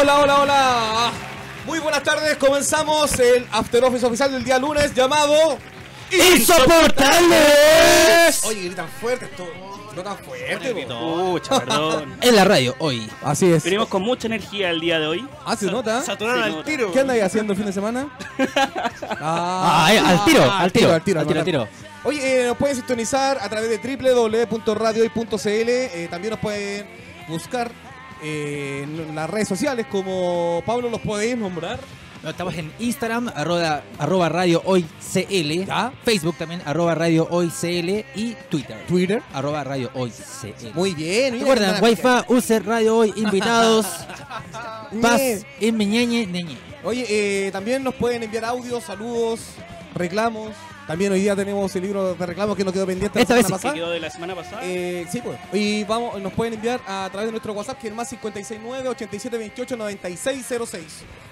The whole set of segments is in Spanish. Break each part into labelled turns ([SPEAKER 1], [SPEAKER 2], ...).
[SPEAKER 1] Hola, hola, hola. Muy buenas tardes. Comenzamos el After Office oficial del día lunes llamado
[SPEAKER 2] ¡Insoportables!
[SPEAKER 1] Oye, gritan fuerte esto. No tan fuerte, po.
[SPEAKER 3] Pucha, perdón.
[SPEAKER 2] En la radio, hoy.
[SPEAKER 1] Así es.
[SPEAKER 3] Venimos con mucha energía el día de hoy.
[SPEAKER 1] Ah, se nota.
[SPEAKER 4] Saturaron
[SPEAKER 3] Sí,
[SPEAKER 4] al
[SPEAKER 3] no,
[SPEAKER 4] tiro.
[SPEAKER 1] ¿Qué andáis haciendo el fin de semana?
[SPEAKER 2] Ah, eh, al tiro, al tiro, al tiro, al tiro.
[SPEAKER 1] Oye, eh, nos pueden sintonizar a través de www.radioy.cl. eh, también nos pueden buscar eh, en las redes sociales como Pablo, ¿los podéis nombrar?
[SPEAKER 2] No, Estamos en Instagram, arroba, arroba radio hoy CL.
[SPEAKER 1] Ya.
[SPEAKER 2] Facebook también, arroba radio hoy CL. Y Twitter,
[SPEAKER 1] Twitter.
[SPEAKER 2] arroba radio hoy CL.
[SPEAKER 1] Muy bien. mira,
[SPEAKER 2] Recuerden,
[SPEAKER 1] qué maravilla.
[SPEAKER 2] Wi-Fi, user, radio hoy, invitados. Paz,
[SPEAKER 1] Bien.
[SPEAKER 2] en Meñeñe, Neñe.
[SPEAKER 1] Oye, eh, también nos pueden enviar audios, saludos, reclamos. También hoy día tenemos el libro de reclamos que nos quedó pendiente
[SPEAKER 2] Esta
[SPEAKER 1] la
[SPEAKER 2] vez
[SPEAKER 1] semana
[SPEAKER 2] sí
[SPEAKER 3] Que
[SPEAKER 1] pasada.
[SPEAKER 3] quedó de la semana pasada.
[SPEAKER 1] Eh, sí, pues. Y vamos, nos pueden enviar a través de nuestro WhatsApp, que es el más 569 8728 9606.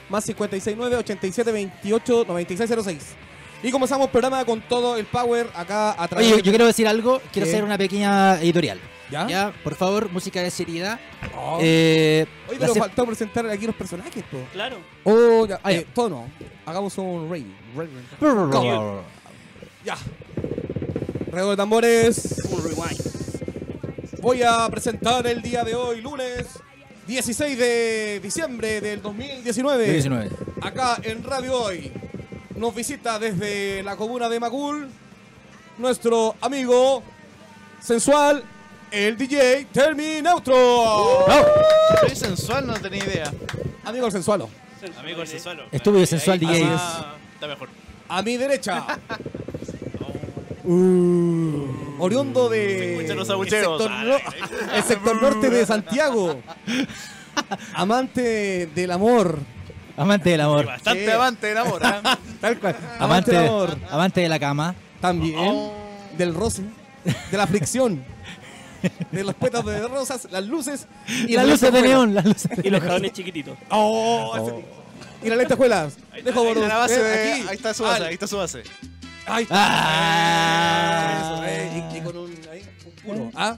[SPEAKER 1] Más 569 8728 9606. Y comenzamos el programa con todo el power acá a través
[SPEAKER 2] Oye, yo,
[SPEAKER 1] de-
[SPEAKER 2] yo quiero decir algo, quiero
[SPEAKER 1] ¿Qué?
[SPEAKER 2] hacer una pequeña editorial.
[SPEAKER 1] ¿Ya?
[SPEAKER 2] Ya, por favor, música de seriedad.
[SPEAKER 1] Oh.
[SPEAKER 2] Eh,
[SPEAKER 1] Oye,
[SPEAKER 2] la
[SPEAKER 1] pero
[SPEAKER 2] se-
[SPEAKER 1] faltó presentar aquí los personajes, po.
[SPEAKER 3] Claro.
[SPEAKER 1] Oh, ya.
[SPEAKER 2] Ah, ya.
[SPEAKER 1] Eh, tono. Hagamos un rey. Rey, rey. Ya. Ruedo de tambores.
[SPEAKER 3] Un rewind.
[SPEAKER 1] Voy a presentar el día de hoy, lunes 16 de diciembre del 2019.
[SPEAKER 2] 19.
[SPEAKER 1] Acá en Radio Hoy nos visita desde la comuna de Macul nuestro amigo sensual, el DJ Terminautro.
[SPEAKER 4] Soy sensual, no tenía idea.
[SPEAKER 1] Amigo el sensualo.
[SPEAKER 4] Amigo, el sensual.
[SPEAKER 2] Estúpido y sensual
[SPEAKER 4] Ahí-
[SPEAKER 2] DJ
[SPEAKER 4] Ah, Está mejor.
[SPEAKER 1] A mi derecha. Uh, oriundo de
[SPEAKER 4] escuchan los
[SPEAKER 1] el
[SPEAKER 4] abucheos.
[SPEAKER 1] sector,
[SPEAKER 4] Ah,
[SPEAKER 1] no- el sector norte de Santiago. Amante del amor.
[SPEAKER 2] Amante del amor.
[SPEAKER 4] Bastante
[SPEAKER 1] Sí.
[SPEAKER 4] avante del amor, ¿ah?
[SPEAKER 1] Tal cual. Amante
[SPEAKER 2] Amante,
[SPEAKER 1] del amor.
[SPEAKER 2] amante de la cama.
[SPEAKER 1] También
[SPEAKER 4] Oh.
[SPEAKER 1] del roce, de la fricción, de los pétalos de rosas, las luces
[SPEAKER 2] Y las luces de
[SPEAKER 1] lentejuelas.
[SPEAKER 2] neón, las luces de
[SPEAKER 3] Y los
[SPEAKER 2] neón.
[SPEAKER 3] jabones chiquititos.
[SPEAKER 1] Oh, ese tipo. Y las lentejuelas. Dejo
[SPEAKER 4] Ahí está
[SPEAKER 1] bordo.
[SPEAKER 4] la base
[SPEAKER 1] Eh,
[SPEAKER 4] de-
[SPEAKER 1] aquí.
[SPEAKER 4] Ahí está su base,
[SPEAKER 1] Ah,
[SPEAKER 4] ahí está su base.
[SPEAKER 1] ahí está.
[SPEAKER 2] Ah.
[SPEAKER 1] Eso, eh, y, y con un, ahí, un puro, ¿ah?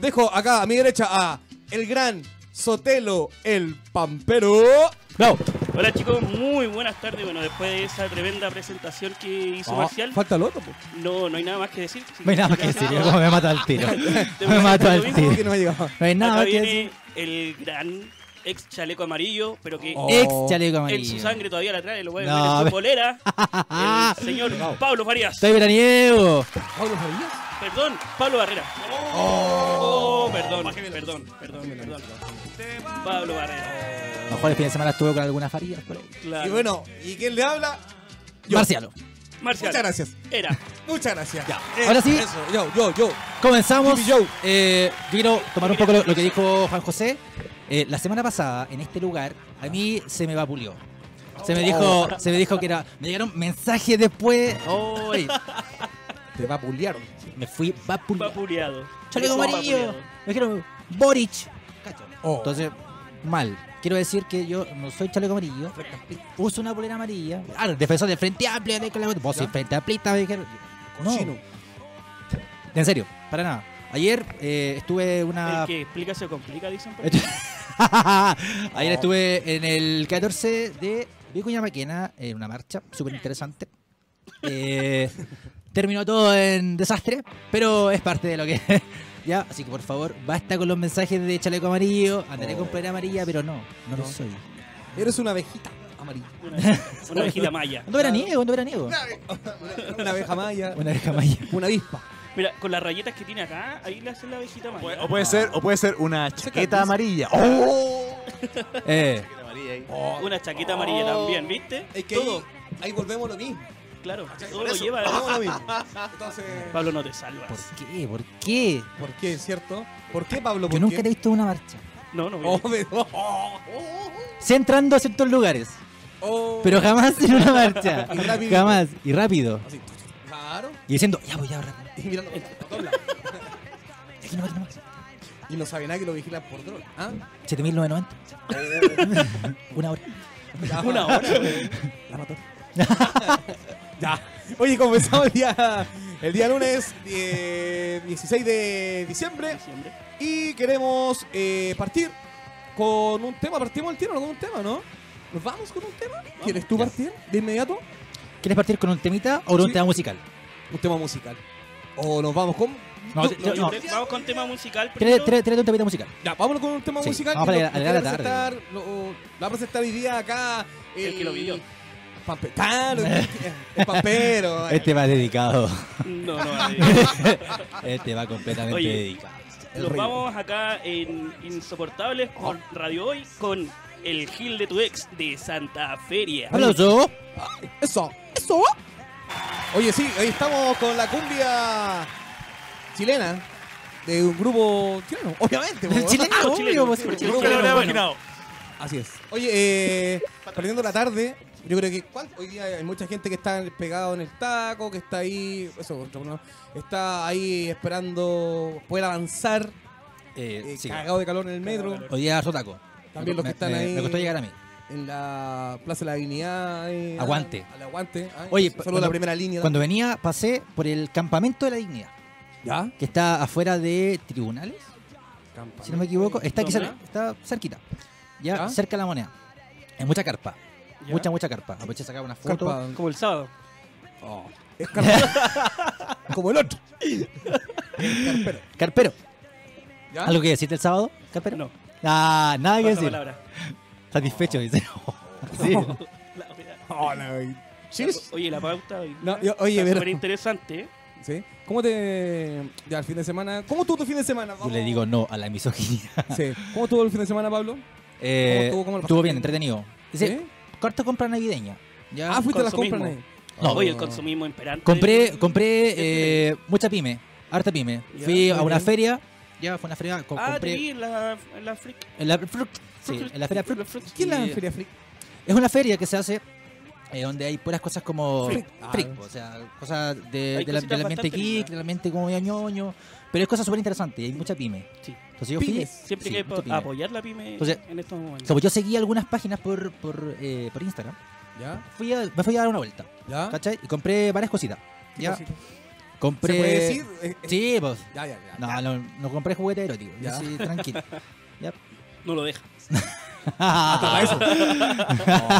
[SPEAKER 1] Dejo acá a mi derecha a el gran Sotelo, el pampero.
[SPEAKER 2] No.
[SPEAKER 3] Hola chicos, muy buenas tardes. Bueno, después de esa tremenda presentación que hizo
[SPEAKER 1] Ah,
[SPEAKER 3] Marcial,
[SPEAKER 1] falta el otro. po.
[SPEAKER 3] no, no hay nada más que decir.
[SPEAKER 2] No hay nada más que decir, yo como me mata al tiro. Me
[SPEAKER 3] Te voy a
[SPEAKER 2] mato
[SPEAKER 3] hacer
[SPEAKER 2] al
[SPEAKER 3] lo mismo
[SPEAKER 1] Porque
[SPEAKER 2] tiro.
[SPEAKER 1] no me llegaba.
[SPEAKER 2] No hay nada
[SPEAKER 3] Acá
[SPEAKER 2] más que decir.
[SPEAKER 3] viene el gran ex chaleco amarillo, pero que
[SPEAKER 1] Oh.
[SPEAKER 2] Ex chaleco
[SPEAKER 3] en su
[SPEAKER 2] amarillo.
[SPEAKER 3] sangre todavía la trae, lo voy a
[SPEAKER 2] No,
[SPEAKER 3] ver en
[SPEAKER 2] a
[SPEAKER 3] su
[SPEAKER 2] ver.
[SPEAKER 3] polera. El señor Pablo Farías.
[SPEAKER 2] Estoy veraniego.
[SPEAKER 1] Pablo Farías.
[SPEAKER 3] Perdón, Pablo Barrera. Oh, perdón, perdón, perdón, perdón. Pablo Barrera.
[SPEAKER 2] A lo mejor el fin de semana estuve con algunas farías por ahí.
[SPEAKER 3] Claro.
[SPEAKER 1] Y bueno, ¿y quién le habla? Yo.
[SPEAKER 2] Marcialo.
[SPEAKER 3] Marcial.
[SPEAKER 1] Muchas gracias.
[SPEAKER 3] Era.
[SPEAKER 1] Muchas gracias.
[SPEAKER 2] Ya.
[SPEAKER 1] Eso,
[SPEAKER 2] Ahora sí.
[SPEAKER 1] Eso, yo, yo, yo.
[SPEAKER 2] Comenzamos.
[SPEAKER 1] Jimmy Joe.
[SPEAKER 2] Eh, yo quiero tomar un poco lo, lo que dijo Juan José. Eh, la semana pasada, en este lugar, a mí se me vapuleó. Se me dijo, se me dijo que era. Me llegaron mensajes después. ¡Ay!
[SPEAKER 1] Te vapulearon.
[SPEAKER 2] me fui vapuleado.
[SPEAKER 3] Papuleado.
[SPEAKER 2] Chaleco amarillo.
[SPEAKER 3] Vapuleado.
[SPEAKER 2] Me dijeron Boric. Cacho.
[SPEAKER 1] Oh.
[SPEAKER 2] Entonces, mal. Quiero decir que yo no soy chaleco amarillo. Uso una polera amarilla. Ah, defensor de frente amplio. de- Vos sois frente amplista, me dijeron. No,
[SPEAKER 1] Cochino.
[SPEAKER 2] en serio, para nada. Ayer eh, estuve
[SPEAKER 1] Ah.
[SPEAKER 2] una.
[SPEAKER 3] El que explica se complica, dicen. por ahí.
[SPEAKER 2] Ayer estuve en el 14 de Vicuña Maquena en una marcha súper interesante. Eh, terminó todo en desastre, pero es parte de lo que. ya, así que por favor, basta con los mensajes de chaleco amarillo. Andaré con polera amarilla, pero no, no lo soy.
[SPEAKER 1] Eres una abejita amarilla.
[SPEAKER 3] Una- Una vejita maya.
[SPEAKER 2] ¿Cuándo era niego? ¿Cuándo era niego?
[SPEAKER 1] Una abeja maya.
[SPEAKER 2] Una vez amarilla.
[SPEAKER 1] Una avispa.
[SPEAKER 3] Mira, con las rayetas que tiene acá, ahí le hacen la vejita maya.
[SPEAKER 4] O puede ser, o puede ser una chaqueta
[SPEAKER 1] cambió.
[SPEAKER 4] amarilla. ¡Oh!
[SPEAKER 2] Eh,
[SPEAKER 4] Chaqueta amarilla ahí.
[SPEAKER 3] Oh, Una chaqueta amarilla también, ¿viste?
[SPEAKER 1] Oh. Es que
[SPEAKER 3] todo,
[SPEAKER 1] ahí, ahí volvemos a lo mismo.
[SPEAKER 3] claro. Todo
[SPEAKER 4] por
[SPEAKER 3] lo
[SPEAKER 4] eso.
[SPEAKER 3] lleva.
[SPEAKER 1] Volvemos a lo mismo. Entonces,
[SPEAKER 3] Pablo, no te
[SPEAKER 2] ¿Por
[SPEAKER 3] salvas.
[SPEAKER 2] qué? ¿Por qué?
[SPEAKER 1] ¿por qué, cierto? ¿Por qué, Pablo?
[SPEAKER 2] Yo
[SPEAKER 1] ¿Por
[SPEAKER 2] nunca
[SPEAKER 1] qué?
[SPEAKER 2] te he visto en una marcha.
[SPEAKER 3] No, no.
[SPEAKER 1] Oh,
[SPEAKER 3] voy.
[SPEAKER 1] me- oh, oh,
[SPEAKER 2] Sé entrando a ciertos lugares.
[SPEAKER 1] oh.
[SPEAKER 2] Pero jamás en una marcha.
[SPEAKER 1] Y rápido.
[SPEAKER 2] jamás. Y rápido.
[SPEAKER 1] Así. Claro.
[SPEAKER 2] Y diciendo, ya voy, ya voy, rápido.
[SPEAKER 1] Y mirando por todos lados.
[SPEAKER 2] Aquí nomás, aquí nomás.
[SPEAKER 1] Y no sabe nada que lo vigilan por dron. ¿Ah?
[SPEAKER 2] 7.990.
[SPEAKER 1] Eh.
[SPEAKER 2] una hora.
[SPEAKER 1] Ya,
[SPEAKER 3] Una hora.
[SPEAKER 1] La mató. ya. Oye, comenzamos el día, el día lunes eh, 16 de diciembre
[SPEAKER 3] Diciembre.
[SPEAKER 1] y queremos eh, partir con un tema. Partimos el tiro con un tema, ¿no? ¿Nos vamos con un tema? ¿Quieres tú
[SPEAKER 2] ya.
[SPEAKER 1] partir de inmediato?
[SPEAKER 2] ¿Quieres partir con un temita o con un
[SPEAKER 1] Sí.
[SPEAKER 2] tema musical?
[SPEAKER 1] Un tema musical. O nos vamos con. Yo-
[SPEAKER 2] No,
[SPEAKER 1] Este
[SPEAKER 2] te-
[SPEAKER 3] No, yo
[SPEAKER 2] no.
[SPEAKER 3] creo- Vamos con tema musical.
[SPEAKER 2] Tírate-
[SPEAKER 3] primero.
[SPEAKER 2] Tírate tírate un temita musical.
[SPEAKER 1] Ya, vámonos con un tema
[SPEAKER 2] Sí,
[SPEAKER 1] musical.
[SPEAKER 2] vamos
[SPEAKER 1] que
[SPEAKER 2] a
[SPEAKER 1] lo-
[SPEAKER 2] alargar
[SPEAKER 1] lo
[SPEAKER 2] la
[SPEAKER 1] quiere
[SPEAKER 2] tarde.
[SPEAKER 1] presentar, lo- lo va a presentar hoy día acá.
[SPEAKER 3] El que lo pidió.
[SPEAKER 1] Pampetano, el, el pampero.
[SPEAKER 2] Este va dedicado.
[SPEAKER 3] No, no, ahí.
[SPEAKER 2] Este va completamente
[SPEAKER 3] Oye,
[SPEAKER 2] dedicado. El Oh.
[SPEAKER 3] Nos
[SPEAKER 2] ritmo.
[SPEAKER 3] vamos acá en Insoportables por Radio Hoy con el Gil de tu ex de Santa Feria.
[SPEAKER 2] ¡Aplauso!
[SPEAKER 1] Eso, eso. Oye, sí, ahí estamos con la cumbia chilena de un grupo chileno, obviamente. po.
[SPEAKER 2] Chileno,
[SPEAKER 3] chileno,
[SPEAKER 2] Ah, obvio, pues,
[SPEAKER 3] chileno.
[SPEAKER 2] sí.
[SPEAKER 3] Yo
[SPEAKER 4] Nunca lo habría
[SPEAKER 3] bueno.
[SPEAKER 4] imaginado.
[SPEAKER 1] Así es. Oye, eh, perdiendo la tarde, yo creo que ¿cuál? hoy día hay mucha gente que está pegado en el taco, que está ahí, eso, no, está ahí esperando poder avanzar,
[SPEAKER 2] Eh,
[SPEAKER 1] eh,
[SPEAKER 2] sí.
[SPEAKER 1] cagado de calor en el metro,
[SPEAKER 2] Hoy día Sotaco.
[SPEAKER 1] También los que
[SPEAKER 2] Me-
[SPEAKER 1] están
[SPEAKER 2] me-
[SPEAKER 1] ahí.
[SPEAKER 2] Me costó llegar a mí.
[SPEAKER 1] en la Plaza de la Dignidad. eh,
[SPEAKER 2] Aguante.
[SPEAKER 1] Al, al aguante. ah,
[SPEAKER 2] Oye,
[SPEAKER 1] saludo
[SPEAKER 2] cuando-
[SPEAKER 1] a la primera línea.
[SPEAKER 2] Cuando venía, pasé por el campamento de la dignidad,
[SPEAKER 1] ¿Ya?
[SPEAKER 2] que está afuera de tribunales,
[SPEAKER 1] Campa,
[SPEAKER 2] si no me equivoco. Está aquí
[SPEAKER 3] ¿Dónde?
[SPEAKER 2] cer- está cerquita. Ya,
[SPEAKER 1] ¿Ya?
[SPEAKER 2] cerca de la moneda. Hay mucha carpa.
[SPEAKER 3] Ya.
[SPEAKER 2] Mucha, mucha carpa. Aproveché a sacar una foto.
[SPEAKER 1] Campa-
[SPEAKER 3] Como el sábado.
[SPEAKER 1] Oh, Es carpero. Como el otro. El carpero.
[SPEAKER 2] Carpero,
[SPEAKER 1] ¿Ya?
[SPEAKER 2] ¿algo que decirte el sábado? Carpero.
[SPEAKER 3] No,
[SPEAKER 2] Ah, nada que
[SPEAKER 3] pasa
[SPEAKER 2] decir.
[SPEAKER 3] palabra.
[SPEAKER 2] Satisfecho, dice. Sí.
[SPEAKER 3] La wea.
[SPEAKER 1] Hola, güey. Chis.
[SPEAKER 3] Oye, la pauta. hoy.
[SPEAKER 1] No, yo- oye,
[SPEAKER 3] Está
[SPEAKER 1] ver-
[SPEAKER 3] súper interesante. ¿eh?
[SPEAKER 1] ¿Sí? ¿Cómo te. Ya, el fin de semana. ¿Cómo estuvo tu fin de semana?
[SPEAKER 2] Yo le digo no a la misoginia.
[SPEAKER 1] Sí. ¿Cómo estuvo el fin de semana, Pablo?
[SPEAKER 2] Eh,
[SPEAKER 1] estuvo? ¿Cómo lo
[SPEAKER 2] estuvo
[SPEAKER 1] pasaste?
[SPEAKER 2] bien, entretenido. Dice,
[SPEAKER 1] ¿Sí?
[SPEAKER 2] corta compra navideña. Ya.
[SPEAKER 1] Ah, fuiste a las
[SPEAKER 3] consumismo.
[SPEAKER 1] compras. ¿no?
[SPEAKER 2] No.
[SPEAKER 3] Oye, el consumismo imperante.
[SPEAKER 2] Compré, compré eh, mucha pyme, harta pyme.
[SPEAKER 3] Ya,
[SPEAKER 2] Fui a
[SPEAKER 1] muy
[SPEAKER 2] una
[SPEAKER 1] bien.
[SPEAKER 2] feria, ya fue una feria, co-
[SPEAKER 3] Ah, te vi
[SPEAKER 2] compré
[SPEAKER 3] en la, en la freak.
[SPEAKER 2] en la, fruc- sí, en la feria fruc.
[SPEAKER 1] ¿Qué es la
[SPEAKER 2] Y-
[SPEAKER 1] feria freak?
[SPEAKER 2] Es una feria que se hace eh, donde hay puras cosas como
[SPEAKER 1] Freak.
[SPEAKER 2] freak,
[SPEAKER 1] Ah.
[SPEAKER 2] o sea, cosas de,
[SPEAKER 3] Hay
[SPEAKER 2] de la,
[SPEAKER 3] cositas
[SPEAKER 2] del ambiente
[SPEAKER 3] bastante
[SPEAKER 2] geek,
[SPEAKER 3] lindas.
[SPEAKER 2] del ambiente como medio ñoño, pero es cosas súper interesantes, hay mucha pyme.
[SPEAKER 3] Sí.
[SPEAKER 2] Entonces yo fui,
[SPEAKER 1] Pymes.
[SPEAKER 3] Siempre
[SPEAKER 2] sí,
[SPEAKER 3] que hay
[SPEAKER 2] mucha
[SPEAKER 3] que
[SPEAKER 2] pyme.
[SPEAKER 3] apoyar la pyme
[SPEAKER 2] Entonces-
[SPEAKER 3] en estos momentos.
[SPEAKER 2] Como yo seguí algunas páginas por por, eh, por Instagram,
[SPEAKER 1] ¿Ya?
[SPEAKER 2] fui a- me fui a dar una vuelta,
[SPEAKER 3] Ah.
[SPEAKER 1] ¿Ya?
[SPEAKER 2] ¿cachai? Y compré varias cositas. Ya,
[SPEAKER 1] ¿Se
[SPEAKER 2] compré
[SPEAKER 1] puede decir? Eh, eh,
[SPEAKER 2] Sí, pues
[SPEAKER 1] Ya, ya, ya.
[SPEAKER 2] No, no, no compré juguete erótico. Yo
[SPEAKER 1] Ya.
[SPEAKER 2] sí, tranquilo. Ya.
[SPEAKER 3] No lo deja. Ah,
[SPEAKER 1] Para eso.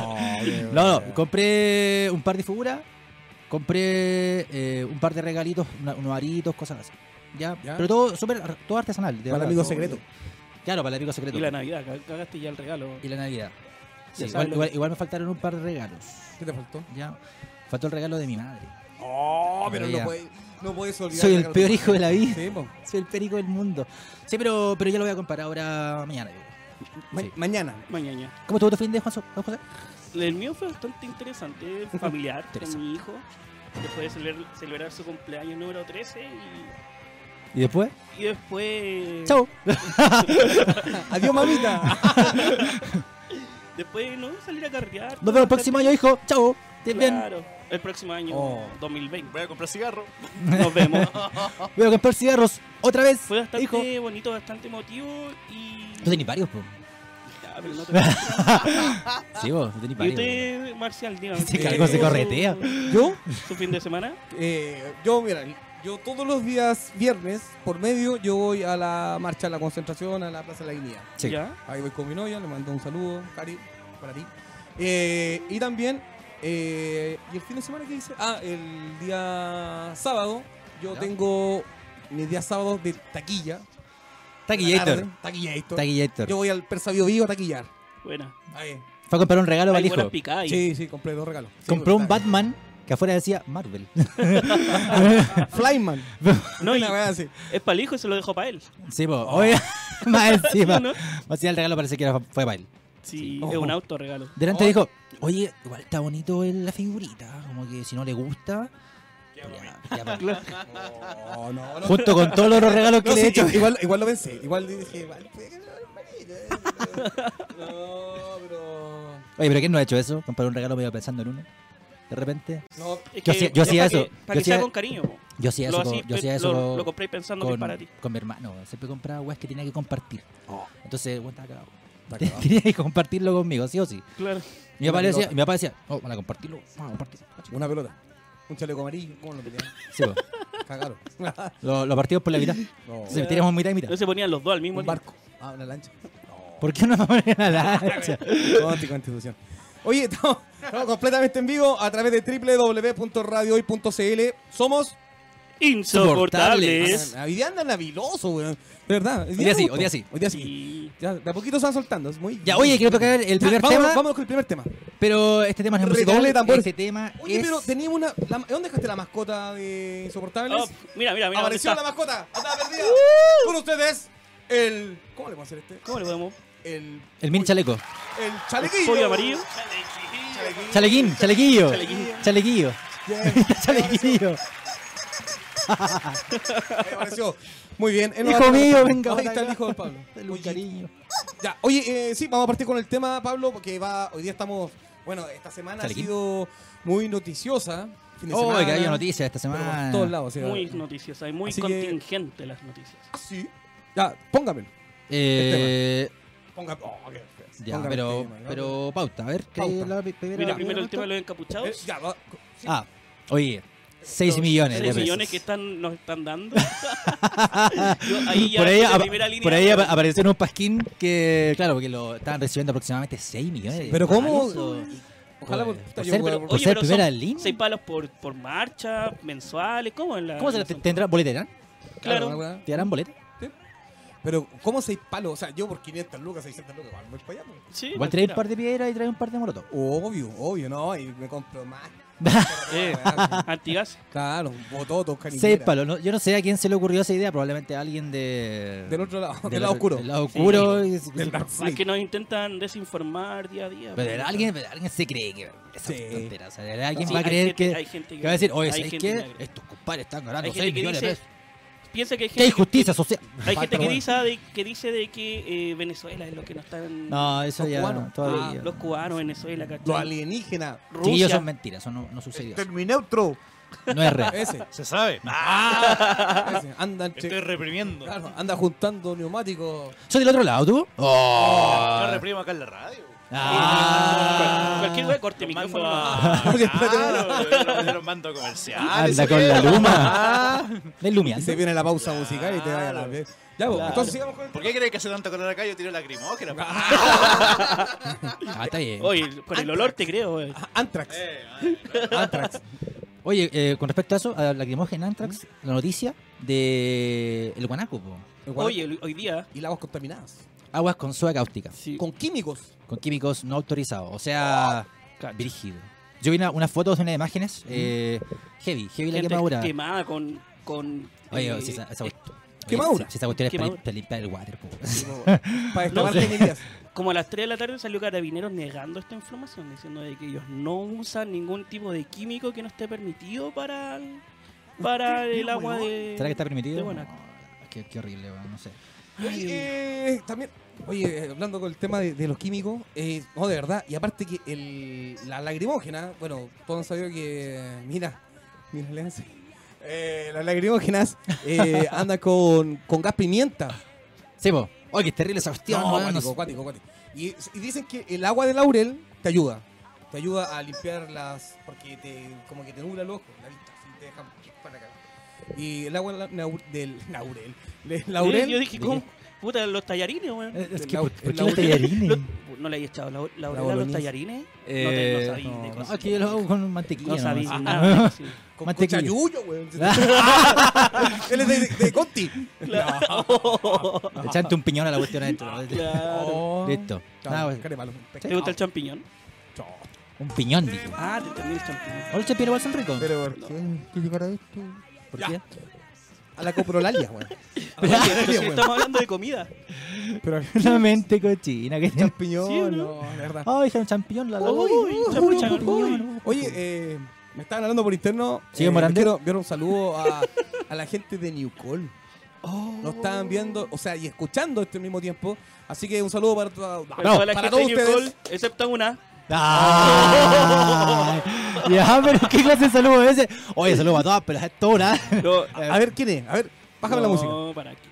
[SPEAKER 1] Oh,
[SPEAKER 2] no, no, compré un par de figuras, compré eh, un par de regalitos, una- unos aritos, cosas así. Ya.
[SPEAKER 1] Ya.
[SPEAKER 2] Pero todo súper ar- todo artesanal. de
[SPEAKER 1] Para el
[SPEAKER 2] verdad,
[SPEAKER 1] amigo
[SPEAKER 2] todo- eh,
[SPEAKER 1] secreto.
[SPEAKER 2] Claro, para el amigo secreto.
[SPEAKER 3] Y la Navidad, ca- cagaste ya el regalo.
[SPEAKER 2] Y la Navidad. Sí,
[SPEAKER 3] Ya sabes
[SPEAKER 2] igual,
[SPEAKER 3] lo
[SPEAKER 2] igual-
[SPEAKER 3] que-
[SPEAKER 2] igual me faltaron un par de regalos.
[SPEAKER 1] ¿Qué te faltó?
[SPEAKER 2] Ya. Faltó el regalo de mi madre.
[SPEAKER 1] Oh, pero no
[SPEAKER 2] Ya.
[SPEAKER 1] puedes, no puedes olvidar.
[SPEAKER 2] Soy
[SPEAKER 1] que
[SPEAKER 2] el
[SPEAKER 1] regalo-
[SPEAKER 2] peor hijo de la vida.
[SPEAKER 1] Sí, po.
[SPEAKER 2] Soy el perico del mundo. Sí, pero, pero ya lo voy a comprar ahora mañana. yo creo.
[SPEAKER 1] Ma-
[SPEAKER 2] Sí.
[SPEAKER 1] Mañana.
[SPEAKER 3] Mañana.
[SPEAKER 2] ¿Cómo estuvo tu fin de Juan, Juan José?
[SPEAKER 3] El mío fue bastante interesante, familiar,
[SPEAKER 2] Interesante.
[SPEAKER 3] con mi hijo. Después de celebrar, celebrar su cumpleaños número 13 y,
[SPEAKER 2] ¿Y después?
[SPEAKER 3] y después...
[SPEAKER 2] Chao.
[SPEAKER 1] Adiós, mamita.
[SPEAKER 3] Después, ¿no? Salir a carrear.
[SPEAKER 2] Nos vemos el próximo año, hijo. Chao. Estés bien.
[SPEAKER 3] Claro, el próximo año,
[SPEAKER 1] Oh.
[SPEAKER 3] 2020.
[SPEAKER 4] Voy a comprar cigarro.
[SPEAKER 3] Nos vemos.
[SPEAKER 2] Voy a comprar cigarros otra vez.
[SPEAKER 3] Fue bastante
[SPEAKER 2] hijo.
[SPEAKER 3] bonito, bastante emotivo y...
[SPEAKER 2] Tú tenés varios, po.
[SPEAKER 3] Ah, pero no te-
[SPEAKER 2] Sí, vos, tú tenés
[SPEAKER 3] ¿Y
[SPEAKER 2] varios.
[SPEAKER 3] usted, Marcial, dígame?
[SPEAKER 2] Sí,
[SPEAKER 1] que algo se
[SPEAKER 3] ¿Su-
[SPEAKER 2] corretea.
[SPEAKER 1] ¿Yo?
[SPEAKER 3] ¿Su fin de semana?
[SPEAKER 1] Eh, yo, mira, yo todos los días viernes, por medio, yo voy a la marcha, a la concentración, a la Plaza de la Dignidad.
[SPEAKER 2] po. Sí.
[SPEAKER 3] ¿Ya?
[SPEAKER 1] Ahí voy con mi novia, le mando un saludo, Cari, para ti. Eh, y también, eh, ¿y el fin de semana qué hice? Ah, el día sábado, yo
[SPEAKER 2] ¿Ya?
[SPEAKER 1] tengo mis días sábados de taquilla.
[SPEAKER 2] Taquillator.
[SPEAKER 1] Taquillator.
[SPEAKER 2] Taquillator.
[SPEAKER 1] Yo voy al Persavio Vivo a taquillar.
[SPEAKER 3] Buena.
[SPEAKER 1] Ahí.
[SPEAKER 2] Fue a comprar un regalo para el
[SPEAKER 3] Hay
[SPEAKER 2] hijo.
[SPEAKER 3] buenas picadas ahí.
[SPEAKER 1] Sí, sí, compré dos regalos. Sí,
[SPEAKER 2] Compró un
[SPEAKER 1] está bien.
[SPEAKER 2] Batman que afuera decía Marvel.
[SPEAKER 1] Flyman.
[SPEAKER 3] No, y
[SPEAKER 1] Una wea así.
[SPEAKER 3] es para el hijo y se lo dejo para él.
[SPEAKER 2] sí, po. Oye, más encima.
[SPEAKER 3] ¿No?
[SPEAKER 2] Más encima el regalo parece que era- fue para él.
[SPEAKER 3] Sí,
[SPEAKER 1] Sí.
[SPEAKER 3] es un auto regalo.
[SPEAKER 2] Delante
[SPEAKER 1] Oh.
[SPEAKER 2] dijo, oye, igual está bonito el- la figurita. Como que si no le gusta... ya- ya-
[SPEAKER 1] No, no, no.
[SPEAKER 2] Junto con todos los regalos que
[SPEAKER 1] No,
[SPEAKER 2] le
[SPEAKER 1] sí,
[SPEAKER 2] he hecho.
[SPEAKER 1] Igual, igual lo pensé. Igual dije, pues, igual puede que no, hermanito. No, pero.
[SPEAKER 2] Oye, pero ¿quién no ha hecho eso? Comprar un regalo medio pensando en uno. De repente.
[SPEAKER 1] No,
[SPEAKER 3] Es
[SPEAKER 2] Yo hacía- yo
[SPEAKER 3] es
[SPEAKER 2] hacía
[SPEAKER 3] para que-
[SPEAKER 2] eso.
[SPEAKER 3] Para
[SPEAKER 2] Yo
[SPEAKER 3] que sea
[SPEAKER 2] hacía-
[SPEAKER 3] con cariño. po.
[SPEAKER 2] Yo hacía
[SPEAKER 3] Lo
[SPEAKER 2] eso,
[SPEAKER 3] hacís,
[SPEAKER 2] con- yo
[SPEAKER 3] pe-
[SPEAKER 2] hacía eso
[SPEAKER 3] lo,
[SPEAKER 2] con-
[SPEAKER 3] lo compréis pensando que es
[SPEAKER 2] con,
[SPEAKER 3] para ti. Oh.
[SPEAKER 2] con mi hermano. Siempre compraba weas que tenía que compartir. Entonces, bueno, estaba cagado.
[SPEAKER 1] Está cagado.
[SPEAKER 2] tenía que compartirlo conmigo, sí o sí.
[SPEAKER 3] Claro.
[SPEAKER 2] Mi
[SPEAKER 1] Una
[SPEAKER 2] papá, le decía,
[SPEAKER 1] pelota.
[SPEAKER 2] mi papá decía, oh, van a compartirlo, vamos a compartirlo.
[SPEAKER 1] Una pelota. Un chaleco amarillo. ¿Cómo lo pelearon?
[SPEAKER 2] Sí, po.
[SPEAKER 1] Cagaron.
[SPEAKER 2] lo, lo partimos por la mitad.
[SPEAKER 1] No.
[SPEAKER 2] Se tiramos mitad y mitad.
[SPEAKER 3] Entonces se ponían los dos al mismo
[SPEAKER 1] Un
[SPEAKER 3] tiempo.
[SPEAKER 1] barco. Ah, una lancha. No.
[SPEAKER 2] ¿Por qué una mamá en la ancha?
[SPEAKER 1] No, anticonstitución. Oye, estamos, estamos completamente en vivo a través de www.radiohoy.cl. Somos.
[SPEAKER 3] Insoportables.
[SPEAKER 1] Ah, Hoy día andan naviloso, weón. De verdad.
[SPEAKER 2] Hoy día
[SPEAKER 1] me
[SPEAKER 2] sí,
[SPEAKER 1] gustó.
[SPEAKER 2] hoy día sí.
[SPEAKER 1] Hoy día sí.
[SPEAKER 3] Y
[SPEAKER 1] Ya, de a poquito se van soltando. es muy
[SPEAKER 2] Ya, oye, quiero tocar el
[SPEAKER 1] Ya,
[SPEAKER 2] primer
[SPEAKER 1] vámonos-
[SPEAKER 2] tema,
[SPEAKER 1] Vámonos con el primer tema.
[SPEAKER 2] pero este tema no es
[SPEAKER 1] Redoble
[SPEAKER 2] musical.
[SPEAKER 1] de tambores.
[SPEAKER 2] Este tema
[SPEAKER 1] Oye,
[SPEAKER 2] es...
[SPEAKER 1] pero teníamos una. la- ¿Dónde dejaste la mascota de Insoportables?
[SPEAKER 3] oh, mira, mira, mira. dónde
[SPEAKER 1] Apareció
[SPEAKER 3] está.
[SPEAKER 1] la mascota. Andaba perdida.
[SPEAKER 2] Uh.
[SPEAKER 1] Con ustedes, el. ¿Cómo le vamos a hacer este?
[SPEAKER 3] ¿Cómo le podemos?
[SPEAKER 1] El.
[SPEAKER 2] El mini chaleco.
[SPEAKER 1] El chalequillo.
[SPEAKER 3] Pollo amarillo.
[SPEAKER 1] Chalequillo.
[SPEAKER 2] Chalequín, chalequillo.
[SPEAKER 3] Chalequillo.
[SPEAKER 2] Chalequillo.
[SPEAKER 1] Bien.
[SPEAKER 2] Chalequillo.
[SPEAKER 1] Ahí apareció. Muy bien. Él nos
[SPEAKER 2] Hijo
[SPEAKER 1] va a-
[SPEAKER 2] mío, venga.
[SPEAKER 1] Ahí está el hijo de Pablo. Muy este Ya, oye, eh, sí, vamos a partir con el tema, Pablo, porque va, hoy día estamos, bueno, esta semana
[SPEAKER 2] Chalequín.
[SPEAKER 1] ha sido muy noticiosa. Fin de
[SPEAKER 2] Oh, que
[SPEAKER 1] semana,
[SPEAKER 2] hay noticias esta
[SPEAKER 1] pero por
[SPEAKER 2] semana.
[SPEAKER 1] todos lados. o sea,
[SPEAKER 3] Muy noticiosas y muy
[SPEAKER 1] Así que-
[SPEAKER 3] contingente las noticias.
[SPEAKER 1] Ah, sí. Ya, póngamelo.
[SPEAKER 2] Eh,
[SPEAKER 1] Póngame. oh, qué feo.
[SPEAKER 2] ya,
[SPEAKER 1] Póngame el
[SPEAKER 2] pero,
[SPEAKER 1] tema, ¿no?
[SPEAKER 2] pero pauta, a ver. ¿qué
[SPEAKER 1] Pauta.
[SPEAKER 2] es la pri- primera-
[SPEAKER 3] Mira, primero el
[SPEAKER 2] pauta?
[SPEAKER 3] tema de los
[SPEAKER 1] Eh,
[SPEAKER 3] encapuchados.
[SPEAKER 1] ya, va. sí.
[SPEAKER 2] Ah, oye, 6 millones de
[SPEAKER 3] Seis
[SPEAKER 2] pesos.
[SPEAKER 3] millones que están, nos están dando. Yo ahí ya
[SPEAKER 2] por ahí,
[SPEAKER 3] puse
[SPEAKER 2] apa-
[SPEAKER 3] primera línea.
[SPEAKER 2] por ahí apa- apareció en un pasquín que, claro, porque lo estaban recibiendo aproximadamente 6 millones. de
[SPEAKER 1] Pero ¿cómo?
[SPEAKER 2] pesos.
[SPEAKER 1] Ojalá
[SPEAKER 2] Por-
[SPEAKER 1] por-
[SPEAKER 2] por
[SPEAKER 1] yo
[SPEAKER 2] ser-
[SPEAKER 1] puedo-
[SPEAKER 2] por ser
[SPEAKER 3] son
[SPEAKER 2] primera línea.
[SPEAKER 3] seis palos por, por marcha, mensuales, ¿cómo es la...?
[SPEAKER 2] ¿Cómo se la
[SPEAKER 3] la-
[SPEAKER 2] te- tendrán? ¿Boleterán?
[SPEAKER 3] Claro.
[SPEAKER 1] una weá.
[SPEAKER 2] ¿Te darán boleta?
[SPEAKER 1] Pero, ¿cómo seis palos? O sea, yo por 500 lucas, 600 lucas, igual voy para allá. pues.
[SPEAKER 3] Sí,
[SPEAKER 2] Igual trae un
[SPEAKER 3] mentira.
[SPEAKER 2] par de piedras y trae un par de molotov.
[SPEAKER 1] Obvio, obvio, no, y me compro más.
[SPEAKER 3] Eh, antigas.
[SPEAKER 1] claro, bototos, cariñera.
[SPEAKER 2] Seis palos. no- yo no sé a quién se le ocurrió esa idea, probablemente a alguien de...
[SPEAKER 1] Del otro lado, del,
[SPEAKER 2] del
[SPEAKER 1] lado
[SPEAKER 2] otro-
[SPEAKER 1] oscuro.
[SPEAKER 2] Del lado oscuro. y-
[SPEAKER 1] Del Dark
[SPEAKER 3] Más
[SPEAKER 1] Side.
[SPEAKER 3] que nos intentan desinformar día a día. pues.
[SPEAKER 2] Pero alguien, pero alguien se cree que esa
[SPEAKER 1] Sí.
[SPEAKER 2] tontera, o sea, alguien
[SPEAKER 3] Sí,
[SPEAKER 2] va a
[SPEAKER 3] hay
[SPEAKER 2] creer
[SPEAKER 3] gente-
[SPEAKER 2] que,
[SPEAKER 3] hay gente
[SPEAKER 2] que
[SPEAKER 3] que-
[SPEAKER 2] va a decir, oye,
[SPEAKER 3] hay
[SPEAKER 2] ¿sabes
[SPEAKER 3] gente que
[SPEAKER 2] qué?
[SPEAKER 3] cree.
[SPEAKER 2] Estos compadres están
[SPEAKER 3] Hay
[SPEAKER 2] ganando 6
[SPEAKER 3] gente que
[SPEAKER 2] millones de
[SPEAKER 3] dice...
[SPEAKER 2] pesos.
[SPEAKER 3] Piensa que hay gente,
[SPEAKER 2] ¿Qué hay justicia social?
[SPEAKER 3] hay gente que
[SPEAKER 1] Falta,
[SPEAKER 3] dice, de, que dice de que eh, Venezuela es lo que no están...
[SPEAKER 2] No, eso
[SPEAKER 1] Los
[SPEAKER 2] ya
[SPEAKER 1] cubanos.
[SPEAKER 3] Ah,
[SPEAKER 2] todavía.
[SPEAKER 3] los cubanos, Venezuela, ¿cachai?
[SPEAKER 1] Lo alienígena.
[SPEAKER 2] Sí,
[SPEAKER 3] Rusia. eh,
[SPEAKER 2] ellos son mentiras, eso no, no sucedió.
[SPEAKER 4] Termineutro.
[SPEAKER 2] No es real.
[SPEAKER 1] Ese,
[SPEAKER 4] Se sabe. Ah,
[SPEAKER 1] ese. Andan, che-
[SPEAKER 4] Estoy reprimiendo.
[SPEAKER 1] claro, anda juntando neumáticos.
[SPEAKER 2] ¿Soy del otro lado, tú?
[SPEAKER 4] Yo
[SPEAKER 2] ¡Oh!
[SPEAKER 4] reprimo acá en la radio.
[SPEAKER 3] Cual-
[SPEAKER 2] Ah.
[SPEAKER 3] Cualquier wea corte Este micrófono.
[SPEAKER 4] Ah,
[SPEAKER 1] Porque-
[SPEAKER 4] claro, de los mandos
[SPEAKER 3] Ah,
[SPEAKER 4] comerciales.
[SPEAKER 2] Anda con la luma. Del
[SPEAKER 1] Y se
[SPEAKER 2] lumiante.
[SPEAKER 1] viene la pausa musical y te vaya a la vez. Ya, pues, entonces sigamos con el
[SPEAKER 4] ¿Por qué crees que hace tanto calor acá? Yo tiro lacrimógena. po.
[SPEAKER 2] Ah, está bien.
[SPEAKER 3] Oye, con el olor te creo, wey.
[SPEAKER 1] Ah, Antrax.
[SPEAKER 4] Eh, ah,
[SPEAKER 1] Antrax.
[SPEAKER 2] Oye, eh, con respecto a eso, a Lacrimógena Antrax, la noticia de el guanaco, po.
[SPEAKER 1] Igual-
[SPEAKER 3] Oye, hoy- hoy día...
[SPEAKER 1] Y aguas contaminadas.
[SPEAKER 2] Aguas con soda cáustica.
[SPEAKER 3] Sí.
[SPEAKER 1] Con químicos.
[SPEAKER 2] con químicos no autorizados. O sea,
[SPEAKER 3] cacha.
[SPEAKER 2] brígido. Yo vi una- unas fotos, unas imágenes. eh, heavy, heavy la
[SPEAKER 3] gente
[SPEAKER 2] quemadura.
[SPEAKER 3] quemada con... con
[SPEAKER 2] Oye,
[SPEAKER 3] eh,
[SPEAKER 2] si esa, esa, cuest- oye,
[SPEAKER 1] quemadura.
[SPEAKER 2] si- si esa cuestión es para,
[SPEAKER 3] Quemadura.
[SPEAKER 2] para limpiar el water. po.
[SPEAKER 1] Para destapar
[SPEAKER 3] sé.
[SPEAKER 1] tecnologías.
[SPEAKER 3] Como a las 3 de la tarde salió Carabineros negando esta información, diciendo de que ellos no usan ningún tipo de químico que no esté permitido para, para el agua de...
[SPEAKER 2] ¿Será que está permitido?
[SPEAKER 3] de Guanaco.
[SPEAKER 2] No, qué, qué horrible, weón, no sé.
[SPEAKER 1] Oye, eh, también, oye, eh, hablando con el tema de, de los químicos, eh, no, de verdad, y aparte que el, la lagrimógena, bueno, todos han sabido que, eh, mira, mira, le hace. Eh, las lagrimógenas eh, andan con, con gas pimienta.
[SPEAKER 2] Sí, po. Oye, qué terrible esa cuestión.
[SPEAKER 1] No,
[SPEAKER 2] weón, no
[SPEAKER 1] cuático,
[SPEAKER 2] sé.
[SPEAKER 1] cuático, cuático. Y, y dicen que el agua de laurel te ayuda. Te ayuda a limpiar las. Porque te, como que te nubla el ojo, la vista, así te deja para acá. Y el agua de la- nau- del laurel. de laurel
[SPEAKER 3] Sí, yo dije, ¿cómo? Puta, los tallarines, weón.
[SPEAKER 2] Eh, Es
[SPEAKER 1] El
[SPEAKER 2] que,
[SPEAKER 1] lau-
[SPEAKER 2] ¿por,
[SPEAKER 1] el
[SPEAKER 2] por qué los
[SPEAKER 1] laurel.
[SPEAKER 2] tallarines?
[SPEAKER 3] Lo- no le hayas echado la, la orela a los
[SPEAKER 1] boloñesa.
[SPEAKER 3] tallarines. no, te, no
[SPEAKER 2] Eh,
[SPEAKER 3] sabí de
[SPEAKER 1] no,
[SPEAKER 3] cosas.
[SPEAKER 2] no, es que yo lo hago con mantequilla.
[SPEAKER 3] No Ah,
[SPEAKER 2] nomás, Ah,
[SPEAKER 3] sabí
[SPEAKER 2] sí.
[SPEAKER 3] nada. de cocina.
[SPEAKER 1] Con, con
[SPEAKER 2] Mantequilla.
[SPEAKER 1] chayuyo, weón. Él es de, de- de Conti.
[SPEAKER 2] Le echaste un piñón a la cuestión adentro.
[SPEAKER 3] Claro.
[SPEAKER 1] Oh.
[SPEAKER 2] Listo.
[SPEAKER 1] Chao,
[SPEAKER 2] Ah, bueno.
[SPEAKER 1] care malo.
[SPEAKER 3] ¿Te gusta el champiñón?
[SPEAKER 1] Chao.
[SPEAKER 2] Un piñón, dije.
[SPEAKER 3] Ah, te entendí el champiñón.
[SPEAKER 2] Oye, Chapiro, igual son ricos.
[SPEAKER 1] Pero ¿por qué? ¿Qué llegará esto?
[SPEAKER 2] ¿Por
[SPEAKER 1] Ya.
[SPEAKER 2] qué?
[SPEAKER 1] A la coprolalia, weón.
[SPEAKER 3] Oye, pero si
[SPEAKER 1] weón.
[SPEAKER 3] estamos hablando de comida.
[SPEAKER 1] Pero
[SPEAKER 2] La mente cochina que tiene.
[SPEAKER 1] champiñón,
[SPEAKER 3] Sí, ¿no? Ah,
[SPEAKER 1] no, la verdad.
[SPEAKER 2] Ay, está un champiñón, la la
[SPEAKER 3] Uy,
[SPEAKER 2] uy,
[SPEAKER 3] champiñón,
[SPEAKER 2] uy, champiñón, uy.
[SPEAKER 1] Oye, eh, me estaban hablando por interno.
[SPEAKER 2] ¿Sigue
[SPEAKER 1] eh,
[SPEAKER 2] Morandé?
[SPEAKER 1] Quiero enviar un saludo a, a la gente de Newcall.
[SPEAKER 3] Oh.
[SPEAKER 1] Nos estaban viendo, o sea, y escuchando este mismo tiempo. Así que un saludo para, toda-
[SPEAKER 3] Para toda la
[SPEAKER 1] para
[SPEAKER 3] gente
[SPEAKER 1] todos
[SPEAKER 3] de New
[SPEAKER 1] ustedes.
[SPEAKER 3] Call, excepto una.
[SPEAKER 2] Ay, ya, pero qué clase de saludo es ese. Oye, saludo a todas, pero es toda una.
[SPEAKER 3] No,
[SPEAKER 1] A ver quién es, a ver, Eh, bájame la
[SPEAKER 3] no,
[SPEAKER 1] música.
[SPEAKER 3] para aquí.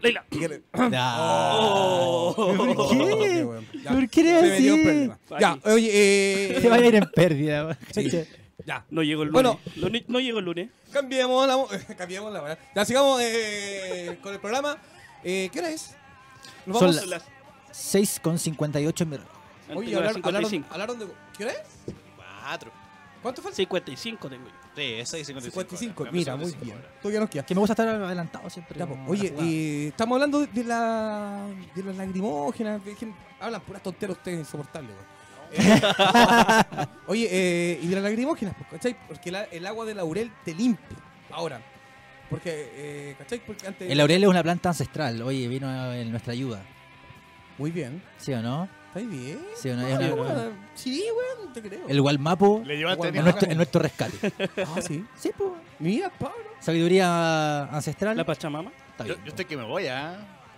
[SPEAKER 3] Leila.
[SPEAKER 1] Si quieres.
[SPEAKER 3] Oh.
[SPEAKER 2] Ah.
[SPEAKER 1] ¿Por
[SPEAKER 2] qué?
[SPEAKER 1] weón. Ya.
[SPEAKER 2] ¿Por qué eres
[SPEAKER 1] Se me Oh. dio
[SPEAKER 2] así?
[SPEAKER 1] problema. Ya, oye, eh,
[SPEAKER 2] Te vaya a ir en pérdida. weón.
[SPEAKER 1] Sí. Ya,
[SPEAKER 3] No llegó el lunes.
[SPEAKER 1] Bueno.
[SPEAKER 3] Lo ni- no llegó el lunes.
[SPEAKER 1] cambiemos la, mo- cambiemos la verdad. Ya sigamos eh, con el programa. Eh, ¿Qué hora es? Nos
[SPEAKER 2] Son
[SPEAKER 1] vamos
[SPEAKER 2] las-
[SPEAKER 3] Son las
[SPEAKER 2] 6,58 en mi reloj.
[SPEAKER 1] Oye,
[SPEAKER 3] Antigua
[SPEAKER 1] hablaron, hablaron,
[SPEAKER 3] 55.
[SPEAKER 1] hablaron de. ¿Qué es?
[SPEAKER 4] Cuatro.
[SPEAKER 1] ¿Cuánto fue?
[SPEAKER 3] 55 tengo yo.
[SPEAKER 4] Sí, esa es 55.
[SPEAKER 1] 55.
[SPEAKER 4] ahora.
[SPEAKER 1] Mira, muy
[SPEAKER 4] 55
[SPEAKER 1] bien.
[SPEAKER 4] ahora.
[SPEAKER 1] Todavía nos queda.
[SPEAKER 2] Que me gusta estar adelantado siempre.
[SPEAKER 1] Ya, po.
[SPEAKER 2] como a
[SPEAKER 1] Oye,
[SPEAKER 2] la jugada.
[SPEAKER 1] eh, estamos hablando de, de la de las lagrimógenas. de que hablan puras tonteras ustedes insoportables, weón. Eh, Oye, eh, y de las lagrimógenas, pues, ¿cachai? Porque la- el agua de laurel te limpia. Ahora. Porque, eh, ¿cachai? Porque antes.
[SPEAKER 2] El laurel es una planta ancestral. Oye, vino en nuestra ayuda.
[SPEAKER 1] Muy bien.
[SPEAKER 2] ¿Sí o no?
[SPEAKER 1] ¿Estáis bien?
[SPEAKER 2] Sí, una-
[SPEAKER 1] Ah,
[SPEAKER 2] una-
[SPEAKER 1] weón. Sí, weón, te creo.
[SPEAKER 2] El Walmapu
[SPEAKER 4] Le llevaste
[SPEAKER 1] Bueno,
[SPEAKER 2] en nuestro,
[SPEAKER 4] antes
[SPEAKER 2] en nuestro rescate.
[SPEAKER 1] Ah, sí.
[SPEAKER 2] sí, pues.
[SPEAKER 1] Mira, Pablo.
[SPEAKER 2] Sabiduría ancestral.
[SPEAKER 3] La Pachamama.
[SPEAKER 2] Está
[SPEAKER 4] Yo,
[SPEAKER 2] bien,
[SPEAKER 4] yo
[SPEAKER 2] po.
[SPEAKER 4] estoy que me voy, ¿ah?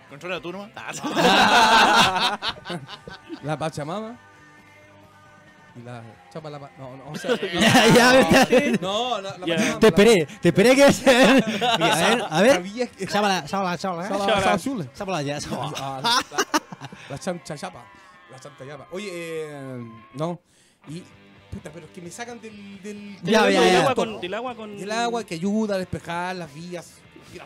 [SPEAKER 4] Controla tú nomás. Ah, no.
[SPEAKER 1] La Pachamama. Y la chapa la pa- No, no, o sea,
[SPEAKER 2] Ya, ya, ya.
[SPEAKER 1] no, la, la
[SPEAKER 3] Ya.
[SPEAKER 1] Pachamama.
[SPEAKER 2] Te esperé, te esperé que. Mira, a ver, a
[SPEAKER 1] La,
[SPEAKER 2] ver.
[SPEAKER 1] sabías que-
[SPEAKER 2] Chábala, chábala, chábala.
[SPEAKER 1] Chapa-
[SPEAKER 2] ¿eh?
[SPEAKER 1] chapa azul.
[SPEAKER 2] Chábala ya, chábala.
[SPEAKER 1] Ah, La, la, la chancha chapa. La chancha chapa. Oye, eh, no. Y. Puta, pero es que me sacan del. del
[SPEAKER 2] Ya,
[SPEAKER 1] del-
[SPEAKER 2] ya,
[SPEAKER 3] del,
[SPEAKER 2] ya.
[SPEAKER 3] Agua con, del agua con.
[SPEAKER 1] del agua que ayuda a despejar las vías.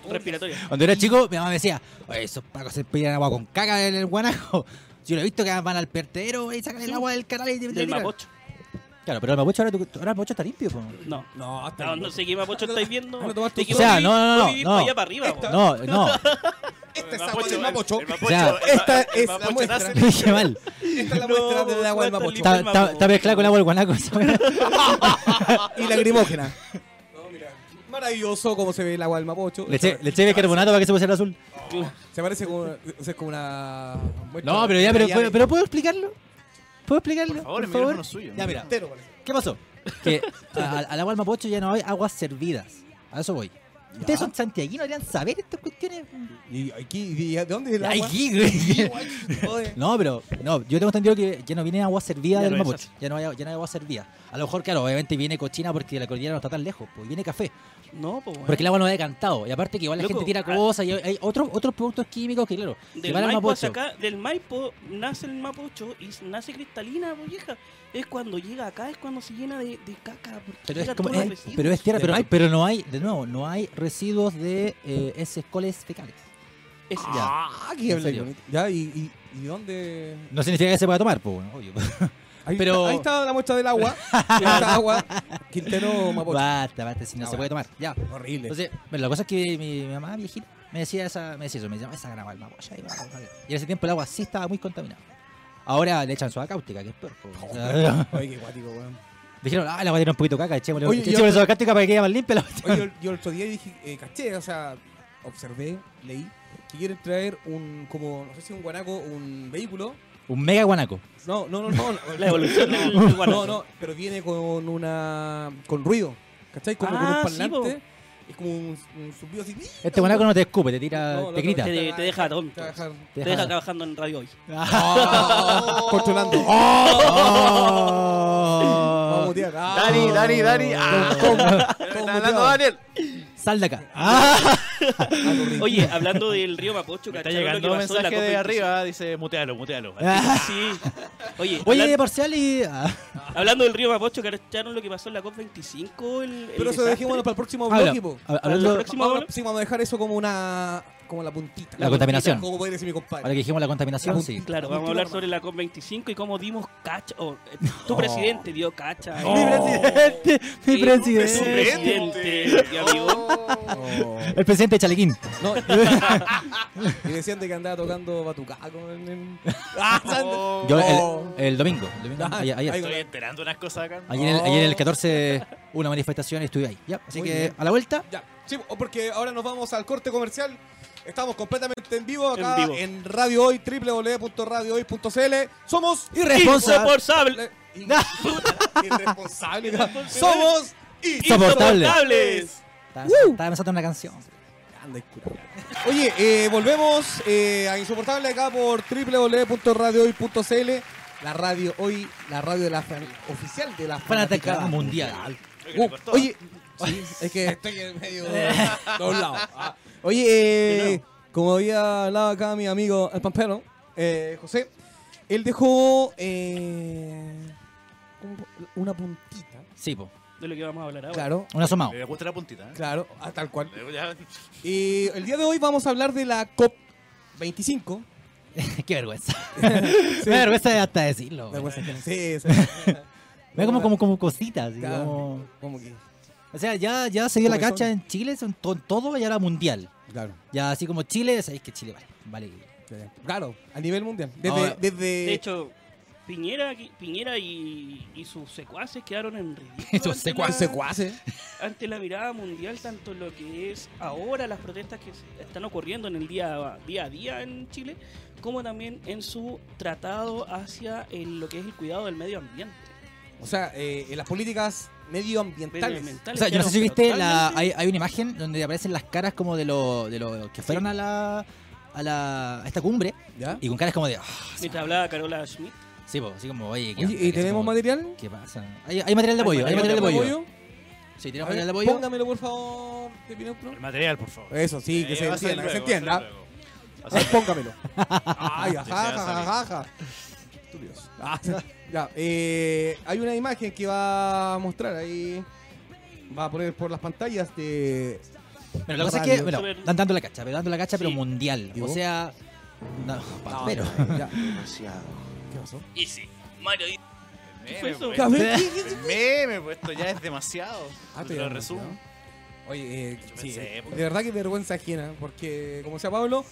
[SPEAKER 3] Respiratoria.
[SPEAKER 2] Cuando era chico, mi mamá me decía, oye, esos pacos se pillan agua con caca en el guanajo. Yo lo he visto que van al pertero y sacan el agua del canal y te
[SPEAKER 3] Del
[SPEAKER 2] tiran.
[SPEAKER 3] Mapocho.
[SPEAKER 2] Claro, pero el mapocho ahora, tu- ahora el mapocho está limpio, po.
[SPEAKER 3] No.
[SPEAKER 1] No, hasta
[SPEAKER 3] No,
[SPEAKER 1] ahí.
[SPEAKER 3] no sé qué Mapocho estáis viendo.
[SPEAKER 1] Ahora tomaste
[SPEAKER 3] Te
[SPEAKER 1] un-
[SPEAKER 2] O sea,
[SPEAKER 3] equivocas,
[SPEAKER 2] no, no,
[SPEAKER 3] vos
[SPEAKER 2] no,
[SPEAKER 3] vivís
[SPEAKER 2] no.
[SPEAKER 3] para allá para arriba. vos.
[SPEAKER 2] No, no,
[SPEAKER 1] Esta es
[SPEAKER 4] El
[SPEAKER 1] agua del mapocho.
[SPEAKER 4] el mapocho,
[SPEAKER 2] O sea,
[SPEAKER 4] el ma-
[SPEAKER 1] Esta
[SPEAKER 4] el
[SPEAKER 1] es la
[SPEAKER 4] mapocho
[SPEAKER 1] muestra.
[SPEAKER 4] nace-
[SPEAKER 2] lo dije mal.
[SPEAKER 1] Esta es la
[SPEAKER 3] No,
[SPEAKER 1] muestra del agua del
[SPEAKER 3] cuéntale.
[SPEAKER 1] mapocho.
[SPEAKER 2] Está, está, está mezclada con agua del guanaco. esa wea.
[SPEAKER 1] y lagrimógena. No, mira. Maravilloso como se ve el agua del Mapocho.
[SPEAKER 2] Le eché, le eché bicarbonato para que se pusiera azul.
[SPEAKER 1] Se parece como, o sea, es como una. muestra-
[SPEAKER 2] No, pero ya, pero,
[SPEAKER 1] una
[SPEAKER 2] pero,
[SPEAKER 1] llave.
[SPEAKER 2] pero ¿puedo explicarlo? ¿Puedo explicarlo?
[SPEAKER 4] Por favor, el micrófono es suyo.
[SPEAKER 2] Ya, mira.
[SPEAKER 1] Entero parece.
[SPEAKER 2] ¿Qué pasó? Que a- al- al agua del mapocho ya no hay aguas servidas. A eso voy. Ustedes son santiaguinos, deberían saber estas cuestiones.
[SPEAKER 1] ¿Y aquí? y ¿De dónde es el
[SPEAKER 2] Ay,
[SPEAKER 1] agua?
[SPEAKER 2] qué, güey.
[SPEAKER 1] Joder.
[SPEAKER 2] No, pero no, yo tengo entendido que ya no viene agua servida
[SPEAKER 3] Ya
[SPEAKER 2] del
[SPEAKER 3] no es
[SPEAKER 2] Mapocho. Ya no, hay, ya no hay agua servida. A lo mejor, claro, obviamente viene cochina porque la cordillera no está tan lejos. Pues viene café.
[SPEAKER 3] No, pues.
[SPEAKER 2] Porque el agua no ha decantado. Y aparte que igual la
[SPEAKER 3] Loco,
[SPEAKER 2] gente tira
[SPEAKER 3] ah.
[SPEAKER 2] cosas y hay otros, otros productos químicos que, claro, que
[SPEAKER 3] Del
[SPEAKER 2] van al
[SPEAKER 3] Maipo,
[SPEAKER 2] Mapocho.
[SPEAKER 3] hacia acá, del Maipo nace el Mapocho y nace cristalina, pues, vieja. Es cuando llega acá, es cuando se llena de, de caca. Porque
[SPEAKER 2] Pero es,
[SPEAKER 3] llega
[SPEAKER 2] como-
[SPEAKER 3] todos los
[SPEAKER 2] es-
[SPEAKER 3] residuos.
[SPEAKER 2] pero es tierra,
[SPEAKER 1] Del
[SPEAKER 2] pero,
[SPEAKER 1] Maipo.
[SPEAKER 2] pero no hay, de nuevo, no hay residuos de eh, esos coles fecales.
[SPEAKER 3] Es-
[SPEAKER 2] Ya.
[SPEAKER 1] Ah, qué
[SPEAKER 2] En
[SPEAKER 1] habla
[SPEAKER 2] serio.
[SPEAKER 1] bonito. Ya, ¿y, y, y dónde?
[SPEAKER 2] No significa que se pueda tomar, pues, bueno, obvio.
[SPEAKER 1] Ahí,
[SPEAKER 2] Pero-
[SPEAKER 1] ahí está la muestra del agua. Ahí está agua. Quintero Mapocho.
[SPEAKER 2] Basta, basta, si
[SPEAKER 1] Ah,
[SPEAKER 2] no se
[SPEAKER 1] bueno.
[SPEAKER 2] puede tomar. Ya.
[SPEAKER 1] Horrible.
[SPEAKER 3] Pues
[SPEAKER 2] Entonces, bueno, la cosa es que mi, mi mamá viejita me decía esa, me decía eso, me decía, esa graba el mapocho, ahí va, vamos a ver". Y en ese tiempo el agua sí estaba muy contaminada. Ahora le echan soda cáustica, que es peor. po. O sea,
[SPEAKER 1] Oye, qué guático, weón.
[SPEAKER 2] Dijeron, ah, la agua tiene un poquito de caca, echémosle,
[SPEAKER 1] Oye,
[SPEAKER 2] echémosle
[SPEAKER 1] yo-
[SPEAKER 2] soda cáustica para que quede más limpia la
[SPEAKER 1] Oye, yo, yo el otro día dije, eh, caché, o sea, observé, leí, que quieren traer un, como, no sé si un guanaco, un vehículo.
[SPEAKER 2] Un mega guanaco.
[SPEAKER 1] No, no, no, no. no
[SPEAKER 3] La evolución del
[SPEAKER 1] no,
[SPEAKER 3] guanaco.
[SPEAKER 1] No, no, pero viene con una, con ruido, ¿cachai? Como con
[SPEAKER 3] Ah,
[SPEAKER 1] un
[SPEAKER 3] sí,
[SPEAKER 1] parlante.
[SPEAKER 3] po.
[SPEAKER 1] es como un, un zumbido así.
[SPEAKER 2] Este guanaco no te escupe, te tira,
[SPEAKER 1] No, no,
[SPEAKER 2] te grita.
[SPEAKER 1] no,
[SPEAKER 3] Te, te deja tonto.
[SPEAKER 1] Te va a dejar-
[SPEAKER 3] Te deja trabajando en radio hoy.
[SPEAKER 1] Ah, Controlando. Vamos a
[SPEAKER 2] Oh.
[SPEAKER 1] mutear. Ah.
[SPEAKER 4] Dani, Dani, Dani. Ah,
[SPEAKER 1] Con- con-
[SPEAKER 4] está
[SPEAKER 1] con
[SPEAKER 4] hablando
[SPEAKER 1] muteado.
[SPEAKER 4] Daniel.
[SPEAKER 2] Sal de acá. Ah.
[SPEAKER 1] Ah, lo rico.
[SPEAKER 3] Oye, hablando del río Mapocho,
[SPEAKER 4] Me está
[SPEAKER 3] ¿cacharon lo
[SPEAKER 4] llegando
[SPEAKER 3] que
[SPEAKER 4] un
[SPEAKER 3] pasó en la
[SPEAKER 4] mensaje de
[SPEAKER 3] COP25?
[SPEAKER 4] arriba, dice mutealo, mutealo.
[SPEAKER 1] Ah,
[SPEAKER 3] Sí. Oye,
[SPEAKER 2] Oye,
[SPEAKER 3] hablan-
[SPEAKER 2] parcial y. ah.
[SPEAKER 3] hablando del río Mapocho, ¿cacharon lo que pasó en la COP25? El, el
[SPEAKER 1] pero eso
[SPEAKER 3] desastre?
[SPEAKER 1] dejémoslo para el próximo
[SPEAKER 2] Habla-
[SPEAKER 1] blog, po.
[SPEAKER 2] hab-
[SPEAKER 3] Al
[SPEAKER 2] Hablando.
[SPEAKER 3] próximo-
[SPEAKER 1] Vamos, a- sí, vamos a dejar eso como una, como la puntita.
[SPEAKER 2] La contaminación.
[SPEAKER 1] Como puede decir mi compadre.
[SPEAKER 2] Ahora que dijimos la contaminación, sí.
[SPEAKER 3] Claro, vamos a hablar sobre la COP25 y cómo dimos cacha. o, eh, tu presidente dio cacha.
[SPEAKER 2] Mi presidente, mi
[SPEAKER 3] Sí,
[SPEAKER 2] presidente.
[SPEAKER 3] tu presidente, mi amigo.
[SPEAKER 1] Oh.
[SPEAKER 2] El presidente de Chalequín.
[SPEAKER 1] No, y decían de que andaba tocando batucaco en, en- Ah,
[SPEAKER 4] Oh.
[SPEAKER 2] Yo
[SPEAKER 1] Oh.
[SPEAKER 2] el, el domingo, el domingo,
[SPEAKER 1] Ah,
[SPEAKER 2] ayer, ayer.
[SPEAKER 1] ahí
[SPEAKER 4] Estoy enterando unas cosas acá.
[SPEAKER 2] Ayer en el, ayer en el
[SPEAKER 1] Oh.
[SPEAKER 2] 14 una manifestación y estuve ahí. Ya, así
[SPEAKER 1] Muy
[SPEAKER 2] que
[SPEAKER 1] bien.
[SPEAKER 2] a la vuelta.
[SPEAKER 1] Ya, sí, o porque ahora nos vamos al corte comercial. Estamos completamente en vivo acá en,
[SPEAKER 3] En vivo.
[SPEAKER 1] Radio Hoy, www.radiohoy.cl. Somos
[SPEAKER 2] Irresponsable.
[SPEAKER 3] Insoportable.
[SPEAKER 1] irresponsables. Somos y
[SPEAKER 2] Insoportables.
[SPEAKER 3] Insoportables.
[SPEAKER 2] Estaba, estaba pensando en una canción.
[SPEAKER 1] Oye, eh, volvemos eh, a Insoportable acá por www.radiohoy.cl. La radio hoy, la radio de la fan- oficial de la
[SPEAKER 2] Fanática
[SPEAKER 1] fanaticada
[SPEAKER 2] mundial.
[SPEAKER 1] Uh, oye, sí, es que estoy en medio doblado. Ah, Oye, eh, como había hablado acá mi amigo el Pampero, eh, José, él dejó eh, un- una puntita.
[SPEAKER 2] Sí, po.
[SPEAKER 3] De lo que vamos a hablar
[SPEAKER 4] Ah,
[SPEAKER 3] ahora.
[SPEAKER 1] Claro,
[SPEAKER 2] Un asomado.
[SPEAKER 4] Le gusta la puntita. ¿eh?
[SPEAKER 1] claro, a tal cual.
[SPEAKER 4] Ya-
[SPEAKER 1] Y el día de hoy vamos a hablar de la COP25,
[SPEAKER 2] Qué vergüenza. Me da vergüenza de hasta decirlo. güey.
[SPEAKER 1] Vergüenza ajena. Sí, sí.
[SPEAKER 2] Me da como, como, como cositas. así
[SPEAKER 1] Claro.
[SPEAKER 2] como-
[SPEAKER 1] Como que.
[SPEAKER 2] O sea, ya, ya se dio la
[SPEAKER 1] Comezón.
[SPEAKER 2] cacha en Chile, son to- todo ya era mundial.
[SPEAKER 1] Claro.
[SPEAKER 2] Ya así como Chile, sabéis que Chile vale. vale.
[SPEAKER 1] Claro, a nivel mundial. Desde.
[SPEAKER 2] Ahora,
[SPEAKER 1] desde
[SPEAKER 3] De hecho, Piñera, Piñera y, y sus secuaces quedaron en ridículo.
[SPEAKER 2] Sus
[SPEAKER 3] ante
[SPEAKER 1] cuán
[SPEAKER 3] la-
[SPEAKER 1] secuaces.
[SPEAKER 3] ante la mirada mundial, tanto lo que es ahora las protestas que se- están ocurriendo en el día, día a día en Chile, como también en su tratado hacia el- lo que es el cuidado del medio ambiente.
[SPEAKER 1] O sea, eh, en las políticas medioambientales.
[SPEAKER 2] O sea, yo no sé si viste, la, hay, hay una imagen donde aparecen las caras como de los de los que fueron a la, a la a esta cumbre
[SPEAKER 1] ¿Ya?
[SPEAKER 2] y con caras como de. "Ah",
[SPEAKER 3] Mientras hablaba Carola Schmidt,
[SPEAKER 2] sí, po, así como, oye, ¿qué
[SPEAKER 1] Oye,
[SPEAKER 2] onda?",
[SPEAKER 1] ¿y
[SPEAKER 2] así
[SPEAKER 1] tenemos
[SPEAKER 2] como,
[SPEAKER 1] material?
[SPEAKER 2] ¿Qué pasa? Hay, hay material de apoyo, hay material de apoyo. Sí, tenemos
[SPEAKER 1] A ver,
[SPEAKER 2] material de apoyo.
[SPEAKER 1] Póngamelo, por favor, de Pinocchio.
[SPEAKER 4] El material, por favor.
[SPEAKER 1] Eso, sí, que
[SPEAKER 4] Eh,
[SPEAKER 1] se
[SPEAKER 4] va a salir
[SPEAKER 1] entienda, que se
[SPEAKER 4] luego, va a
[SPEAKER 1] entienda.
[SPEAKER 4] salir luego. Va a
[SPEAKER 1] Ay, póngamelo. Ay,
[SPEAKER 4] salir- Ya se
[SPEAKER 1] ajá,
[SPEAKER 4] va a
[SPEAKER 1] ajá,
[SPEAKER 4] salir.
[SPEAKER 1] ajá, ajá. Estúpidos. Ah, ya, eh, hay una imagen que va a mostrar ahí. Va a poner por las pantallas de.
[SPEAKER 2] Bueno, la cosa es que,
[SPEAKER 1] Radio.
[SPEAKER 2] bueno,
[SPEAKER 3] Súper-
[SPEAKER 2] dan dando la cacha, pero dando la cacha, pero
[SPEAKER 3] Sí.
[SPEAKER 2] mundial.
[SPEAKER 1] ¿Y
[SPEAKER 2] O
[SPEAKER 1] vos?
[SPEAKER 2] sea. No, pero.
[SPEAKER 1] Ya. ¿Qué pasó?
[SPEAKER 3] y sí, Mario dice,
[SPEAKER 4] El
[SPEAKER 3] fue eso?
[SPEAKER 4] meme, pues.
[SPEAKER 1] Ya, ve,
[SPEAKER 2] Sí.
[SPEAKER 1] ¿qué- qué-
[SPEAKER 4] El meme, pues esto ya es demasiado.
[SPEAKER 1] Ah,
[SPEAKER 4] Te
[SPEAKER 1] estoy
[SPEAKER 4] lo
[SPEAKER 1] hablando,
[SPEAKER 4] resumo.
[SPEAKER 1] ¿no? Oye, eh,
[SPEAKER 4] Yo
[SPEAKER 1] sí,
[SPEAKER 4] pensé,
[SPEAKER 1] eh,
[SPEAKER 4] porque-
[SPEAKER 1] de verdad que vergüenza ajena, porque como decía Pablo,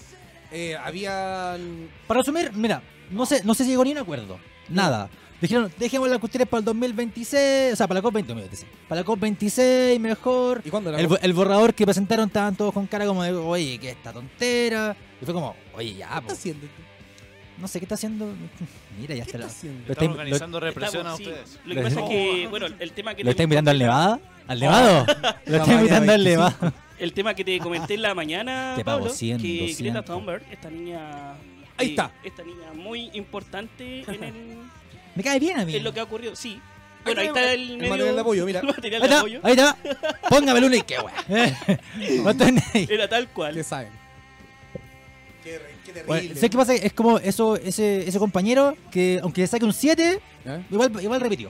[SPEAKER 1] eh, habían...
[SPEAKER 2] Para resumir, mira, no sé, no se llegó ni a un acuerdo. Nada. Dijeron, dejemos las cuestiones para el 2026, o sea, para la COP26. Para la COP26, mejor.
[SPEAKER 1] ¿Y cuándo era?
[SPEAKER 2] El, bo- el borrador que presentaron estaban todos con cara como de, oye, que esta tontera. Y fue como, oye, ya,
[SPEAKER 1] ¿Qué está
[SPEAKER 2] pues,
[SPEAKER 1] haciendo?
[SPEAKER 2] no sé qué está haciendo.
[SPEAKER 1] ¿Qué
[SPEAKER 2] Mira, ya está
[SPEAKER 1] está
[SPEAKER 2] la.
[SPEAKER 1] haciendo?
[SPEAKER 2] Lo
[SPEAKER 4] Estamos
[SPEAKER 2] estáis- lo-
[SPEAKER 4] organizando represión a
[SPEAKER 3] estamos- sí.
[SPEAKER 4] ustedes.
[SPEAKER 3] Lo que pasa es que, bueno, el tema que
[SPEAKER 2] ¿Lo
[SPEAKER 3] te,
[SPEAKER 2] estáis mirando al Nevada? ¿Al Nevado? ¿Lo estáis mirando al
[SPEAKER 1] 25.
[SPEAKER 2] Nevado?
[SPEAKER 3] el tema que te comenté en la mañana,
[SPEAKER 2] Te pago
[SPEAKER 3] Pablo,
[SPEAKER 2] 100,
[SPEAKER 3] que
[SPEAKER 2] 200.
[SPEAKER 3] Greta Thunberg, esta niña,
[SPEAKER 1] Ahí
[SPEAKER 3] eh,
[SPEAKER 1] está.
[SPEAKER 3] esta niña muy importante en el
[SPEAKER 2] Me cae bien a mí.
[SPEAKER 3] es lo que ha ocurrido, sí. Bueno, ahí
[SPEAKER 1] está
[SPEAKER 3] está
[SPEAKER 1] el-
[SPEAKER 3] el,
[SPEAKER 1] el
[SPEAKER 3] medio-
[SPEAKER 1] material de apoyo, mira.
[SPEAKER 3] el material
[SPEAKER 2] Ahí
[SPEAKER 3] de
[SPEAKER 2] está,
[SPEAKER 3] apoyo.
[SPEAKER 2] ahí está. Póngame una y qué weá. No tenéis.
[SPEAKER 3] Era tal cual.
[SPEAKER 1] ¿Qué saben? Qué, re- qué terrible.
[SPEAKER 2] Bueno, ¿Sabes qué pasa? Es como eso, ese, ese compañero que, aunque saque un 7,
[SPEAKER 1] ¿Eh?
[SPEAKER 2] igual, igual repitió.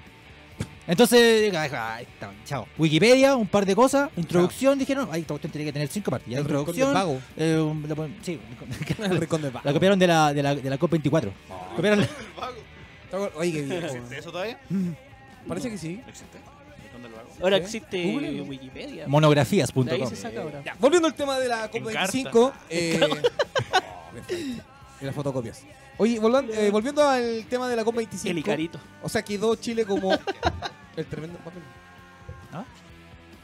[SPEAKER 2] Entonces, digo, "Ah, está, chao. Wikipedia, un par de cosas. Introducción, dijeron. Ay, esta cuestión tiene que tener cinco partes. Ya,
[SPEAKER 1] El rincón del
[SPEAKER 2] introducción.
[SPEAKER 1] vago.
[SPEAKER 2] eh, un- la ponen- sí,
[SPEAKER 1] El rincón del vago.
[SPEAKER 2] la copiaron de la, de la, de la COP24. Copiaron la-
[SPEAKER 4] El vago.
[SPEAKER 1] Oye, qué bien.
[SPEAKER 4] ¿Existe eso todavía?
[SPEAKER 1] Parece que sí.
[SPEAKER 4] No existe. ¿Dónde el vago?
[SPEAKER 3] Ahora
[SPEAKER 1] ¿Eh?
[SPEAKER 3] existe
[SPEAKER 1] Google.
[SPEAKER 3] Wikipedia.
[SPEAKER 2] monografías.com.
[SPEAKER 3] De ahí se saca ahora.
[SPEAKER 1] Ya, volviendo al tema de la
[SPEAKER 4] En
[SPEAKER 1] COP25. Eh, oh, me falta. y las fotocopias. Oye, volvan- eh, volviendo al tema de la COP25.
[SPEAKER 3] El Icarito.
[SPEAKER 1] O sea, quedó Chile como el tremendo papel.
[SPEAKER 2] ¿Ah?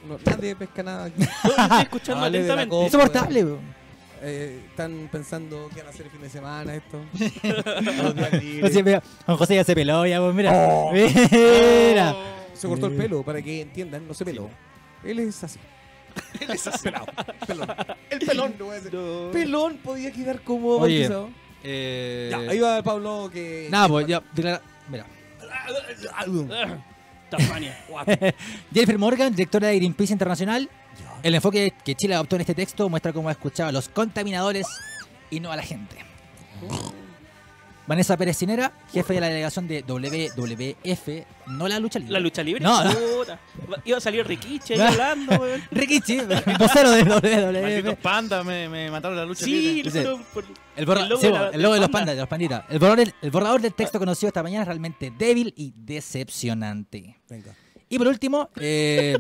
[SPEAKER 1] No, nadie pesca nada aquí.
[SPEAKER 3] Estoy escuchando
[SPEAKER 1] Hable de la
[SPEAKER 3] atentamente.
[SPEAKER 1] copa.
[SPEAKER 2] Insoportable, weón.
[SPEAKER 1] Eh, están pensando qué van a hacer el fin de semana esto. Los días libres.
[SPEAKER 2] Así, mira, Juan José ya se peló, ya, pues, mira. Mira.
[SPEAKER 4] Oh,
[SPEAKER 1] Se cortó el pelo, para que entiendan, no se peló. Él es así. Él es así. Pelado. Pelón. El pelón, no voy a decir. Pelón podía quedar como
[SPEAKER 2] Oye.
[SPEAKER 1] bautizado. Ya, ahí va Pablo que.
[SPEAKER 2] Eh, Nada, pues ya, declara- Mira.
[SPEAKER 3] Tasmania.
[SPEAKER 2] Jennifer Morgan, directora de Greenpeace Internacional. El enfoque que Chile adoptó en este texto muestra cómo ha escuchado a los contaminadores y no a la gente. Vanessa Pérez Cinera, jefe de la delegación de WWF, no la lucha libre.
[SPEAKER 3] La lucha libre.
[SPEAKER 2] No, no.
[SPEAKER 3] Puta. Iba a salir Riquiche ahí hablando, weón.
[SPEAKER 2] Rikichi, vocero de WWF. eh,
[SPEAKER 4] Malditos pandas me, me mataron la lucha
[SPEAKER 3] Sí,
[SPEAKER 4] libre.
[SPEAKER 2] Dice,
[SPEAKER 3] no, por-
[SPEAKER 2] El, borra-
[SPEAKER 3] El logo
[SPEAKER 2] sí,
[SPEAKER 3] de
[SPEAKER 2] bo,
[SPEAKER 3] la-
[SPEAKER 2] el logo de los
[SPEAKER 3] del panda.
[SPEAKER 2] pandas, de los panditas. El borrador, el borrador del texto conocido esta mañana es realmente débil y decepcionante.
[SPEAKER 1] Venga.
[SPEAKER 2] Y por último, eh,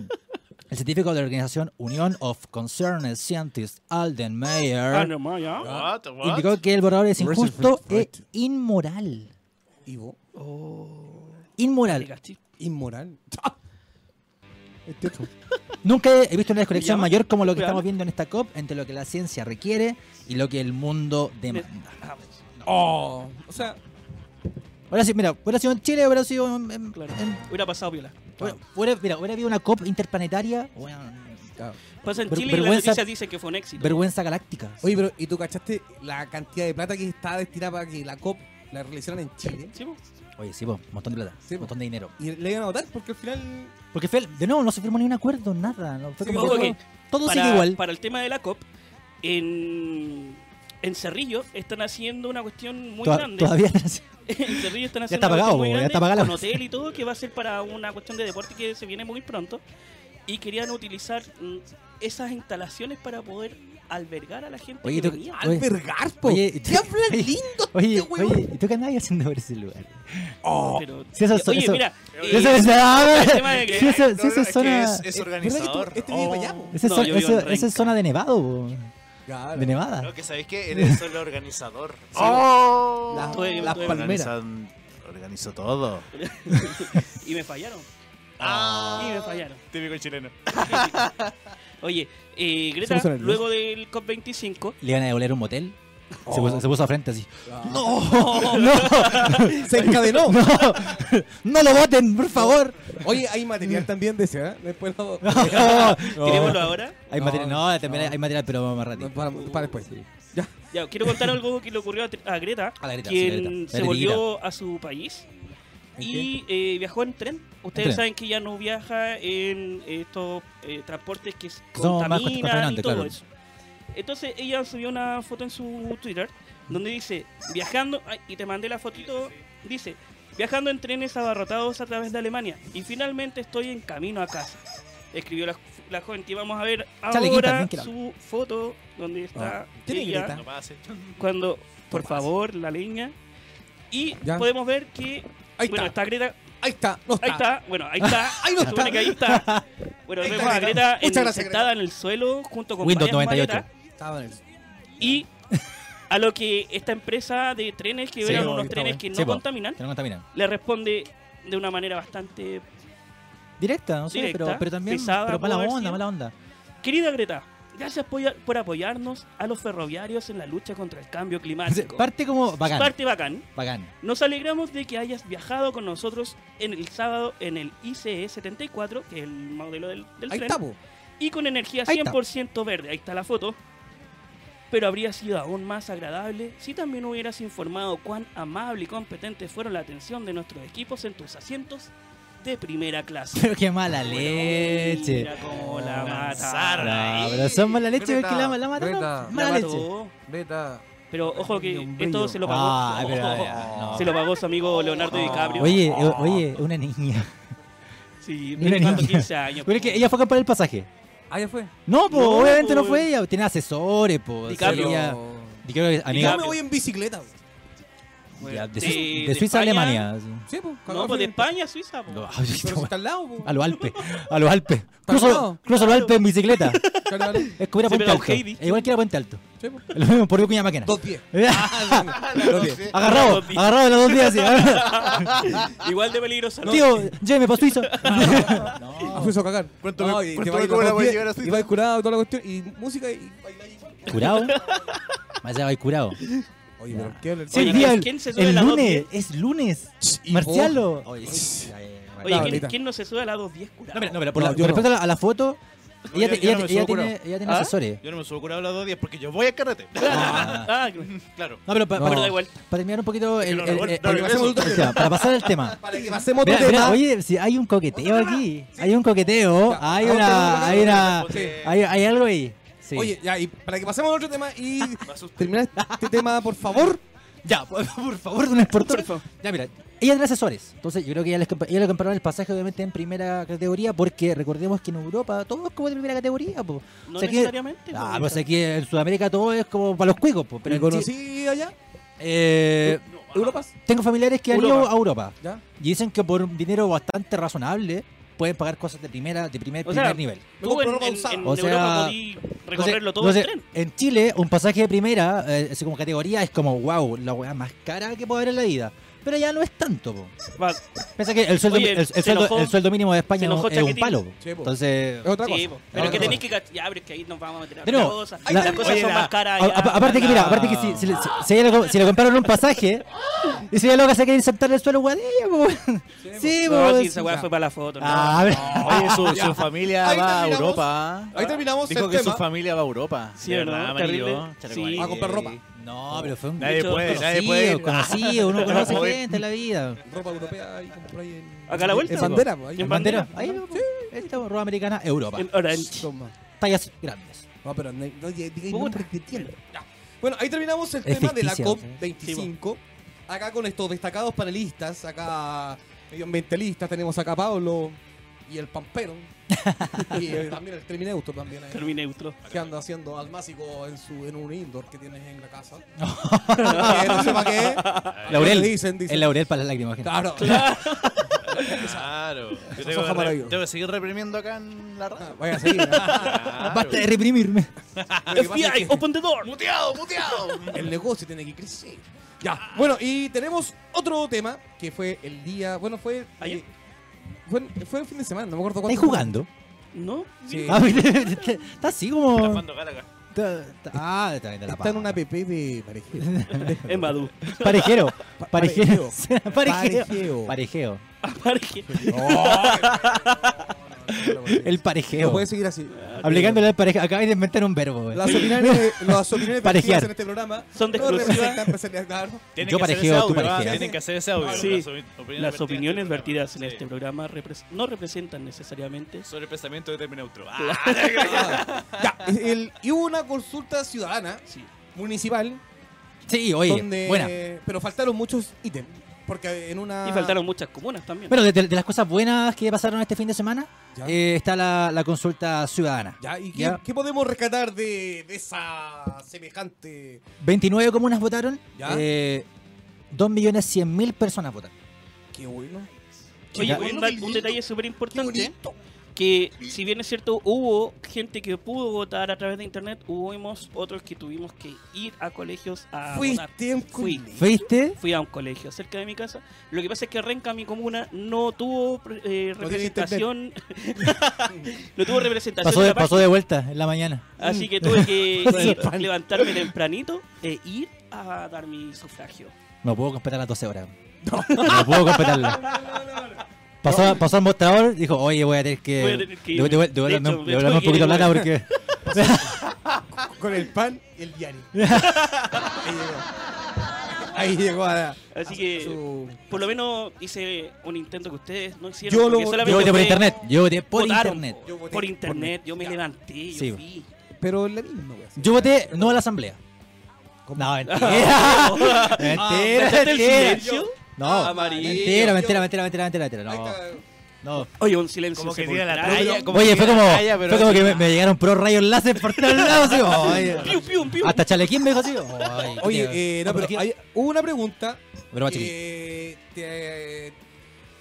[SPEAKER 2] el científico de la organización Union of Concerned Scientists, Alden
[SPEAKER 3] Ah,
[SPEAKER 2] Mayer,
[SPEAKER 3] no, ma, ya.
[SPEAKER 4] What? What?
[SPEAKER 2] indicó que el borrador es
[SPEAKER 1] Where's the
[SPEAKER 2] injusto
[SPEAKER 1] first
[SPEAKER 2] e
[SPEAKER 1] right?
[SPEAKER 2] inmoral.
[SPEAKER 1] Ivo.
[SPEAKER 3] Te
[SPEAKER 2] Inmoral.
[SPEAKER 3] caché.
[SPEAKER 1] Inmoral. ¡Ah! Este otro.
[SPEAKER 2] Nunca he visto una desconexión
[SPEAKER 3] Cuidado,
[SPEAKER 2] mayor como lo que
[SPEAKER 3] cuidado.
[SPEAKER 2] estamos viendo en esta COP entre lo que la ciencia requiere y lo que el mundo demanda.
[SPEAKER 3] Ah,
[SPEAKER 1] Oh, o sea,
[SPEAKER 2] Ahora sí, mira, hubiera sido en Chile, hubiera sido en- en-
[SPEAKER 3] claro.
[SPEAKER 2] en
[SPEAKER 3] Hubiera pasado viola.
[SPEAKER 2] Bueno, hubiera, mira, hubiera habido una COP interplanetaria. weón,
[SPEAKER 1] ya.
[SPEAKER 3] Pasa en
[SPEAKER 2] Ver-
[SPEAKER 3] Chile y las
[SPEAKER 2] vergüenza-
[SPEAKER 3] noticias dicen que fue un éxito.
[SPEAKER 2] vergüenza galáctica.
[SPEAKER 1] oye, pero ¿y tú cachaste la cantidad de plata que está destinada para que la COP la realizaran en Chile?
[SPEAKER 3] ¿Sí, pues. po?
[SPEAKER 2] Oye, sí, po, montón de plata,
[SPEAKER 1] Sí, po.
[SPEAKER 2] montón de dinero.
[SPEAKER 1] Y le iban a votar porque al final.
[SPEAKER 2] Porque fue, de nuevo, no se firmó ni un acuerdo, nada. no, fue
[SPEAKER 1] Sí,
[SPEAKER 2] como
[SPEAKER 1] ojo
[SPEAKER 2] todo-
[SPEAKER 3] que
[SPEAKER 2] todo
[SPEAKER 3] para,
[SPEAKER 2] sigue igual.
[SPEAKER 3] para el tema de la COP, en, en Cerrillo están haciendo una cuestión muy
[SPEAKER 2] Toda-
[SPEAKER 3] grande.
[SPEAKER 2] todavía están así.
[SPEAKER 3] en Cerrillo están
[SPEAKER 2] Ya
[SPEAKER 3] haciendo
[SPEAKER 2] está
[SPEAKER 3] una
[SPEAKER 2] pagado,
[SPEAKER 3] cuestión muy
[SPEAKER 2] po, ya
[SPEAKER 3] grande
[SPEAKER 2] está pagada la
[SPEAKER 3] con
[SPEAKER 2] cuestión.
[SPEAKER 3] hotel y todo, que va a ser para una cuestión de deporte que se viene muy pronto. Y querían utilizar mm, esas instalaciones para poder albergar a la gente
[SPEAKER 2] Oye,
[SPEAKER 3] que
[SPEAKER 2] tú-
[SPEAKER 3] venía. Ah,
[SPEAKER 2] oye,
[SPEAKER 1] Albergar, po.
[SPEAKER 2] oye,
[SPEAKER 1] ¿Qué
[SPEAKER 2] y tú-
[SPEAKER 1] habla
[SPEAKER 2] oye,
[SPEAKER 1] lindo
[SPEAKER 2] Oye,
[SPEAKER 1] este weón?
[SPEAKER 2] oye, ¿y tú qué andabas haciendo por ese lugar?
[SPEAKER 3] Pero-
[SPEAKER 2] Oh, Si eso-
[SPEAKER 3] oye,
[SPEAKER 2] eso-
[SPEAKER 3] mira,
[SPEAKER 2] Si
[SPEAKER 3] eh,
[SPEAKER 2] eso es
[SPEAKER 3] el tema de que-
[SPEAKER 2] si eso- si
[SPEAKER 4] No,
[SPEAKER 2] eso
[SPEAKER 4] no,
[SPEAKER 2] es
[SPEAKER 4] es que
[SPEAKER 2] zona-
[SPEAKER 4] es- es
[SPEAKER 1] Eh,
[SPEAKER 4] organizador.
[SPEAKER 1] ¿verdad que tú- este vive
[SPEAKER 4] Oh.
[SPEAKER 1] allá, po?
[SPEAKER 2] esa es
[SPEAKER 4] No,
[SPEAKER 2] zona-
[SPEAKER 4] yo vivo en
[SPEAKER 2] esa- esa es
[SPEAKER 4] Renca.
[SPEAKER 2] zona de nevado, po.
[SPEAKER 1] Claro.
[SPEAKER 2] de nevada.
[SPEAKER 4] No, que sabéis que eres solo organizador.
[SPEAKER 1] La- Las,
[SPEAKER 3] Estoy- estoy-
[SPEAKER 1] palmeras.
[SPEAKER 4] Oh. Organizan- Organizo todo.
[SPEAKER 3] y me fallaron.
[SPEAKER 4] Ah.
[SPEAKER 3] Y me fallaron.
[SPEAKER 4] Típico chileno.
[SPEAKER 3] Oye, eh,
[SPEAKER 1] Se
[SPEAKER 3] Greta,
[SPEAKER 1] puso nervioso.
[SPEAKER 3] luego del COP25,
[SPEAKER 2] Le iban a devolver un motel. Se, puso, se puso a frente así.
[SPEAKER 1] No,
[SPEAKER 2] ¡No!
[SPEAKER 1] se encadenó.
[SPEAKER 2] ¡No! ¡No lo voten, por favor!
[SPEAKER 1] Oye, hay material también de ese, ¿eh? Después lo-
[SPEAKER 2] Oh.
[SPEAKER 3] tirémoslo ahora.
[SPEAKER 2] Hay
[SPEAKER 1] No,
[SPEAKER 2] material, no, también
[SPEAKER 1] no.
[SPEAKER 2] hay material, pero más ratito.
[SPEAKER 1] No, para, para después. Ya.
[SPEAKER 3] Ya, quiero contar algo que le ocurrió a, Tre- a Greta,
[SPEAKER 2] A la Greta, sí,
[SPEAKER 3] quien
[SPEAKER 2] la Greta.
[SPEAKER 3] se
[SPEAKER 2] La
[SPEAKER 3] volvió a su país
[SPEAKER 1] ¿En
[SPEAKER 3] y eh, viajó en tren. Ustedes
[SPEAKER 2] En tren.
[SPEAKER 3] saben que ya no viaja en estos eh, transportes que
[SPEAKER 2] Son más
[SPEAKER 3] contaminan y
[SPEAKER 2] contaminantes,
[SPEAKER 3] todo
[SPEAKER 2] claro.
[SPEAKER 3] eso. Entonces ella subió una foto en su Twitter donde dice, viajando, ay, y te mandé la fotito, dice, viajando en trenes abarrotados a través de Alemania y finalmente estoy en camino a casa. Escribió la, la joven y vamos a ver
[SPEAKER 2] Chale, Greta,
[SPEAKER 3] ahora
[SPEAKER 2] bien que la-
[SPEAKER 3] su foto donde está
[SPEAKER 1] Ah. ¿Quién es
[SPEAKER 3] ella
[SPEAKER 1] Greta?
[SPEAKER 4] No pase.
[SPEAKER 3] cuando, por
[SPEAKER 1] Tomás.
[SPEAKER 3] favor, la leña. Y
[SPEAKER 1] Ya.
[SPEAKER 3] podemos ver que.
[SPEAKER 1] Ahí
[SPEAKER 3] bueno,
[SPEAKER 1] está.
[SPEAKER 3] está Greta.
[SPEAKER 1] Ahí está. No está.
[SPEAKER 3] Ahí está. Bueno, ahí está.
[SPEAKER 1] Ahí no
[SPEAKER 3] se supone
[SPEAKER 1] está.
[SPEAKER 3] que ahí está. Bueno,
[SPEAKER 1] Ahí está
[SPEAKER 3] vemos a
[SPEAKER 1] Greta.
[SPEAKER 3] Greta en-
[SPEAKER 1] Muchas gracias,
[SPEAKER 3] sentada
[SPEAKER 1] Greta.
[SPEAKER 3] en el suelo junto con
[SPEAKER 2] Windows
[SPEAKER 3] varias
[SPEAKER 2] 98.
[SPEAKER 3] maletas.
[SPEAKER 1] Estaba en el-
[SPEAKER 3] Y a lo que esta empresa de trenes, que
[SPEAKER 2] Sí,
[SPEAKER 3] eran
[SPEAKER 2] no,
[SPEAKER 3] unos
[SPEAKER 1] está
[SPEAKER 3] trenes
[SPEAKER 1] bueno.
[SPEAKER 3] que no
[SPEAKER 2] Sí, po,
[SPEAKER 3] contaminan,
[SPEAKER 2] que no contaminan.
[SPEAKER 3] le responde de una manera bastante.
[SPEAKER 2] Directa, no sé,
[SPEAKER 3] Directa,
[SPEAKER 2] pero, pero también.
[SPEAKER 3] pesada,
[SPEAKER 2] pero mala
[SPEAKER 3] pudo haber
[SPEAKER 2] onda,
[SPEAKER 3] sido.
[SPEAKER 2] mala onda.
[SPEAKER 3] Querida Greta. Gracias por, por apoyarnos a los ferroviarios en la lucha contra el cambio climático.
[SPEAKER 2] Parte como bacán.
[SPEAKER 3] Parte bacán.
[SPEAKER 2] Bacán.
[SPEAKER 3] Nos alegramos de que hayas viajado con nosotros en el sábado en el E ICE 74, que es el modelo del, del
[SPEAKER 1] Ahí
[SPEAKER 3] tren,
[SPEAKER 1] está, po.
[SPEAKER 3] y con energía
[SPEAKER 2] Ahí está.
[SPEAKER 3] 100% verde. Ahí está la foto. Pero habría sido aún más agradable si también hubieras informado cuán amable y competente fueron la atención de nuestros equipos en tus asientos de primera clase.
[SPEAKER 2] Pero qué mala leche.
[SPEAKER 3] Mira cómo la mataron.
[SPEAKER 4] Lanzaron
[SPEAKER 2] No,
[SPEAKER 4] ahí.
[SPEAKER 2] pero son mala leche
[SPEAKER 5] Greta,
[SPEAKER 2] porque la, la mataron.
[SPEAKER 5] Greta.
[SPEAKER 3] La
[SPEAKER 2] Mala leche.
[SPEAKER 3] mató.
[SPEAKER 5] Beta.
[SPEAKER 3] Pero ojo que
[SPEAKER 5] Brillo,
[SPEAKER 3] esto
[SPEAKER 5] brillo.
[SPEAKER 3] se lo pagó.
[SPEAKER 2] Ah, pero, ah, no.
[SPEAKER 3] Se lo pagó su amigo Leonardo DiCaprio.
[SPEAKER 2] Oye, eh, oye, una niña.
[SPEAKER 3] sí,
[SPEAKER 2] mira,
[SPEAKER 3] cuando
[SPEAKER 2] niña.
[SPEAKER 3] 15 años.
[SPEAKER 2] Pero es que ella fue a comprar el pasaje.
[SPEAKER 5] Ah, ya fue.
[SPEAKER 2] No, pues,
[SPEAKER 3] No,
[SPEAKER 2] obviamente
[SPEAKER 3] po,
[SPEAKER 2] no fue ella. Tiene asesores, pues.
[SPEAKER 3] DiCaprio.
[SPEAKER 2] DiCaprio,
[SPEAKER 1] Yo
[SPEAKER 2] amiga.
[SPEAKER 1] me voy en bicicleta. po.
[SPEAKER 2] ya, de,
[SPEAKER 3] de-
[SPEAKER 2] Suiza- de
[SPEAKER 3] de
[SPEAKER 2] Suiza a
[SPEAKER 3] España.
[SPEAKER 2] Alemania. sí.
[SPEAKER 1] Sí, po.
[SPEAKER 3] No, pues de España a Suiza. po.
[SPEAKER 2] No, ay,
[SPEAKER 1] Pero
[SPEAKER 2] esta
[SPEAKER 1] si
[SPEAKER 2] wea.
[SPEAKER 1] está al lado, pues, po.
[SPEAKER 2] a los Alpes. A los Alpes.
[SPEAKER 1] Claro.
[SPEAKER 2] Cruzo, cruzo los Alpes en bicicleta.
[SPEAKER 1] Claro, claro.
[SPEAKER 2] Es como ir a Puente
[SPEAKER 3] Se pega el
[SPEAKER 2] Alto.
[SPEAKER 3] Heidi.
[SPEAKER 2] Es igual que ir a Puente Alto.
[SPEAKER 1] Sí, po.
[SPEAKER 2] Lo mismo por Vicuña Máquina.
[SPEAKER 1] Dos pies.
[SPEAKER 3] Ah,
[SPEAKER 4] No
[SPEAKER 1] Dos pies.
[SPEAKER 4] sé.
[SPEAKER 2] agarrado,
[SPEAKER 3] Dos días.
[SPEAKER 2] agarrado de los dos días. así.
[SPEAKER 3] Igual de peligroso. ¿no?
[SPEAKER 2] Tío, lléveme para Suiza.
[SPEAKER 1] Ah, fue eso a cagar.
[SPEAKER 4] ¿Cuánto
[SPEAKER 1] No,
[SPEAKER 4] me-
[SPEAKER 1] y te
[SPEAKER 4] cuánto
[SPEAKER 1] va
[SPEAKER 4] me
[SPEAKER 1] a ir
[SPEAKER 4] cobra
[SPEAKER 1] los
[SPEAKER 4] para
[SPEAKER 1] pies,
[SPEAKER 4] llegar a Suiza?
[SPEAKER 1] Y va a ir curado, toda la cuestión. Y música y bailar igual.
[SPEAKER 2] ¿Curado? Más allá va curado.
[SPEAKER 1] Oye, pero ¿qué habla el
[SPEAKER 2] Sí,
[SPEAKER 3] Oye,
[SPEAKER 2] el día,
[SPEAKER 3] ¿quién-
[SPEAKER 2] el,
[SPEAKER 3] quién se sube
[SPEAKER 2] el
[SPEAKER 3] la dos
[SPEAKER 2] lunes,
[SPEAKER 3] diez?
[SPEAKER 2] es lunes.
[SPEAKER 1] y
[SPEAKER 2] Marcialo.
[SPEAKER 3] Oye, ¿quién,
[SPEAKER 1] Ahorita.
[SPEAKER 3] quién no se sube a la 210 curado?
[SPEAKER 2] No, pero, no, pero por,
[SPEAKER 1] No,
[SPEAKER 2] la-
[SPEAKER 1] yo
[SPEAKER 2] con
[SPEAKER 1] no.
[SPEAKER 2] respecto a la, a la foto,
[SPEAKER 4] No,
[SPEAKER 2] ella,
[SPEAKER 4] yo-
[SPEAKER 2] te-
[SPEAKER 4] yo
[SPEAKER 2] ella,
[SPEAKER 4] no me
[SPEAKER 2] ella
[SPEAKER 4] subo
[SPEAKER 2] tiene, ella tiene
[SPEAKER 3] ¿Ah?
[SPEAKER 2] asesores.
[SPEAKER 4] Yo no me subo curado a las dos días porque yo voy a carrete.
[SPEAKER 2] Ah.
[SPEAKER 3] Ah, que-
[SPEAKER 4] Claro.
[SPEAKER 2] No, pero pa-
[SPEAKER 1] No.
[SPEAKER 2] para-
[SPEAKER 3] pero da igual.
[SPEAKER 2] para terminar un poquito, el-
[SPEAKER 4] no,
[SPEAKER 2] el-
[SPEAKER 4] no,
[SPEAKER 2] el-
[SPEAKER 4] no,
[SPEAKER 2] el-
[SPEAKER 4] no, no, no,
[SPEAKER 2] o sea, para pasar el tema.
[SPEAKER 1] Para que pasemos otro
[SPEAKER 2] Mira,
[SPEAKER 1] tema.
[SPEAKER 2] mira, oye, si hay un coqueteo aquí, hay un coqueteo,
[SPEAKER 1] Ya,
[SPEAKER 2] hay
[SPEAKER 1] otro tema,
[SPEAKER 2] una, hay una,
[SPEAKER 4] Sí.
[SPEAKER 2] hay, hay algo ahí. Sí.
[SPEAKER 1] Oye, ya, y para que pasemos a otro tema y
[SPEAKER 4] Me asusto.
[SPEAKER 1] termina este tema, por favor.
[SPEAKER 2] Ya, por por favor, de una vez por todas.
[SPEAKER 3] favor.
[SPEAKER 2] Ya, mira, ella tiene asesores. Entonces, yo creo que ella, les compa- ella le compraron el pasaje, obviamente, en primera categoría, porque recordemos que en Europa todo es como de primera categoría, po.
[SPEAKER 3] No
[SPEAKER 2] O sea, aquí-
[SPEAKER 3] necesariamente.
[SPEAKER 2] Ah,
[SPEAKER 3] po,
[SPEAKER 2] pues
[SPEAKER 3] Greta.
[SPEAKER 2] aquí en Sudamérica todo es como para los cuicos, po. Pero
[SPEAKER 1] ¿Me
[SPEAKER 2] en Chi-
[SPEAKER 1] conocí allá?
[SPEAKER 2] eh,
[SPEAKER 1] ¿Europas?
[SPEAKER 2] tengo familiares que han ido
[SPEAKER 3] Europa.
[SPEAKER 2] a Europa
[SPEAKER 1] ¿Ya?
[SPEAKER 2] y dicen que por un dinero bastante razonable pueden pagar cosas de primera, de primer,
[SPEAKER 3] O sea,
[SPEAKER 2] primer nivel.
[SPEAKER 1] Me
[SPEAKER 3] Tú
[SPEAKER 1] compro
[SPEAKER 3] en,
[SPEAKER 1] ropa
[SPEAKER 3] en-
[SPEAKER 1] usada.
[SPEAKER 3] en
[SPEAKER 2] O sea,
[SPEAKER 3] Europa podí recorrerlo todo
[SPEAKER 2] Entonces-
[SPEAKER 3] en tren.
[SPEAKER 2] entonces, en Chile, un pasaje de primera, eh, así como categoría, es como, wow, la weá más cara que puede haber en la vida. Pero ya no es tanto, po.
[SPEAKER 3] Va,
[SPEAKER 2] Piensa que el sueldo,
[SPEAKER 3] Oye,
[SPEAKER 2] el, el
[SPEAKER 3] se
[SPEAKER 2] sueldo,
[SPEAKER 3] enojó-
[SPEAKER 2] el sueldo mínimo de
[SPEAKER 3] se
[SPEAKER 2] España
[SPEAKER 3] enojó
[SPEAKER 2] es un
[SPEAKER 3] Chaquetín.
[SPEAKER 2] palo. po.
[SPEAKER 1] Sí, po.
[SPEAKER 2] Entonces,
[SPEAKER 1] Es otra cosa.
[SPEAKER 3] sí, po. pero
[SPEAKER 1] es
[SPEAKER 3] que
[SPEAKER 1] otra cosa.
[SPEAKER 3] tenéis que cachar. Ya, pero es que ahí nos vamos a meter a
[SPEAKER 2] De nuevo,
[SPEAKER 3] cosas.
[SPEAKER 2] la-
[SPEAKER 3] Las cosas
[SPEAKER 4] oye,
[SPEAKER 3] son
[SPEAKER 4] la-
[SPEAKER 3] más caras.
[SPEAKER 2] a-
[SPEAKER 3] ya,
[SPEAKER 2] a- aparte que, mira, aparte que si, si le, si- si ella lo- si le compraron un pasaje y si ella loca se quiere sentar en el suelo, weá, de ella, po. Sí,
[SPEAKER 3] No,
[SPEAKER 2] po,
[SPEAKER 3] si esa weá
[SPEAKER 1] ya.
[SPEAKER 3] fue para la foto. no.
[SPEAKER 2] Ah, a ver.
[SPEAKER 4] Oye, su, su familia
[SPEAKER 1] Ahí
[SPEAKER 4] va a
[SPEAKER 1] terminamos.
[SPEAKER 4] Europa.
[SPEAKER 1] Ahí terminamos
[SPEAKER 4] Dijo
[SPEAKER 1] el
[SPEAKER 4] que
[SPEAKER 1] tema.
[SPEAKER 4] su familia va a Europa.
[SPEAKER 3] Sí,
[SPEAKER 4] De
[SPEAKER 3] ¿o no?
[SPEAKER 4] amarillo,
[SPEAKER 3] Terrible.
[SPEAKER 4] chaleco
[SPEAKER 3] Sí.
[SPEAKER 4] amarillo.
[SPEAKER 1] A comprar ropa.
[SPEAKER 2] No, pero fue un
[SPEAKER 4] Nadie
[SPEAKER 3] Mucho
[SPEAKER 4] puede, nadie
[SPEAKER 2] conocido,
[SPEAKER 4] puede. ir.
[SPEAKER 2] conocido, uno conoce
[SPEAKER 4] Oye.
[SPEAKER 2] gente en la vida.
[SPEAKER 1] Ropa europea y compró ahí en.
[SPEAKER 3] Acá a la vuelta,
[SPEAKER 1] En
[SPEAKER 3] po.
[SPEAKER 1] bandera, po, ahí.
[SPEAKER 3] En
[SPEAKER 2] Bandera,
[SPEAKER 3] bandera.
[SPEAKER 2] ahí va, po. Esta ropa americana, Europa.
[SPEAKER 3] En Orange.
[SPEAKER 1] Toma.
[SPEAKER 2] Tallas grandes.
[SPEAKER 1] No, pero no, no, ya, diga el
[SPEAKER 3] Puta.
[SPEAKER 1] nombre que tiene. Bueno, ahí terminamos el
[SPEAKER 2] Es
[SPEAKER 1] tema de la
[SPEAKER 2] ficticio,
[SPEAKER 1] COP25. Acá con estos destacados panelistas, acá medioambientalistas, tenemos acá a Pablo, y el Pampero. y eh, también el Termineuto también. eh,
[SPEAKER 3] Termi neutro.
[SPEAKER 1] que anda haciendo al másico en, su, en un indoor que tienes en la casa. Que no sepa qué. es.
[SPEAKER 2] Laurel.
[SPEAKER 1] Dicen, dicen.
[SPEAKER 2] El laurel para las lágrimas. gente.
[SPEAKER 1] Claro.
[SPEAKER 4] Claro. Yo
[SPEAKER 1] Son
[SPEAKER 4] tengo, que re-
[SPEAKER 1] maravillosos.
[SPEAKER 4] tengo que seguir reprimiendo acá en la radio.
[SPEAKER 1] Vaya a seguir.
[SPEAKER 3] Ah,
[SPEAKER 1] ¿eh?
[SPEAKER 4] Claro.
[SPEAKER 2] Basta de reprimirme.
[SPEAKER 1] Lo que pasa es que-
[SPEAKER 3] FBI, open the door.
[SPEAKER 4] Muteado, muteado.
[SPEAKER 1] el negocio tiene que crecer. Ya, bueno, y tenemos otro tema que fue el día. Bueno, fue.
[SPEAKER 3] ¿Ayer?
[SPEAKER 1] eh, fue, fue el fin de semana, no me acuerdo cuándo.
[SPEAKER 2] ¿Estáis
[SPEAKER 1] fue.
[SPEAKER 2] jugando?
[SPEAKER 3] ¿No?
[SPEAKER 1] Sí.
[SPEAKER 2] Ah, mira, Está así como.
[SPEAKER 4] Cuando Galaga.
[SPEAKER 2] está- está- Ah, está bien de la
[SPEAKER 1] Está en
[SPEAKER 2] papa.
[SPEAKER 1] una app de parejeo.
[SPEAKER 3] Es Madu.
[SPEAKER 2] Parejero. Parejero. Parejeo.
[SPEAKER 1] Parejeo.
[SPEAKER 2] Parejeo.
[SPEAKER 3] Aparque.
[SPEAKER 2] El
[SPEAKER 1] No
[SPEAKER 2] parejeo.
[SPEAKER 1] puede seguir así.
[SPEAKER 2] Aplicándole al parejeo. Acabáis de inventar un verbo, güey.
[SPEAKER 1] Las opiniones, las opiniones vertidas
[SPEAKER 2] Parejear.
[SPEAKER 1] en este programa
[SPEAKER 3] Son de
[SPEAKER 1] no
[SPEAKER 3] exclusiva.
[SPEAKER 1] representan presencia, claro.
[SPEAKER 4] Tienen
[SPEAKER 2] Yo
[SPEAKER 4] que hacer
[SPEAKER 2] parejeo,
[SPEAKER 4] ese
[SPEAKER 2] tú
[SPEAKER 4] audio, ¿ah?
[SPEAKER 2] parejeas.
[SPEAKER 4] Tienen que hacer ese audio.
[SPEAKER 3] Sí.
[SPEAKER 4] opi- opiniones
[SPEAKER 3] Las opiniones vertidas en
[SPEAKER 4] Sí.
[SPEAKER 3] este programa repres- no representan necesariamente.
[SPEAKER 4] Sobre el pensamiento de Termineutro. Ah,
[SPEAKER 1] Ya, el- y hubo una consulta ciudadana
[SPEAKER 3] Sí.
[SPEAKER 1] municipal
[SPEAKER 2] Sí, oye.
[SPEAKER 1] donde
[SPEAKER 2] Buena.
[SPEAKER 1] pero faltaron muchos ítems porque en una
[SPEAKER 3] Y faltaron muchas comunas también.
[SPEAKER 2] Bueno, de, de las cosas buenas que pasaron este fin de semana,
[SPEAKER 1] Ya.
[SPEAKER 2] eh, está la, la consulta ciudadana.
[SPEAKER 1] Ya, ¿y qué,
[SPEAKER 2] Ya.
[SPEAKER 1] qué podemos rescatar de, de esa semejante?
[SPEAKER 2] 29 comunas votaron,
[SPEAKER 1] Ya.
[SPEAKER 2] eh, 2.100.000 personas votaron.
[SPEAKER 1] Qué bueno.
[SPEAKER 3] Oye,
[SPEAKER 2] Ya.
[SPEAKER 3] un,
[SPEAKER 1] Bueno,
[SPEAKER 3] da-
[SPEAKER 1] qué
[SPEAKER 3] un
[SPEAKER 1] lindo,
[SPEAKER 3] detalle súper
[SPEAKER 1] qué
[SPEAKER 3] importante,
[SPEAKER 1] bonito.
[SPEAKER 3] que si bien es cierto, hubo gente que pudo votar a través de internet, hubimos otros que tuvimos que ir a colegios a votar.
[SPEAKER 1] Fuiste en
[SPEAKER 3] Ah, Fui.
[SPEAKER 1] colegio.
[SPEAKER 2] ¿Viste?
[SPEAKER 3] Fui a un colegio cerca de mi casa. Lo que pasa es que Renca, mi comuna, no tuvo eh,
[SPEAKER 1] No tiene
[SPEAKER 3] representación. no tuvo representación.
[SPEAKER 2] Pasó
[SPEAKER 3] en
[SPEAKER 2] de,
[SPEAKER 3] la
[SPEAKER 2] pasó de vuelta en la mañana.
[SPEAKER 3] página. Así que tuve que
[SPEAKER 2] Pasó de
[SPEAKER 3] ir,
[SPEAKER 2] pan.
[SPEAKER 3] levantarme tempranito e ir a dar mi sufragio.
[SPEAKER 2] No puedo completar las 12 horas. No, puedo completarla. Pasó, pasó al mostrador, dijo, oye, voy a tener que...
[SPEAKER 3] Voy a tener que
[SPEAKER 2] devol- devol-
[SPEAKER 3] irme. De
[SPEAKER 2] devolverme-
[SPEAKER 3] hecho, me
[SPEAKER 2] devolverme un
[SPEAKER 3] tuve que
[SPEAKER 2] poquito
[SPEAKER 3] ir
[SPEAKER 2] plata porque...
[SPEAKER 1] Con el pan y el diario. Ahí llegó. Ahí llegó a la-
[SPEAKER 3] Así
[SPEAKER 1] a
[SPEAKER 3] que-
[SPEAKER 1] su-
[SPEAKER 3] Por lo menos hice un intento que ustedes no hicieron.
[SPEAKER 1] Yo lo-
[SPEAKER 3] porque
[SPEAKER 2] Yo
[SPEAKER 3] solamente
[SPEAKER 2] voté por
[SPEAKER 3] ustedes
[SPEAKER 2] internet, yo voté por
[SPEAKER 3] votaron,
[SPEAKER 2] internet.
[SPEAKER 3] po.
[SPEAKER 1] Yo voté
[SPEAKER 3] Por
[SPEAKER 1] por
[SPEAKER 3] internet,
[SPEAKER 1] net.
[SPEAKER 3] yo me
[SPEAKER 1] Ya.
[SPEAKER 3] levanté, yo
[SPEAKER 2] Sí, po.
[SPEAKER 3] fui.
[SPEAKER 1] Pero la misma, wea.
[SPEAKER 2] Yo voté no a la asamblea.
[SPEAKER 1] ¿Cómo?
[SPEAKER 2] No, mentira. mentira,
[SPEAKER 3] ¿Pensaste el
[SPEAKER 2] mentira.
[SPEAKER 3] silencio?
[SPEAKER 2] No,
[SPEAKER 1] Ah, amarillo.
[SPEAKER 2] mentira, mentira, mentira, mentira, mentira, mentira.
[SPEAKER 1] Ahí
[SPEAKER 2] No,
[SPEAKER 1] está.
[SPEAKER 2] no.
[SPEAKER 3] Oye, un silencio.
[SPEAKER 4] Como que tira la
[SPEAKER 3] sepulcral.
[SPEAKER 4] tralla, como
[SPEAKER 2] Oye,
[SPEAKER 4] que
[SPEAKER 2] fue
[SPEAKER 4] la
[SPEAKER 2] como,
[SPEAKER 4] talla, pero
[SPEAKER 2] fue como
[SPEAKER 4] así,
[SPEAKER 2] que me, me llegaron pro rayos láser por todos lados. así, oye.
[SPEAKER 3] Piu, piu, piu.
[SPEAKER 2] Hasta Chalequín me dijo así. oye, Ah,
[SPEAKER 1] Oye, eh, no, pero
[SPEAKER 2] aquí-
[SPEAKER 1] hay- hubo una pregunta
[SPEAKER 2] Broma, chiquillo.
[SPEAKER 1] que te,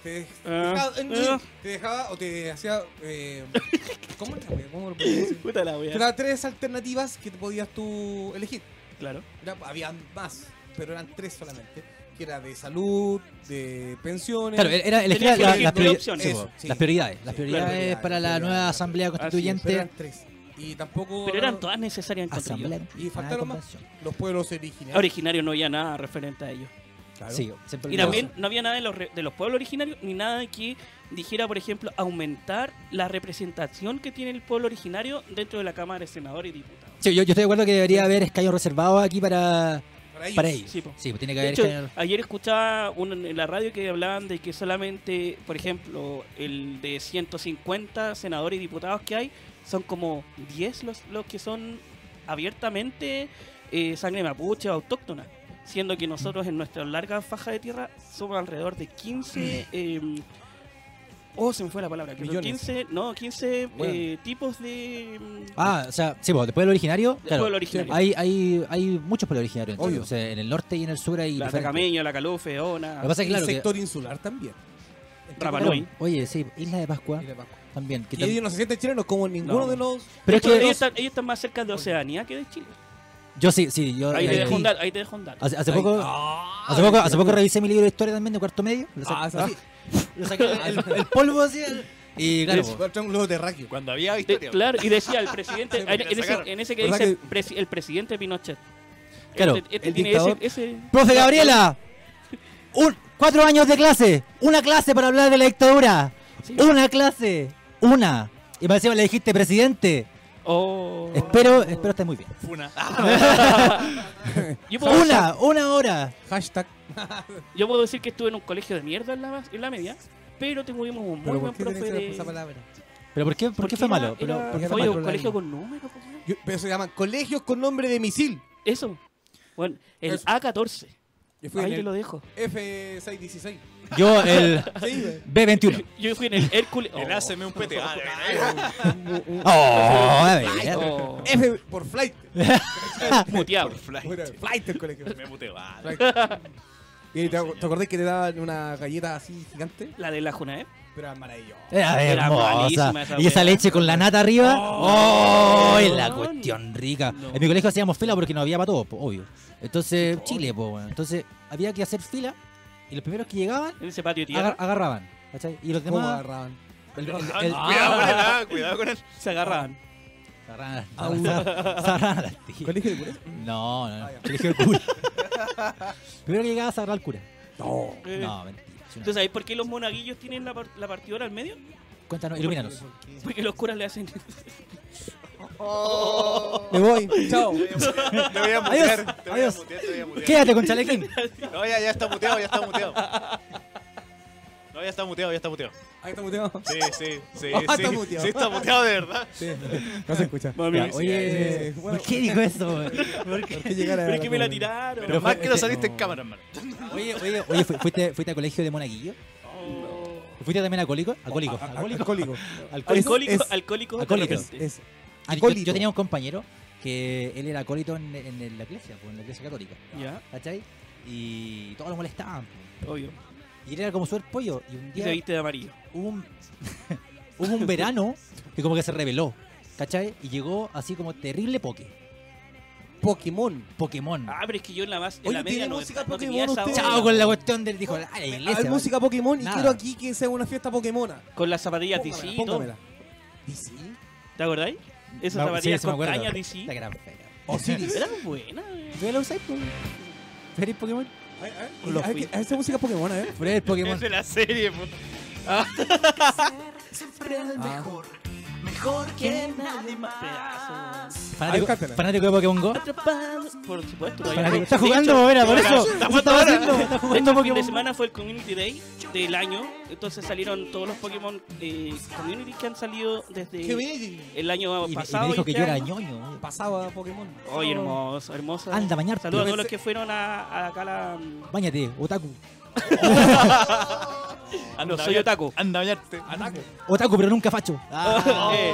[SPEAKER 1] te,
[SPEAKER 3] Ah,
[SPEAKER 1] dejaba,
[SPEAKER 3] ah.
[SPEAKER 1] te dejaba o te hacía... eh, ¿Cómo es la wea? ¿Cómo lo puedo decir?
[SPEAKER 3] Puta la wea.
[SPEAKER 1] Te daba tres alternativas que podías tú elegir.
[SPEAKER 3] Claro.
[SPEAKER 1] Era- habían pues, más, pero eran tres solamente. Que era de salud, de pensiones.
[SPEAKER 2] Claro, era elegir
[SPEAKER 3] Tenías que
[SPEAKER 2] la-
[SPEAKER 3] elegir
[SPEAKER 2] las,
[SPEAKER 3] dos
[SPEAKER 2] priori-
[SPEAKER 3] opciones.
[SPEAKER 2] sí,
[SPEAKER 1] Eso,
[SPEAKER 2] po,
[SPEAKER 1] sí.
[SPEAKER 2] las prioridades. Las
[SPEAKER 1] Sí,
[SPEAKER 2] prioridades
[SPEAKER 1] prioridades,
[SPEAKER 2] para la
[SPEAKER 1] prioridades.
[SPEAKER 2] nueva asamblea
[SPEAKER 3] Así es,
[SPEAKER 1] pero
[SPEAKER 2] constituyente.
[SPEAKER 1] eran tres. Y tampoco.
[SPEAKER 3] Pero eran todas necesarias en
[SPEAKER 2] Asamblea.
[SPEAKER 3] Asamblea.
[SPEAKER 1] Y faltaron
[SPEAKER 2] Ah,
[SPEAKER 1] más.
[SPEAKER 2] convención.
[SPEAKER 1] Los pueblos originarios.
[SPEAKER 3] Originario no había nada referente a ellos.
[SPEAKER 1] Claro.
[SPEAKER 2] Sí, siempre
[SPEAKER 3] Y
[SPEAKER 2] lo
[SPEAKER 3] también
[SPEAKER 2] digo.
[SPEAKER 3] no había nada de los, re- de los pueblos originarios ni nada que dijera, por ejemplo, aumentar la representación que tiene el pueblo originario dentro de la Cámara de Senadores y Diputados.
[SPEAKER 2] Sí, yo, yo estoy de acuerdo que debería haber escaños reservados aquí para,
[SPEAKER 1] Para ellos.
[SPEAKER 2] para ellos.
[SPEAKER 3] Sí, po.
[SPEAKER 2] Sí, pues tiene que
[SPEAKER 3] De
[SPEAKER 2] haber
[SPEAKER 3] hecho,
[SPEAKER 2] escaños.
[SPEAKER 3] ayer escuchaba uno en la radio que hablaban de que solamente, por ejemplo, el de 150 senadores y diputados que hay, son como 10 los, los que son abiertamente eh, sangre mapuche o autóctona. Siendo que nosotros en nuestra larga faja de tierra somos alrededor de 15... eh, oh, se me fue la palabra. pero
[SPEAKER 1] Millones.
[SPEAKER 3] 15, no, 15
[SPEAKER 1] Bueno.
[SPEAKER 3] eh, tipos de... mm,
[SPEAKER 2] Ah, o sea, sí, pues después del originario, claro,
[SPEAKER 3] pueblo originario.
[SPEAKER 2] Hay, hay, hay muchos pueblos originarios. en
[SPEAKER 1] Obvio.
[SPEAKER 2] Chile, o sea, en el norte y en el sur hay
[SPEAKER 3] la
[SPEAKER 2] diferentes.
[SPEAKER 3] Tacameña, la Calofe, Ona,
[SPEAKER 2] Lo que pasa es que, claro,
[SPEAKER 1] el
[SPEAKER 2] que-
[SPEAKER 1] sector insular también.
[SPEAKER 3] Rapa
[SPEAKER 2] claro,
[SPEAKER 3] Nui.
[SPEAKER 2] oye, sí, Isla de Pascua
[SPEAKER 1] Y de Pascua.
[SPEAKER 2] también. que
[SPEAKER 1] Que
[SPEAKER 2] tam-
[SPEAKER 1] ellos no se sienten chilenos como ninguno
[SPEAKER 3] No.
[SPEAKER 1] de los.
[SPEAKER 2] Pero es
[SPEAKER 3] Ellos,
[SPEAKER 2] que
[SPEAKER 3] están, ellos están más cerca de Oceanía que de Chile.
[SPEAKER 2] yo sí, sí, yo
[SPEAKER 3] Ahí te
[SPEAKER 2] eh,
[SPEAKER 3] dejo un
[SPEAKER 2] sí.
[SPEAKER 3] dato, ahí te dejo un dato.
[SPEAKER 2] Hace, hace
[SPEAKER 1] Ahí.
[SPEAKER 2] poco,
[SPEAKER 1] Ah,
[SPEAKER 2] hace poco, hace poco revisé mi libro de historia también de cuarto medio. Lo saqué,
[SPEAKER 1] Ah, eso sí.
[SPEAKER 2] lo saqué el, el polvo así. el- Y claro,
[SPEAKER 1] Es-
[SPEAKER 2] po,
[SPEAKER 1] era pues, un globo terráqueo.
[SPEAKER 4] Cuando había
[SPEAKER 3] De-
[SPEAKER 4] historia.
[SPEAKER 3] claro, y decía el presidente,
[SPEAKER 1] Sí,
[SPEAKER 3] en,
[SPEAKER 4] porque
[SPEAKER 3] en
[SPEAKER 4] la
[SPEAKER 3] ese,
[SPEAKER 4] sacaron.
[SPEAKER 3] en ese que
[SPEAKER 1] ¿Verdad
[SPEAKER 3] dice
[SPEAKER 1] que-
[SPEAKER 3] presi- el presidente Pinochet.
[SPEAKER 2] claro.
[SPEAKER 3] Este- este
[SPEAKER 2] el
[SPEAKER 3] tiene
[SPEAKER 2] dictador.
[SPEAKER 3] ese- ese-
[SPEAKER 2] Profe Gabriela, un- cuatro años de clase, una clase para hablar de la dictadura,
[SPEAKER 3] Sí.
[SPEAKER 2] una clase, una. Y me encima le dijiste presidente.
[SPEAKER 3] Oh.
[SPEAKER 2] Espero, espero estés muy bien.
[SPEAKER 4] Funa.
[SPEAKER 3] Ah, Yo puedo,
[SPEAKER 2] Una, una hora.
[SPEAKER 1] Hashtag.
[SPEAKER 3] yo puedo decir que estuve en un colegio de mierda en la, en la media, pero tuvimos un muy
[SPEAKER 1] Pero
[SPEAKER 3] buen
[SPEAKER 1] ¿por qué
[SPEAKER 3] profe
[SPEAKER 1] tenés que hacer
[SPEAKER 3] de...
[SPEAKER 1] esa palabra?
[SPEAKER 2] ¿Pero por qué, por
[SPEAKER 3] porque
[SPEAKER 2] qué fue
[SPEAKER 3] era-
[SPEAKER 2] malo? Pero-
[SPEAKER 3] era-
[SPEAKER 1] por qué era
[SPEAKER 3] oye,
[SPEAKER 1] malo
[SPEAKER 3] un
[SPEAKER 1] el
[SPEAKER 3] colegio
[SPEAKER 1] año?
[SPEAKER 3] con números. po, weón.
[SPEAKER 1] Yo- pero se llaman colegios con nombre de misil.
[SPEAKER 3] Eso. Bueno, el
[SPEAKER 1] Eso.
[SPEAKER 3] A14.
[SPEAKER 1] Yo fui
[SPEAKER 3] Ahí te
[SPEAKER 1] en
[SPEAKER 3] lo
[SPEAKER 1] el
[SPEAKER 3] dejo.
[SPEAKER 1] F616.
[SPEAKER 2] Yo el
[SPEAKER 1] Sí, güey.
[SPEAKER 2] B21.
[SPEAKER 3] Yo fui en el Hércules.
[SPEAKER 4] El
[SPEAKER 3] Oh.
[SPEAKER 4] haceme un pete. Ah, de verdad.
[SPEAKER 2] Oh, a ver.
[SPEAKER 3] Oh.
[SPEAKER 1] F por flight.
[SPEAKER 3] Muteado.
[SPEAKER 4] Por flight.
[SPEAKER 1] Bueno, flight el colegio.
[SPEAKER 4] Me puteo. Ah,
[SPEAKER 1] Flight. Y te, te acordás que te daban una galleta así gigante, ¿Eh?
[SPEAKER 3] La de la Junaep.
[SPEAKER 1] pero era maravilloso.
[SPEAKER 2] Era
[SPEAKER 3] Era
[SPEAKER 2] hermosa.
[SPEAKER 3] malísima esa
[SPEAKER 2] Y esa
[SPEAKER 3] weá.
[SPEAKER 2] leche con la nata arriba.
[SPEAKER 3] Oh,
[SPEAKER 2] ¡Oh! y la
[SPEAKER 3] weón.
[SPEAKER 2] cuestión rica.
[SPEAKER 3] No.
[SPEAKER 2] En mi colegio hacíamos fila porque no había para todos, po, obvio. Entonces, Chile, po, weón. Entonces, había que hacer fila y los primeros que llegaban
[SPEAKER 3] En ese patio de
[SPEAKER 2] agar-
[SPEAKER 3] tierra.
[SPEAKER 2] agarraban. ¿cachai? Y los
[SPEAKER 1] ¿Cómo
[SPEAKER 2] demás
[SPEAKER 1] agarraban?
[SPEAKER 2] el- el-
[SPEAKER 4] ah,
[SPEAKER 2] el-
[SPEAKER 4] Cuidado con él. ah, Cuidado con él.
[SPEAKER 3] Se agarraban.
[SPEAKER 2] agarraban
[SPEAKER 1] Ah,
[SPEAKER 2] las- agarraban a las tías.
[SPEAKER 1] ¿Colegio de cura?
[SPEAKER 2] No, no, no.
[SPEAKER 1] Ah, ya.
[SPEAKER 2] Colegio del cura. Primero que llegaba se agarraba al cura.
[SPEAKER 1] No.
[SPEAKER 3] Eh,
[SPEAKER 2] No, mentira. es una-
[SPEAKER 3] ¿Tú sabes por qué los monaguillos tienen la, par- la partidora al medio?
[SPEAKER 2] Cuéntanos, ilumínanos.
[SPEAKER 3] Porque los curas le hacen.
[SPEAKER 1] Me voy. Chao.
[SPEAKER 4] Te voy a mutear. Te voy a
[SPEAKER 2] Adiós.
[SPEAKER 4] mutear. Te voy a mutear.
[SPEAKER 2] Quédate con Chalequín.
[SPEAKER 4] No, ya, ya está muteado, ya está muteado. No, ya está muteado, ya está muteado.
[SPEAKER 1] Ahí está muteado.
[SPEAKER 4] Sí, sí, sí.
[SPEAKER 1] Ah, está
[SPEAKER 4] sí,
[SPEAKER 1] muteado.
[SPEAKER 4] Sí, está muteado de verdad.
[SPEAKER 1] Sí. No se escucha.
[SPEAKER 3] Mami,
[SPEAKER 2] Ya, oye,
[SPEAKER 1] sí, sí.
[SPEAKER 2] ¿por qué dijo eso? weón? ¿Por qué?
[SPEAKER 1] ¿Por qué llegar a
[SPEAKER 3] Pero es que me la
[SPEAKER 1] comida?
[SPEAKER 3] tiraron.
[SPEAKER 4] Pero más que no
[SPEAKER 2] este-
[SPEAKER 4] saliste en
[SPEAKER 1] no.
[SPEAKER 4] cámara, hermano.
[SPEAKER 2] Oye, oye, oye, fu- fuiste, fuiste a colegio de monaguillo.
[SPEAKER 3] Oh.
[SPEAKER 2] ¿Fuiste también a alcohólico? Alcohólico.
[SPEAKER 1] A- a-
[SPEAKER 2] Alcohólico.
[SPEAKER 1] Alcohólico.
[SPEAKER 2] Alcohólico.
[SPEAKER 3] Alcohólico,
[SPEAKER 1] Es-
[SPEAKER 3] alcohólico,
[SPEAKER 2] alcohólico.
[SPEAKER 3] de repente.
[SPEAKER 1] Es
[SPEAKER 2] Ah, yo- Yo,
[SPEAKER 1] alcohólico.
[SPEAKER 2] tenía un compañero que él era acólito en, en- en la iglesia, pues, en la iglesia católica.
[SPEAKER 3] Ya,
[SPEAKER 2] ¿Cachai? Y todos lo molestaban. pues.
[SPEAKER 3] obvio.
[SPEAKER 2] Y él era como súper pollo. Y un
[SPEAKER 3] Y se
[SPEAKER 2] día
[SPEAKER 3] viste de amarillo.
[SPEAKER 2] hubo un, hubo un verano que como que se rebeló. ¿Cachai? Y llegó así como terrible poke.
[SPEAKER 1] Pokémon.
[SPEAKER 2] Pokémon.
[SPEAKER 3] Ah, pero es que yo en la más. En
[SPEAKER 1] Oye,
[SPEAKER 3] la media
[SPEAKER 1] ¿tiene
[SPEAKER 3] no,
[SPEAKER 1] música
[SPEAKER 3] no tenía
[SPEAKER 1] Pokémon
[SPEAKER 3] esa
[SPEAKER 1] ustedes?
[SPEAKER 3] onda.
[SPEAKER 2] Chao con la cuestión del dijo, ah, la iglesia.
[SPEAKER 1] Hay
[SPEAKER 2] vale.
[SPEAKER 1] música Pokémon y
[SPEAKER 2] Nada.
[SPEAKER 1] quiero aquí que sea una fiesta Pokémon.
[SPEAKER 3] Con las zapatillas DC. y todo.
[SPEAKER 1] póngamela. ¿DC?
[SPEAKER 3] ¿Te acordáis? Esas
[SPEAKER 2] No, sí,
[SPEAKER 3] zapatillas
[SPEAKER 2] sí me
[SPEAKER 3] con
[SPEAKER 2] acuerdo.
[SPEAKER 3] caña
[SPEAKER 2] La
[SPEAKER 3] DC.
[SPEAKER 2] gran feria.
[SPEAKER 1] Osiris.
[SPEAKER 3] Eran buenas. eh.
[SPEAKER 2] ¿Tú ya la usáis, po? ¿Feliz Pokémon?
[SPEAKER 1] A ver, a ver,
[SPEAKER 3] Lo
[SPEAKER 1] a ver
[SPEAKER 3] fui.
[SPEAKER 1] que- a ver esa música ¿eh? Pokémon, a ver.
[SPEAKER 2] Feliz Pokémon.
[SPEAKER 4] Es de la serie, puta.
[SPEAKER 5] Siempre el
[SPEAKER 1] Ah.
[SPEAKER 5] mejor, mejor que nadie
[SPEAKER 2] Ah.
[SPEAKER 5] más.
[SPEAKER 1] Ahí,
[SPEAKER 2] Fanático,
[SPEAKER 1] cántala.
[SPEAKER 2] fanático de Pokémon Go.
[SPEAKER 3] Atrapados, Por
[SPEAKER 2] Fanático-
[SPEAKER 3] supuesto. todavía-
[SPEAKER 2] Está
[SPEAKER 3] de
[SPEAKER 2] jugando,
[SPEAKER 3] hecho,
[SPEAKER 2] mira, por
[SPEAKER 4] ahora,
[SPEAKER 2] eso.
[SPEAKER 4] está
[SPEAKER 2] Eso estaba
[SPEAKER 4] ahora.
[SPEAKER 2] haciendo. Está jugando
[SPEAKER 3] El Este fin de
[SPEAKER 2] Pokémon.
[SPEAKER 3] semana fue el Community Day del año, entonces salieron todos los Pokémon eh, Community que han salido
[SPEAKER 1] Qué
[SPEAKER 3] desde
[SPEAKER 1] bello.
[SPEAKER 3] el año
[SPEAKER 2] Y, me- y
[SPEAKER 3] pasado.
[SPEAKER 2] me dijo que
[SPEAKER 3] este
[SPEAKER 2] yo era
[SPEAKER 3] año.
[SPEAKER 2] ñoño. eh. oye.
[SPEAKER 1] Pasaba Pokémon.
[SPEAKER 3] Oye, hermoso, hermoso.
[SPEAKER 2] Anda, bañarte.
[SPEAKER 3] Saludos a todos
[SPEAKER 1] Pensé-
[SPEAKER 3] los que fueron a, a acá a la.
[SPEAKER 2] Báñate, otaku.
[SPEAKER 4] Ah,
[SPEAKER 3] A los Soy Otaku.
[SPEAKER 4] Anda a bañarte.
[SPEAKER 2] Otaku, pero nunca facho.
[SPEAKER 1] Oh.
[SPEAKER 3] Eh,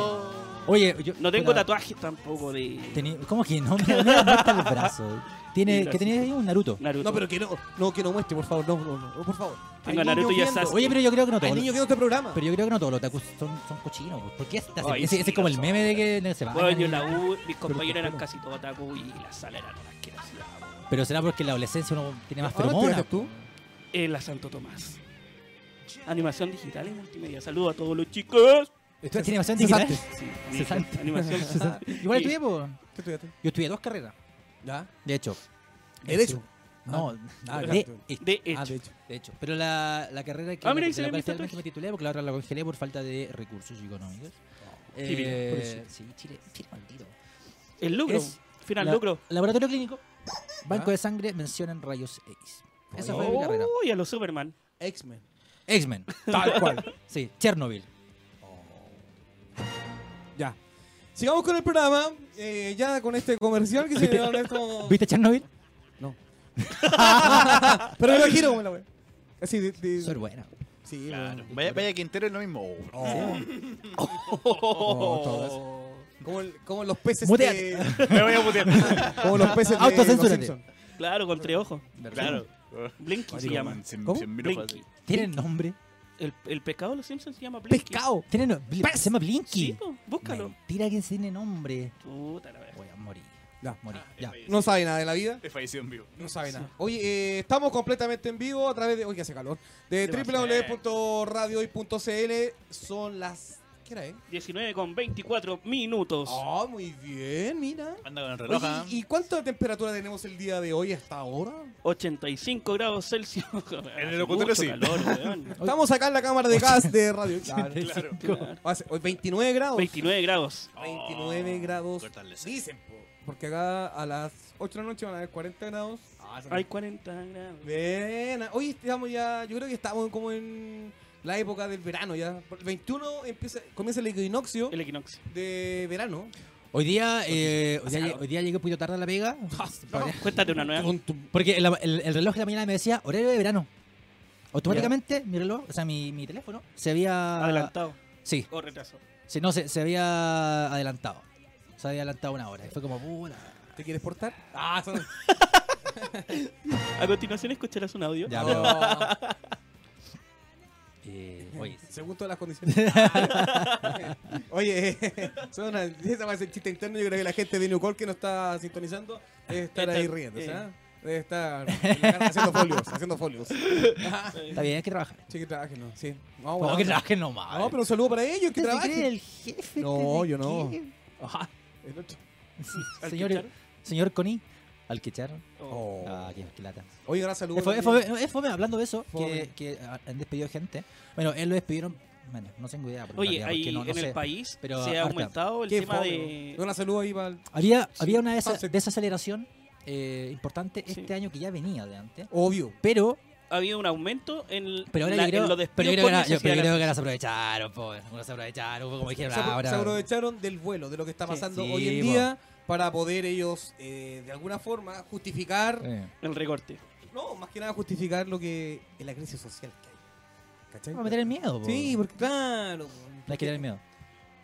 [SPEAKER 2] Oye, yo.
[SPEAKER 3] no tengo
[SPEAKER 2] puta,
[SPEAKER 3] tatuajes tampoco de
[SPEAKER 2] tení- ¿Cómo que no? Me me aplastan los brazos. Tiene,
[SPEAKER 3] Mira,
[SPEAKER 2] que
[SPEAKER 3] sí.
[SPEAKER 2] tenía ahí un Naruto.
[SPEAKER 3] Naruto.
[SPEAKER 1] No, pero que no, no, que no muestre, por favor, no, no, no, por favor. Hay
[SPEAKER 3] Venga, Naruto
[SPEAKER 1] niños
[SPEAKER 3] ya
[SPEAKER 1] viendo,
[SPEAKER 3] estás-
[SPEAKER 2] Oye, pero yo creo que no
[SPEAKER 1] Hay
[SPEAKER 2] todos.
[SPEAKER 1] niños viendo este programa.
[SPEAKER 2] Pero yo creo que no todos los otakus son, son cochinos. pues. ¿Por qué se hacen-
[SPEAKER 3] Ay,
[SPEAKER 2] ese,
[SPEAKER 3] sí,
[SPEAKER 2] ese es como el
[SPEAKER 3] lo
[SPEAKER 2] meme de que no se va.
[SPEAKER 3] Bueno, yo en la U, mis compañeros eran
[SPEAKER 1] pero-
[SPEAKER 3] casi todos Otaku y la sala era una asquerosidad.
[SPEAKER 2] Pero será porque en la adolescencia uno tiene más
[SPEAKER 1] ¿A dónde
[SPEAKER 2] feromonas.
[SPEAKER 1] estudiaste tú?
[SPEAKER 3] En la Santo Tomás. Animación digital y multimedia. Saludos a todos los chicos.
[SPEAKER 2] Esto tiene animación digital.
[SPEAKER 1] Cesaste.
[SPEAKER 3] Sí,
[SPEAKER 2] Cesante.
[SPEAKER 3] Animación.
[SPEAKER 2] Igual
[SPEAKER 3] Y-
[SPEAKER 2] estudié, po.
[SPEAKER 1] ¿Qué estudiaste?
[SPEAKER 2] Yo estudié dos carreras.
[SPEAKER 1] ¿Ya?
[SPEAKER 2] De hecho.
[SPEAKER 1] Derecho.
[SPEAKER 2] No,
[SPEAKER 1] Ah,
[SPEAKER 2] de,
[SPEAKER 1] claro.
[SPEAKER 2] hecho,
[SPEAKER 3] De hecho.
[SPEAKER 1] Ah, de hecho.
[SPEAKER 2] de hecho. Pero la, la carrera que
[SPEAKER 3] Ah, mira, ahí
[SPEAKER 2] la
[SPEAKER 3] se ve mi
[SPEAKER 2] cual
[SPEAKER 3] tatuaje.
[SPEAKER 2] finalmente me titulé, porque la otra la congelé por falta de recursos económicos.
[SPEAKER 3] Oh,
[SPEAKER 2] Eh,
[SPEAKER 3] Típico,
[SPEAKER 1] por eso.
[SPEAKER 2] sí, Chile, Chile maldito.
[SPEAKER 3] El lucro.
[SPEAKER 2] Es
[SPEAKER 3] final
[SPEAKER 2] La-
[SPEAKER 3] lucro.
[SPEAKER 2] Laboratorio clínico, banco
[SPEAKER 1] Ah.
[SPEAKER 2] de sangre, mencionan rayos X. Esa fue
[SPEAKER 3] Oh.
[SPEAKER 2] mi carrera.
[SPEAKER 3] Uy, a los Superman.
[SPEAKER 1] X-Men.
[SPEAKER 2] X-Men.
[SPEAKER 1] Tal cual.
[SPEAKER 2] Sí, Chernobyl.
[SPEAKER 1] Ya. Sigamos con el programa. eh, ya con este comercial que se va a hablar como.
[SPEAKER 2] ¿Viste Chernobyl?
[SPEAKER 1] No. Pero me imagino como la wea. Así de. de-
[SPEAKER 2] Súper buena.
[SPEAKER 1] Sí,
[SPEAKER 4] Claro.
[SPEAKER 1] bueno.
[SPEAKER 4] Vaya, vaya Quintero es lo mismo.
[SPEAKER 1] Oh. Oh, todas. como, el- como los peces
[SPEAKER 2] Muteate.
[SPEAKER 1] de.
[SPEAKER 4] Me voy a putear.
[SPEAKER 1] Como los peces de.
[SPEAKER 2] Autocensúrate.
[SPEAKER 1] Los Simpson.
[SPEAKER 3] Claro, con tres ojos.
[SPEAKER 4] Claro.
[SPEAKER 3] Blinky se llama.
[SPEAKER 4] Cien-
[SPEAKER 1] ¿Cómo?
[SPEAKER 4] cien mil ojos
[SPEAKER 3] Blinky.
[SPEAKER 4] así.
[SPEAKER 2] ¿Tienen nombre?
[SPEAKER 3] El, el pescado de los Simpsons se llama Blinky.
[SPEAKER 2] Pescado. ¿Tienen, no- Bl- se llama
[SPEAKER 3] Sí,
[SPEAKER 2] Blinky.
[SPEAKER 3] po, búscalo.
[SPEAKER 2] Mentira que tiene nombre.
[SPEAKER 3] Puta la verdad.
[SPEAKER 2] Voy a morir.
[SPEAKER 1] Ya.
[SPEAKER 2] Morir.
[SPEAKER 4] Ah,
[SPEAKER 2] Ya.
[SPEAKER 4] es
[SPEAKER 1] No sabe nada de la vida.
[SPEAKER 4] He fallecido en vivo.
[SPEAKER 1] No sabe nada. Oye, eh, estamos completamente en vivo a través de. Oye, hace calor. De www.radiohoy.cl. Son las. ¿Qué era, eh?
[SPEAKER 3] 19 con 24 minutos.
[SPEAKER 1] Ah, muy bien, mira.
[SPEAKER 4] Anda con el reloj.
[SPEAKER 1] Oye,
[SPEAKER 4] ah.
[SPEAKER 1] ¿y cuánta temperatura tenemos el día de hoy hasta ahora?
[SPEAKER 3] 85 grados Celsius. En
[SPEAKER 4] el locutorio sí.
[SPEAKER 3] Calor, weón.
[SPEAKER 1] Estamos acá en la cámara de gas de radio. Claro.
[SPEAKER 4] Claro.
[SPEAKER 3] Claro.
[SPEAKER 1] Hace- Hoy 29 grados.
[SPEAKER 3] 29 grados.
[SPEAKER 1] 29
[SPEAKER 4] Oh,
[SPEAKER 1] grados.
[SPEAKER 4] cortarle ese.
[SPEAKER 1] Dicen, po, porque acá a las 8 de la noche van a haber 40 grados.
[SPEAKER 3] Hay 40 grados.
[SPEAKER 1] Bien, hoy estamos ya, yo creo que estamos como en la época del verano ya. Por El 21 empieza, comienza el equinoccio
[SPEAKER 3] El equinoccio.
[SPEAKER 1] de verano.
[SPEAKER 2] Hoy día, eh, hoy, día lle- hoy día llegué un poquito tarde a la pega.
[SPEAKER 3] No, cuéntate una nueva.
[SPEAKER 2] Porque el, el- el reloj de la mañana me decía horario de verano. Automáticamente mi reloj, o sea, mi, mi teléfono se había.
[SPEAKER 3] Adelantado
[SPEAKER 2] Sí,
[SPEAKER 3] o retraso.
[SPEAKER 2] sí, no, se, se había adelantado. Se había adelantado una hora. Y fue como, puta.
[SPEAKER 1] ¿Te quieres portar? Ah, son-
[SPEAKER 3] A continuación escucharás un audio.
[SPEAKER 1] Ah,
[SPEAKER 2] Ya, pero.
[SPEAKER 1] no.
[SPEAKER 2] eh, oye,
[SPEAKER 1] Según todas las condiciones. Oye, son una, esa va a ser chiste interno. Yo creo que la gente de New Call que nos está sintonizando debe estar ahí riendo. Debe estar haciendo folios. Haciendo folios.
[SPEAKER 2] está bien, hay que trabajar.
[SPEAKER 1] Sí, que trabajen, ¿no? Sí. No,
[SPEAKER 2] No,
[SPEAKER 1] bueno.
[SPEAKER 2] que trabajen nomás.
[SPEAKER 1] No, pero un saludo para ellos, que
[SPEAKER 2] ¿Usted se
[SPEAKER 1] trabajen.
[SPEAKER 2] cree el jefe?
[SPEAKER 1] No,
[SPEAKER 2] ¿Usted se
[SPEAKER 1] yo no.
[SPEAKER 2] cree?
[SPEAKER 1] Ajá. El otro.
[SPEAKER 3] ¿Al
[SPEAKER 2] Señor,
[SPEAKER 3] Kichar?
[SPEAKER 2] señor Coni, al que echaron.
[SPEAKER 3] Oh.
[SPEAKER 1] Oh.
[SPEAKER 2] Ah, qué, qué lata.
[SPEAKER 1] Oye, gran saludo.
[SPEAKER 2] Es fome, es
[SPEAKER 1] también.
[SPEAKER 2] fome- no, es fome, hablando de eso,
[SPEAKER 1] Fome.
[SPEAKER 2] que, que han despedido gente. Bueno, él lo despidieron. Bueno, no tengo idea. porque en
[SPEAKER 3] Oye,
[SPEAKER 2] realidad, porque
[SPEAKER 3] ahí
[SPEAKER 2] no- no
[SPEAKER 3] en
[SPEAKER 2] sé.
[SPEAKER 3] el país
[SPEAKER 2] pero
[SPEAKER 3] se ha
[SPEAKER 2] harta.
[SPEAKER 3] aumentado el
[SPEAKER 1] Qué
[SPEAKER 3] tema
[SPEAKER 1] fome,
[SPEAKER 3] de.
[SPEAKER 1] ¿no? Un saludo ahí para el-
[SPEAKER 2] Había, había una desa-
[SPEAKER 1] Pase.
[SPEAKER 2] desaceleración eh, importante
[SPEAKER 3] Sí.
[SPEAKER 2] este año que ya venía de antes.
[SPEAKER 1] Obvio.
[SPEAKER 2] Pero,
[SPEAKER 3] Ha habido un aumento en,
[SPEAKER 2] pero ahora
[SPEAKER 3] la-
[SPEAKER 2] yo creo,
[SPEAKER 3] en los despidos
[SPEAKER 2] pero yo creo
[SPEAKER 3] por
[SPEAKER 2] que ahora- yo-
[SPEAKER 3] necesidad
[SPEAKER 2] pero yo creo que
[SPEAKER 3] de
[SPEAKER 2] ahora se aprovecharon, pues. Algunos se aprovecharon, como dijeron "Ah,
[SPEAKER 1] se, apro-
[SPEAKER 2] ahora.
[SPEAKER 1] se aprovecharon del vuelo, de lo que está
[SPEAKER 3] Sí.
[SPEAKER 1] pasando
[SPEAKER 2] Sí,
[SPEAKER 1] hoy en
[SPEAKER 2] po.
[SPEAKER 1] día, para poder ellos, eh, de alguna forma, justificar
[SPEAKER 2] Eh.
[SPEAKER 3] El recorte.
[SPEAKER 1] No, más que nada justificar lo que es la crisis social que hay. ¿Cachai?
[SPEAKER 2] Vamos a meter el miedo, po.
[SPEAKER 1] Sí, porque claro.
[SPEAKER 2] No hay que tener miedo.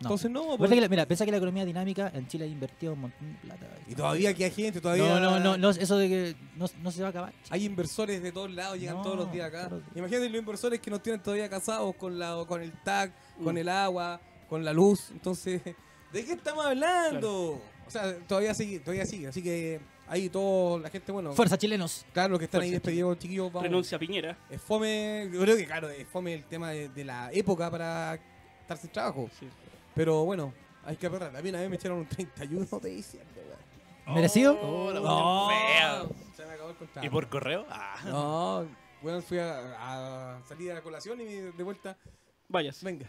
[SPEAKER 2] No.
[SPEAKER 1] Entonces no,
[SPEAKER 2] Aparte
[SPEAKER 1] porque-
[SPEAKER 2] que la- mira, piensa que la economía dinámica en Chile ha invertido un montón de plata.
[SPEAKER 1] Y todavía aquí hay gente, todavía
[SPEAKER 2] No, no, no, no, eso de que no, no se va a acabar. chico.
[SPEAKER 1] hay inversores de todos lados, llegan
[SPEAKER 2] No,
[SPEAKER 1] todos los días acá.
[SPEAKER 2] todos los días.
[SPEAKER 1] Imagínate los inversores que nos tienen todavía casados con la con el TAC, con
[SPEAKER 3] Mm.
[SPEAKER 1] el agua, con la luz. Entonces, ¿de qué estamos hablando? O sea, todavía sigue, todavía sigue. Así que ahí todo, la gente, bueno,
[SPEAKER 2] Fuerza, chilenos.
[SPEAKER 1] claro, los que están ahí
[SPEAKER 3] Fuerza,
[SPEAKER 1] despedidos, chiquillos, vamos.
[SPEAKER 3] Renuncia a Piñera.
[SPEAKER 1] Es fome, yo creo que claro, es fome el tema de, de la época para estar sin trabajo.
[SPEAKER 3] Sí.
[SPEAKER 1] Pero bueno, hay que aperrar. A mí una vez me echaron un 31 de diciembre, weón.
[SPEAKER 2] ¿Merecido?
[SPEAKER 4] Oh, la
[SPEAKER 1] No.
[SPEAKER 4] cuestión
[SPEAKER 1] Se me acabó el
[SPEAKER 4] fea.
[SPEAKER 1] contrato.
[SPEAKER 4] ¿Y por correo? Ah.
[SPEAKER 1] No, weón, fui a, a salir a la colación y de vuelta,
[SPEAKER 3] Vaya.
[SPEAKER 1] venga.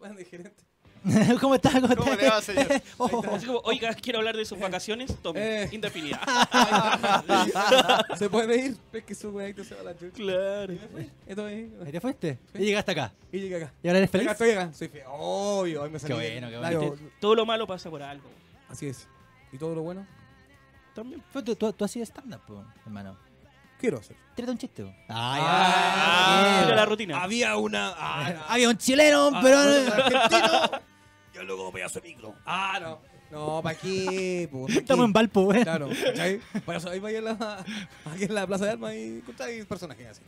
[SPEAKER 1] Weón, de gerente.
[SPEAKER 2] ¿Cómo estás? ¿Cómo
[SPEAKER 4] ¿Cómo
[SPEAKER 2] estás?
[SPEAKER 4] le va, señor? Eh,
[SPEAKER 2] Oh,
[SPEAKER 3] Así como, oiga, quiero hablar de
[SPEAKER 2] Eh,
[SPEAKER 3] sus vacaciones. Tome,
[SPEAKER 1] Eh.
[SPEAKER 3] indefinida.
[SPEAKER 2] Ah,
[SPEAKER 1] se puede ir, es que su weadito se va a la chucha.
[SPEAKER 3] claro.
[SPEAKER 1] Y me fui, esto es.
[SPEAKER 2] ¿y ¿Te fuiste?
[SPEAKER 1] Sí.
[SPEAKER 2] Y llegaste acá.
[SPEAKER 1] Y llegué acá.
[SPEAKER 2] ¿Y ahora eres
[SPEAKER 1] Acá
[SPEAKER 2] feliz?
[SPEAKER 1] estoy acá, soy feo. Obvio, ahí me salí.
[SPEAKER 2] Qué bueno, qué
[SPEAKER 1] Labios-
[SPEAKER 3] Todo lo malo pasa por algo.
[SPEAKER 1] Así es. ¿Y todo lo bueno?
[SPEAKER 3] También.
[SPEAKER 2] Fue- Tú, tú, tú has sido stand-up, po, hermano.
[SPEAKER 1] Quiero hacer.
[SPEAKER 2] Tírate un chiste. po.
[SPEAKER 1] Ah,
[SPEAKER 3] Mira la rutina.
[SPEAKER 1] Había una. Ah, no.
[SPEAKER 2] Había un chileno, pero...
[SPEAKER 1] argentino. Yo luego pedazo de micro. Ah, no. No, ¿para qué? po? ¿Pa' qué?
[SPEAKER 2] Estamos en Valpo, güey.
[SPEAKER 1] Claro, ¿cachai? Para eso ahí vaya a la, aquí en la Plaza de Armas y hay personajes así.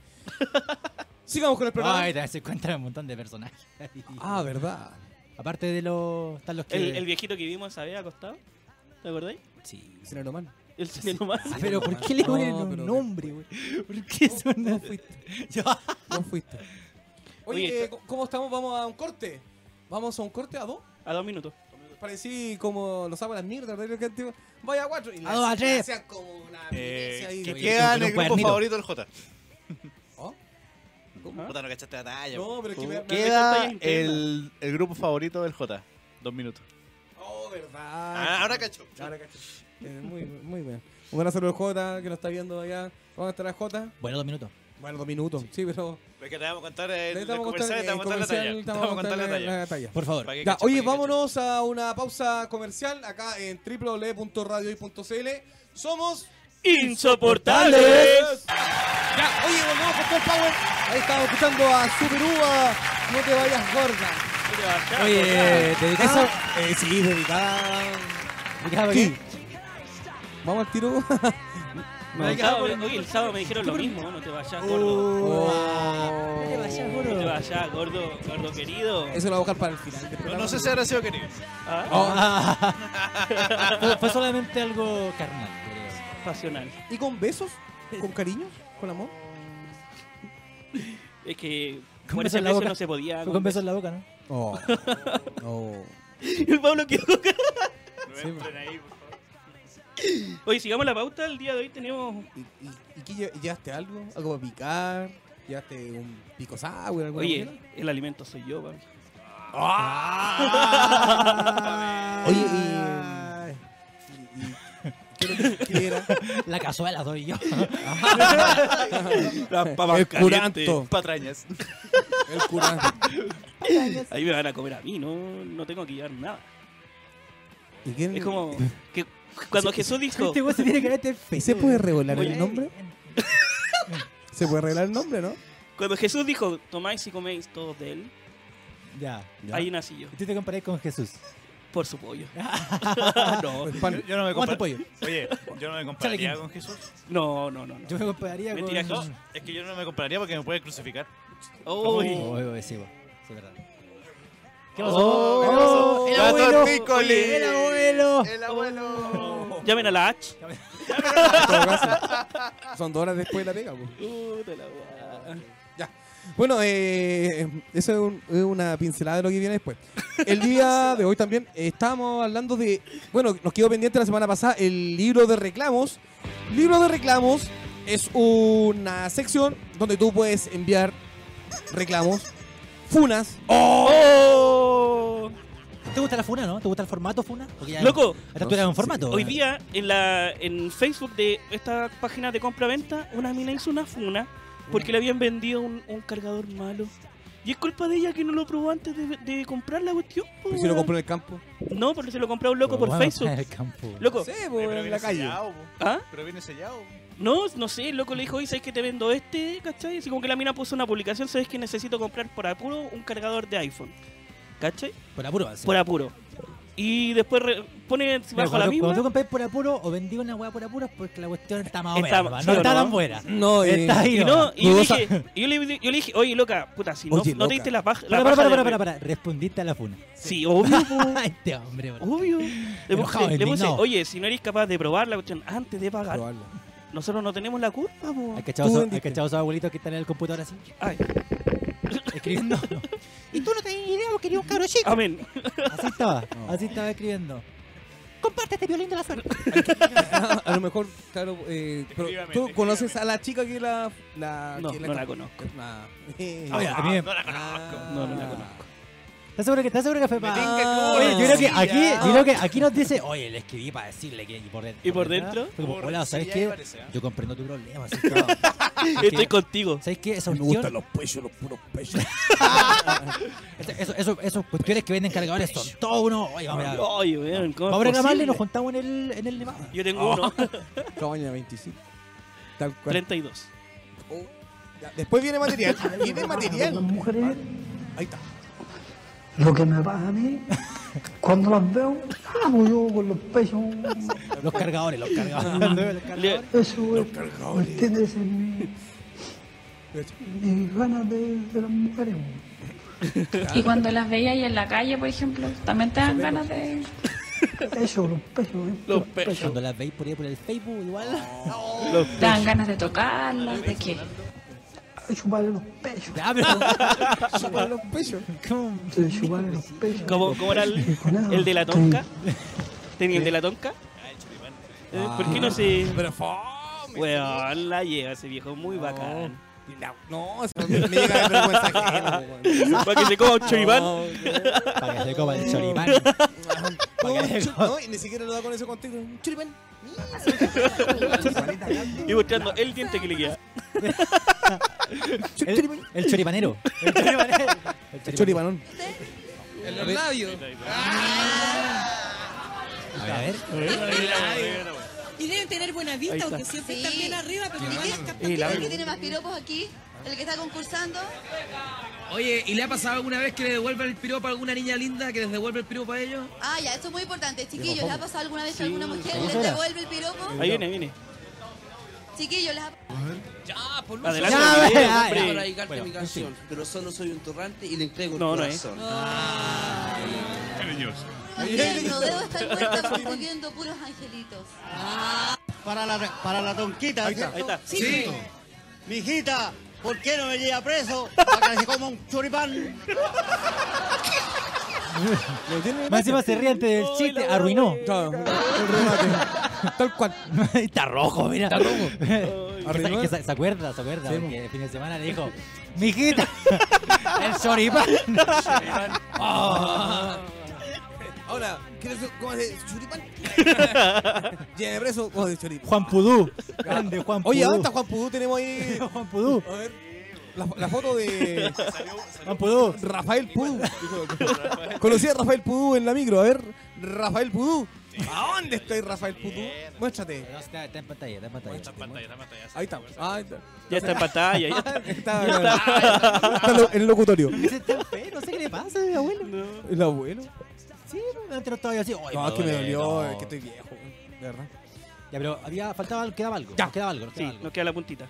[SPEAKER 1] Sigamos con el programa.
[SPEAKER 2] Ay, te se encuentran un montón de personajes. ahí.
[SPEAKER 1] ah, verdad.
[SPEAKER 2] Aparte de los... Están los que...
[SPEAKER 3] El, el viejito que vimos esa vez acostado. ¿Te acordáis?
[SPEAKER 2] Sí.
[SPEAKER 1] Sin humano.
[SPEAKER 3] El cine nomás.
[SPEAKER 2] Ah, pero ¿por qué le
[SPEAKER 1] No,
[SPEAKER 2] ponen un
[SPEAKER 1] pero-
[SPEAKER 2] nombre, güey? ¿Por qué
[SPEAKER 1] No,
[SPEAKER 2] son
[SPEAKER 1] no
[SPEAKER 2] así?
[SPEAKER 1] fuiste.
[SPEAKER 2] Ya.
[SPEAKER 1] No fuiste. Oye,
[SPEAKER 3] Oye,
[SPEAKER 1] eh, ¿cómo estamos? Vamos a un corte. ¿Vamos a un corte a dos?
[SPEAKER 3] A dos minutos.
[SPEAKER 1] Parecí como los sábados a las mierdas. ¿verdad? Que antiguo- Vaya a cuatro. Y
[SPEAKER 2] A dos, a tres.
[SPEAKER 1] hacían como una
[SPEAKER 4] Eh,
[SPEAKER 1] milencia ahí,
[SPEAKER 4] ¿Qué
[SPEAKER 1] güey.
[SPEAKER 4] queda en
[SPEAKER 2] Con un
[SPEAKER 4] el grupo
[SPEAKER 2] cuadernito.
[SPEAKER 4] favorito del J?
[SPEAKER 1] ¿Oh?
[SPEAKER 3] ¿Ah?
[SPEAKER 4] Puta, no cachaste la talla.
[SPEAKER 1] No, pero es que me- me-
[SPEAKER 3] me
[SPEAKER 4] Queda
[SPEAKER 3] cortáis
[SPEAKER 4] el, el grupo favorito del J. Dos minutos.
[SPEAKER 1] Oh, verdad.
[SPEAKER 4] Ah, ahora cacho.
[SPEAKER 1] Ahora cacho. Eh, Muy, muy bien. Un gran saludo al Jota, que nos está viendo allá. ¿Dónde estará Jota?
[SPEAKER 2] Bueno, dos minutos.
[SPEAKER 1] Bueno, dos minutos. Sí, pero...
[SPEAKER 4] Es que te vamos a contar el,
[SPEAKER 1] le
[SPEAKER 4] el
[SPEAKER 1] estamos
[SPEAKER 4] comercial,
[SPEAKER 1] contando-
[SPEAKER 4] te vamos a contar la
[SPEAKER 1] el comercial,
[SPEAKER 4] talla. Te vamos a contar la
[SPEAKER 1] contarle
[SPEAKER 4] talla.
[SPEAKER 1] la talla.
[SPEAKER 2] Por favor.
[SPEAKER 4] Pa' que
[SPEAKER 1] Ya,
[SPEAKER 4] caches,
[SPEAKER 1] oye,
[SPEAKER 4] pa' que
[SPEAKER 1] vámonos a una pausa comercial acá en www.radioy.cl. Somos...
[SPEAKER 3] ¡Insoportables!
[SPEAKER 1] Ya, oye, volvemos con todo el power. Ahí estamos escuchando a Super Uva. No te vayas gorda.
[SPEAKER 2] Oye, dedicas a...
[SPEAKER 1] eh, sí, dedicada.
[SPEAKER 2] dedicado
[SPEAKER 1] Sí.
[SPEAKER 2] aquí.
[SPEAKER 1] Vamos al tiro.
[SPEAKER 3] El sábado- Oye, el sábado me dijeron lo mismo. No te
[SPEAKER 2] Uh.
[SPEAKER 3] vayas, gordo.
[SPEAKER 1] Oh.
[SPEAKER 3] No te vayas, gordo, gordo querido.
[SPEAKER 1] Eso lo voy a buscar para el final. del
[SPEAKER 4] No,
[SPEAKER 1] programa.
[SPEAKER 4] no sé si habrá sido querido.
[SPEAKER 3] Ah,
[SPEAKER 2] Oh. fue, fue solamente algo carnal, creo.
[SPEAKER 3] Pasional.
[SPEAKER 1] ¿Y con besos? ¿Con cariño? ¿Con amor?
[SPEAKER 3] Es que
[SPEAKER 2] Con
[SPEAKER 3] por
[SPEAKER 2] beso
[SPEAKER 3] ese
[SPEAKER 2] en la
[SPEAKER 3] beso
[SPEAKER 2] boca.
[SPEAKER 3] no se podía.
[SPEAKER 2] Fue con besos en la boca, ¿no?
[SPEAKER 1] Oh. oh.
[SPEAKER 3] El Pablo quedó ca-
[SPEAKER 1] Sí, man.
[SPEAKER 3] Oye, sigamos la pauta. El día de hoy tenemos.
[SPEAKER 1] ¿Y, y, y qué lle- llevaste algo? ¿Algo para picar? ¿Llevaste un pico sour? alguna
[SPEAKER 3] Oye,
[SPEAKER 1] mierda?
[SPEAKER 3] el alimento soy yo, papi.
[SPEAKER 4] ¡Ah!
[SPEAKER 1] Oye, y. y, y ¿Qué era lo que- qué era?
[SPEAKER 2] La cazuela doy yo.
[SPEAKER 4] Las
[SPEAKER 1] papas El calientes. curanto.
[SPEAKER 4] Ah, Patrañas.
[SPEAKER 1] El curán.
[SPEAKER 3] Ahí me van a comer a mí, no, no tengo que llevar nada.
[SPEAKER 1] ¿Y quién-
[SPEAKER 3] Es como que cuando Jesús dijo,
[SPEAKER 2] Este weón se tiene que ver
[SPEAKER 1] ¿Y se puede revelar
[SPEAKER 3] Oye.
[SPEAKER 1] el nombre? ¿Se puede revelar el nombre, no?
[SPEAKER 3] cuando Jesús dijo, tomáis y coméis todos de él,
[SPEAKER 2] Ya.
[SPEAKER 3] ahí nací yo,
[SPEAKER 2] Y tú te comparás con Jesús.
[SPEAKER 3] por su pollo. Oh, no,
[SPEAKER 1] Pan.
[SPEAKER 4] Yo no me
[SPEAKER 2] ¿Cuánto
[SPEAKER 4] compar-
[SPEAKER 2] pollo?
[SPEAKER 4] Oye, yo no me compararía con Jesús.
[SPEAKER 3] no, no, no. no.
[SPEAKER 2] Yo me compararía con.
[SPEAKER 3] Mentira,
[SPEAKER 4] No,
[SPEAKER 3] Jesús.
[SPEAKER 4] es que yo no me compararía porque me puede crucificar.
[SPEAKER 3] Uy.
[SPEAKER 2] Oh, oh, sí, weón. Sí, verdad. ¿Qué
[SPEAKER 4] Oh, ¿qué
[SPEAKER 2] pasó?
[SPEAKER 4] pasó?
[SPEAKER 2] ¡El
[SPEAKER 4] Gato
[SPEAKER 2] abuelo!
[SPEAKER 4] Piccoli.
[SPEAKER 2] ¡El abuelo!
[SPEAKER 4] El abuelo.
[SPEAKER 3] Llamen a la H.
[SPEAKER 1] En todo caso, Son dos horas después de la pega, po.
[SPEAKER 3] Puta la weá.
[SPEAKER 1] Bueno, eh, eso es, un- es una pincelada de lo que viene después. El día de hoy también estábamos hablando de. Bueno, nos quedó pendiente la semana pasada el libro de reclamos. Libro de reclamos es una sección donde tú puedes enviar reclamos, funas.
[SPEAKER 3] ¡Oh!
[SPEAKER 2] ¿Te gusta la funa, no? ¿Te gusta el formato funa? Porque ya-
[SPEAKER 3] Loco,
[SPEAKER 2] Hasta tú eras un formato. ¿eh?
[SPEAKER 3] hoy día en la en Facebook de esta página de compra-venta, una mina hizo una funa porque le habían vendido un, un cargador malo. Y es culpa de ella que no lo probó antes de, de comprar la cuestión. po,
[SPEAKER 1] Pues si lo
[SPEAKER 3] weón.
[SPEAKER 1] compró en el campo.
[SPEAKER 3] No, porque se lo compró un loco por
[SPEAKER 2] Bueno, eh.
[SPEAKER 3] Facebook.
[SPEAKER 2] en el campo.
[SPEAKER 3] Loco,
[SPEAKER 1] Sí,
[SPEAKER 4] Oye,
[SPEAKER 1] pues,
[SPEAKER 4] pero
[SPEAKER 1] en
[SPEAKER 4] viene
[SPEAKER 1] la calle.
[SPEAKER 4] sellado, po.
[SPEAKER 3] ¿ah?
[SPEAKER 4] Pero viene sellado.
[SPEAKER 3] No, no sé, el loco le dijo, oye, ¿sabes que te vendo este? ¿Cachai? Así como que la mina puso una publicación, ¿sabes que necesito comprar por apuro un cargador de iPhone? ¿Cachai?
[SPEAKER 2] Por apuro. así.
[SPEAKER 3] Por apuro. Y después re- pone
[SPEAKER 2] Pero
[SPEAKER 3] bajo
[SPEAKER 2] cuando,
[SPEAKER 3] la
[SPEAKER 2] tú- cuando tú
[SPEAKER 3] misma.
[SPEAKER 2] compras por apuro o vendí una weá por apuro es porque la cuestión está más o menos.
[SPEAKER 3] Está-
[SPEAKER 2] nomás,
[SPEAKER 3] sí
[SPEAKER 2] no
[SPEAKER 3] o
[SPEAKER 2] está
[SPEAKER 3] no.
[SPEAKER 2] tan buena.
[SPEAKER 1] No, eh,
[SPEAKER 2] Está ahí.
[SPEAKER 3] Y no, y yo le,
[SPEAKER 1] Dudosa.
[SPEAKER 3] dije, y yo, le, yo le dije, oye, loca, puta, si no,
[SPEAKER 1] Oye,
[SPEAKER 3] no te
[SPEAKER 1] loca.
[SPEAKER 3] diste la paja. la
[SPEAKER 2] Para, para,
[SPEAKER 3] paja
[SPEAKER 2] para,
[SPEAKER 3] de-
[SPEAKER 2] para, para, para. Respondiste a la funa.
[SPEAKER 3] Sí, obvio,
[SPEAKER 2] este hombre, bro.
[SPEAKER 3] obvio. Le
[SPEAKER 2] Enojado,
[SPEAKER 3] puse, le puse,
[SPEAKER 2] indignado.
[SPEAKER 3] oye, si no eres capaz de probar la cuestión antes de pagar,
[SPEAKER 1] Probarlo.
[SPEAKER 3] nosotros no tenemos la culpa, po.
[SPEAKER 2] ¿Has cachado
[SPEAKER 1] Tú
[SPEAKER 2] esos-
[SPEAKER 1] vendiste.
[SPEAKER 2] has cachado esos abuelitos que están en el computador así?
[SPEAKER 3] Ay,
[SPEAKER 2] Escribiendo. y tú no tenías idea porque eres un cabro chico.
[SPEAKER 3] amén.
[SPEAKER 2] Así estaba.
[SPEAKER 1] No.
[SPEAKER 2] Así estaba escribiendo. Comparte este violín de la suerte.
[SPEAKER 1] a lo mejor, claro, eh, pero
[SPEAKER 4] Definitivamente,
[SPEAKER 1] tú conoces a la chica que la... la
[SPEAKER 3] No,
[SPEAKER 1] que
[SPEAKER 3] no la conozco.
[SPEAKER 1] Ah, eh.
[SPEAKER 2] Oye, a
[SPEAKER 4] Ah,
[SPEAKER 2] mí me-
[SPEAKER 4] no la
[SPEAKER 1] Ah.
[SPEAKER 3] No, no la conozco.
[SPEAKER 2] ¿Estás seguro que, estás seguro que fue
[SPEAKER 4] Me
[SPEAKER 2] para.?
[SPEAKER 4] tinca que-
[SPEAKER 2] Oye, yo creo que
[SPEAKER 4] Sí,
[SPEAKER 2] aquí,
[SPEAKER 4] ya.
[SPEAKER 2] yo creo que aquí nos dice, oye, le escribí para decirle que y por dentro.
[SPEAKER 3] ¿Y por dentro?
[SPEAKER 2] Fue como,
[SPEAKER 4] Por
[SPEAKER 2] hola,
[SPEAKER 4] dentro,
[SPEAKER 2] ¿sabes
[SPEAKER 4] sí, ahí
[SPEAKER 2] qué?
[SPEAKER 4] parece, ¿ah?
[SPEAKER 2] Yo comprendo tu problema. así que,
[SPEAKER 3] Estoy contigo.
[SPEAKER 2] ¿Sabes qué? Esa
[SPEAKER 1] Me
[SPEAKER 2] cuestión,
[SPEAKER 1] gustan los pechos, los puros pechos.
[SPEAKER 2] esa- eso- eso- esos cuestiones que venden cargadores son todo uno. Oye, vamos a, vamos
[SPEAKER 3] Ay, weón, ¿cómo es
[SPEAKER 2] a reclamarle
[SPEAKER 3] posible?
[SPEAKER 2] y nos juntamos en el, en el Nevada.
[SPEAKER 3] Yo tengo uno,
[SPEAKER 1] Cabaña 25. Tal cual.
[SPEAKER 3] 32.
[SPEAKER 1] Oh, ya, Después viene material. Viene
[SPEAKER 5] Las
[SPEAKER 1] material.
[SPEAKER 5] mujeres,
[SPEAKER 1] Ahí está.
[SPEAKER 5] lo que me pasa a mí, cuando las veo, ah, pues yo con los pechos,
[SPEAKER 2] Los cargadores, los cargadores. los
[SPEAKER 3] Le-
[SPEAKER 2] cargadores.
[SPEAKER 5] eso es, ¿me entiendes? Es mi, mi ganas de, de las mujeres.
[SPEAKER 6] Y cuando las veía ahí en la calle, por ejemplo, también te dan ganas de...
[SPEAKER 5] Eso, los pechos. eh,
[SPEAKER 3] Los pechos.
[SPEAKER 2] Cuando las veis por ahí por el Facebook, igual.
[SPEAKER 6] Te dan ganas de tocarlas, de qué.
[SPEAKER 5] Ay, Chuparle los pechos.
[SPEAKER 2] Ya, pero.
[SPEAKER 1] Chupan los pechos.
[SPEAKER 2] ¿cómo?
[SPEAKER 5] Sí, Chuparle los pechos.
[SPEAKER 3] ¿Cómo, cómo era el,
[SPEAKER 5] Con eso
[SPEAKER 3] el de la
[SPEAKER 5] estoy-
[SPEAKER 3] tonca? ¿Tenía el de la tonca? Eh, ¿Por qué no se...?
[SPEAKER 1] Pero fome.
[SPEAKER 3] Weón, la lleva ese viejo, muy bacán.
[SPEAKER 1] Y la- No, se me me llega de vergüenza ajena, weón.
[SPEAKER 3] Para que se coma un choripán.
[SPEAKER 1] No,
[SPEAKER 2] Para que se coma el choripán.
[SPEAKER 1] no,
[SPEAKER 2] que-
[SPEAKER 1] chu- no, y ni siquiera lo da con ese contexto. Un choripán.
[SPEAKER 3] Y mostrando el diente que le queda.
[SPEAKER 2] El, el choripanero. El choripanero. El choripanero.
[SPEAKER 1] Choripanón. En los labios.
[SPEAKER 2] A ver, a ver.
[SPEAKER 7] Y deben tener buena
[SPEAKER 3] Ahí
[SPEAKER 7] vista,
[SPEAKER 3] está.
[SPEAKER 7] aunque siempre están bien arriba, pero igual es capaz
[SPEAKER 3] Y la-
[SPEAKER 7] que el que tiene más piropos aquí, el que está concursando.
[SPEAKER 8] Oye, ¿y le ha pasado alguna vez que le devuelvan el piropo a alguna niña linda que les devuelve el piropo a ellos?
[SPEAKER 7] Ah, ya, esto es muy importante. Chiquillos, ¿les ha pasado alguna vez que alguna mujer
[SPEAKER 2] ¿cómo
[SPEAKER 7] les
[SPEAKER 2] será?
[SPEAKER 7] devuelve el piropo?
[SPEAKER 3] Ahí viene, viene.
[SPEAKER 7] Chiquillos, ¿les ha
[SPEAKER 8] Ya, por lo
[SPEAKER 3] Adelante.
[SPEAKER 2] Ya,
[SPEAKER 3] video,
[SPEAKER 2] ve, ya,
[SPEAKER 8] Para
[SPEAKER 3] hombre.
[SPEAKER 2] ya.
[SPEAKER 8] dedicarte
[SPEAKER 2] Bueno,
[SPEAKER 8] mi
[SPEAKER 2] en
[SPEAKER 8] canción, pero solo soy un torrante y le entrego el
[SPEAKER 3] No, no es.
[SPEAKER 8] corazón.
[SPEAKER 7] No debo estar muerta porque estoy viendo puros angelitos.
[SPEAKER 9] Para la, para la tonquita,
[SPEAKER 1] Ahí está.
[SPEAKER 3] Ahí está.
[SPEAKER 9] Sí. Mijita, ¿por qué no me lleva preso? Para que se coma un choripán.
[SPEAKER 1] Lo tiene-
[SPEAKER 2] Más encima se ríe antes del chiste. Arruinó.
[SPEAKER 1] Claro, el remate. Tal cual.
[SPEAKER 2] Está rojo, mira. Está rojo.
[SPEAKER 1] Arruinó.
[SPEAKER 2] se, se acuerda, se acuerda.
[SPEAKER 1] Sí,
[SPEAKER 2] porque el fin de semana le dijo, mijita, el choripán. Oh.
[SPEAKER 1] Ahora, ¿quieres cómo es de choripán? Llene preso, cómo es de choripán.
[SPEAKER 2] Juan Pudú. Grande Juan Pudú.
[SPEAKER 1] Oye, ¿dónde está Juan Pudú? Tenemos ahí.
[SPEAKER 2] Juan Pudú.
[SPEAKER 1] A ver. la, la foto de
[SPEAKER 4] Salió, salió
[SPEAKER 1] Pudú. Rafael Pudú. Conocí a Rafael Pudú en la micro. A ver, Rafael Pudú. ¿A dónde estoy, Rafael Pudú? Muéstrate.
[SPEAKER 2] No, está, está en pantalla, está en
[SPEAKER 4] está
[SPEAKER 2] pantalla.
[SPEAKER 4] en pantalla, está en pantalla.
[SPEAKER 1] Ahí está. Ah,
[SPEAKER 3] Ya está en pantalla, ya está.
[SPEAKER 1] está. Ah, Está lo- en el locutorio.
[SPEAKER 2] Ese está feo, no sé qué le pasa, mi abuelo.
[SPEAKER 1] El abuelo.
[SPEAKER 2] Sí, antes no estaba yo así. "Ay,
[SPEAKER 1] No, es que me
[SPEAKER 2] duele,
[SPEAKER 1] dolió,
[SPEAKER 2] no".
[SPEAKER 1] es que estoy viejo. de verdad.
[SPEAKER 2] Ya, pero había, faltaba, algo, quedaba algo.
[SPEAKER 1] Ya.
[SPEAKER 2] nos quedaba algo, nos
[SPEAKER 3] Sí,
[SPEAKER 2] quedaba algo.
[SPEAKER 3] nos queda la puntita.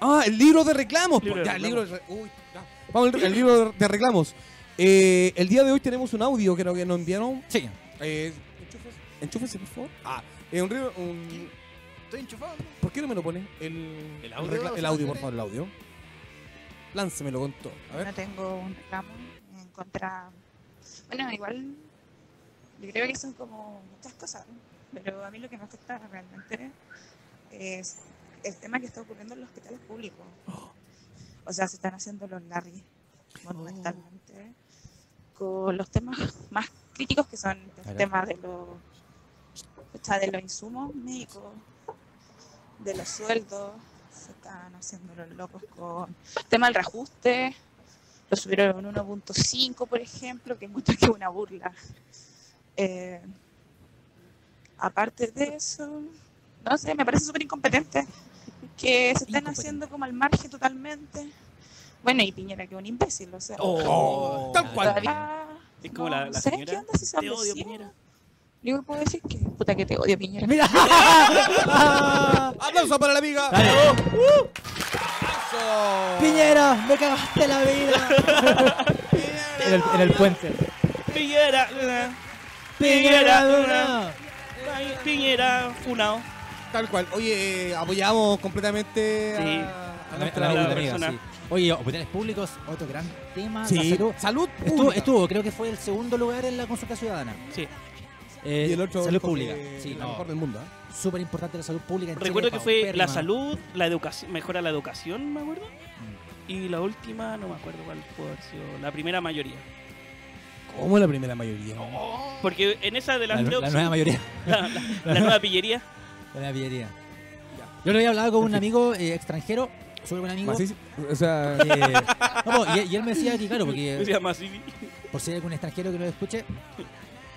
[SPEAKER 1] Ah, el libro de reclamos. pues,
[SPEAKER 3] Libro de
[SPEAKER 1] Ya, el libro
[SPEAKER 3] reclamos.
[SPEAKER 1] de re- uy, ya. Vamos al el libro de reclamos. Eh, el día de hoy tenemos un audio que nos que nos enviaron.
[SPEAKER 2] Sí.
[SPEAKER 1] Eh, enchúfese- enchúfese, por favor. Ah, eh, un, río- un-
[SPEAKER 4] Estoy enchufado.
[SPEAKER 1] ¿Por qué no me lo pones? El,
[SPEAKER 4] ¿El audio?
[SPEAKER 1] recla- el audio, por favor, el audio. Láncemelo con todo. A ver.
[SPEAKER 10] No tengo un reclamo en contra. Bueno, igual. Yo creo que son como muchas cosas, ¿no? pero a mí lo que me afecta realmente es el tema que está ocurriendo en los hospitales públicos.
[SPEAKER 1] Oh.
[SPEAKER 10] O sea, se están haciendo los Larry monumentalmente
[SPEAKER 1] Oh.
[SPEAKER 10] con los temas más críticos que son el
[SPEAKER 2] Claro.
[SPEAKER 10] tema de los, o sea, de los insumos médicos, de los sueldos. Se están haciendo los locos con el tema del reajuste lo subieron en 1.5, por ejemplo, que muestra que es una burla. Eh, aparte de eso, no sé, me parece súper incompetente que se estén
[SPEAKER 2] Incompetente.
[SPEAKER 10] haciendo como al margen totalmente. Bueno, y Piñera que es un imbécil, o sea,
[SPEAKER 1] Oh, tal cual.
[SPEAKER 10] todavía
[SPEAKER 3] Es como
[SPEAKER 10] no-
[SPEAKER 3] la,
[SPEAKER 10] no
[SPEAKER 3] la
[SPEAKER 10] sé qué
[SPEAKER 3] señora.
[SPEAKER 10] onda si se han
[SPEAKER 3] Te odio,
[SPEAKER 10] decidido.
[SPEAKER 3] Piñera.
[SPEAKER 10] Lo único que puedo decir es que puta que te odio, Piñera.
[SPEAKER 1] Aplauso para la amiga. Aplauso.
[SPEAKER 2] Piñera, me cagaste la vida. en, el, en el puente.
[SPEAKER 3] Piñera, eh,
[SPEAKER 2] Piñera,
[SPEAKER 3] Piñera,
[SPEAKER 2] dura.
[SPEAKER 3] ay, Piñera, funao.
[SPEAKER 1] Tal cual. Oye, eh, apoyamos completamente a,
[SPEAKER 3] Sí.
[SPEAKER 1] a
[SPEAKER 2] A
[SPEAKER 1] nuestra
[SPEAKER 2] la- a la
[SPEAKER 1] amiga.
[SPEAKER 2] amiga,
[SPEAKER 3] persona.
[SPEAKER 2] sí. Oye, hospitales públicos, otro gran tema. La
[SPEAKER 1] Sí.
[SPEAKER 2] salud.
[SPEAKER 1] Salud
[SPEAKER 2] Estuvo,
[SPEAKER 1] pública.
[SPEAKER 2] estuvo, creo que fue el segundo lugar en la consulta ciudadana.
[SPEAKER 3] Sí.
[SPEAKER 2] Eh,
[SPEAKER 1] Y el otro
[SPEAKER 2] salud
[SPEAKER 1] dijo
[SPEAKER 2] pública.
[SPEAKER 1] que
[SPEAKER 2] Sí,
[SPEAKER 1] la
[SPEAKER 2] no,
[SPEAKER 1] mejor del mundo. ¿eh?
[SPEAKER 2] súper importante la salud pública. en
[SPEAKER 3] Recuerdo
[SPEAKER 2] Chile,
[SPEAKER 3] que fue
[SPEAKER 2] paupérrima.
[SPEAKER 3] la salud, la educación, mejora la educación, me acuerdo.
[SPEAKER 2] Mm.
[SPEAKER 3] Y la última, no me acuerdo cuál pudo haber sido. La primera mayoría.
[SPEAKER 1] ¿Cómo la primera mayoría?
[SPEAKER 3] Porque en esa de
[SPEAKER 2] La,
[SPEAKER 3] las
[SPEAKER 2] la
[SPEAKER 3] tres
[SPEAKER 2] nueva mayoría.
[SPEAKER 3] la, la- la nueva pillería.
[SPEAKER 2] La nueva pillería. Yo lo había hablado con un amigo eh, extranjero, súper buen amigo.
[SPEAKER 1] Maciz- o sea,
[SPEAKER 2] Eh, no, po, y, y él me decía que, claro, porque
[SPEAKER 3] Decía más sí.
[SPEAKER 2] por si hay algún extranjero que lo escuche.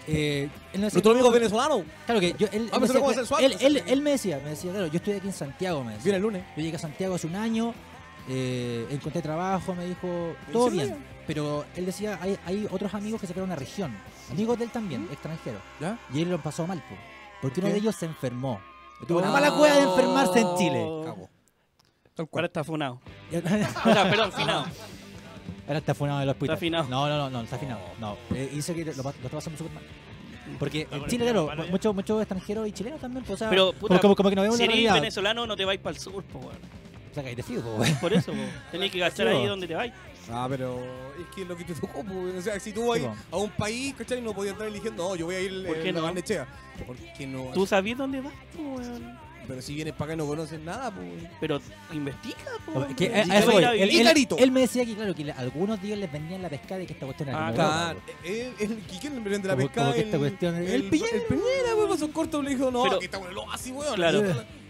[SPEAKER 2] Eh, él me decía,
[SPEAKER 1] nuestro amigo
[SPEAKER 2] "No,
[SPEAKER 1] venezolano
[SPEAKER 2] Claro que yo, él,
[SPEAKER 1] Ah, pero
[SPEAKER 2] él, me
[SPEAKER 1] ¿cómo
[SPEAKER 2] decía,
[SPEAKER 1] hacer swap?
[SPEAKER 2] él, él- él me decía, me decía, claro, yo estoy aquí en Santiago, me decía.
[SPEAKER 1] viene el lunes.
[SPEAKER 2] Yo llegué a Santiago hace un año, eh, encontré trabajo, me dijo, todo
[SPEAKER 1] serio?
[SPEAKER 2] bien. Pero él decía, hay, hay otros amigos que se quedaron en la región, amigos de él también, extranjeros.
[SPEAKER 1] ¿Ya?
[SPEAKER 2] Y él lo pasó mal, po, porque
[SPEAKER 1] ¿Por qué?
[SPEAKER 2] uno de ellos se enfermó. Tuvo una
[SPEAKER 1] Oh.
[SPEAKER 2] mala cueva de enfermarse en Chile.
[SPEAKER 1] Cago. Tal
[SPEAKER 3] Ahora
[SPEAKER 1] cual.
[SPEAKER 3] está funado.
[SPEAKER 2] Ahora
[SPEAKER 3] O sea, perdón, finado.
[SPEAKER 2] Ah. está afinado del hospital.
[SPEAKER 3] Está afinado.
[SPEAKER 2] No, no, no, no, está afinado. No, Eh, dice que lo, lo está pasando súper mal. Porque en
[SPEAKER 4] con
[SPEAKER 2] Chile,
[SPEAKER 4] el
[SPEAKER 2] claro,
[SPEAKER 4] palo ya.
[SPEAKER 2] muchos muchos extranjeros y chilenos también, pues, o sea,
[SPEAKER 3] Pero, puta,
[SPEAKER 2] como, como que no vemos
[SPEAKER 3] Si
[SPEAKER 2] la
[SPEAKER 3] eres
[SPEAKER 2] realidad.
[SPEAKER 3] venezolano, no te vais para el sur, po, weón.
[SPEAKER 2] O sea, que te frío, po, güey.
[SPEAKER 3] Por eso, po. Tenés que gastar
[SPEAKER 2] Sí,
[SPEAKER 3] ahí
[SPEAKER 2] po.
[SPEAKER 3] donde te vais.
[SPEAKER 1] Ah, pero es que lo que te tocó, pues, o sea, si tú vas
[SPEAKER 2] Sí,
[SPEAKER 1] a un país, ¿cachai? No podías estar eligiendo, oh, yo voy a ir
[SPEAKER 3] ¿Por
[SPEAKER 1] eh,
[SPEAKER 3] qué
[SPEAKER 1] a la
[SPEAKER 3] no?
[SPEAKER 1] Barnechea. ¿Por qué no?
[SPEAKER 3] Tú sabías dónde vas, po, weón.
[SPEAKER 1] Pero si vienes para acá y no conoces nada, pues.
[SPEAKER 3] Pero investiga, po.
[SPEAKER 2] No,
[SPEAKER 3] weón.
[SPEAKER 2] que,
[SPEAKER 3] Si
[SPEAKER 2] a- a
[SPEAKER 3] te
[SPEAKER 2] eso
[SPEAKER 3] vas a
[SPEAKER 2] voy.
[SPEAKER 3] ir a
[SPEAKER 2] Él,
[SPEAKER 3] vivir-
[SPEAKER 2] él-
[SPEAKER 1] Icarito.
[SPEAKER 2] él me decía que, claro, que le- algunos días les vendían la pescada y que esta cuestión era
[SPEAKER 3] Ah,
[SPEAKER 2] como
[SPEAKER 1] Claro,
[SPEAKER 2] loca,
[SPEAKER 1] eh, eh, el- ¿y quién le vende la
[SPEAKER 2] Como-
[SPEAKER 1] pescada?
[SPEAKER 2] como que esta cuestión es-
[SPEAKER 1] el,
[SPEAKER 2] el Piñera,
[SPEAKER 1] el Piñera, weón, pasó corto, le dijo, no,
[SPEAKER 3] Pero-
[SPEAKER 1] aquí estamos en el oasis, weón.
[SPEAKER 3] Claro.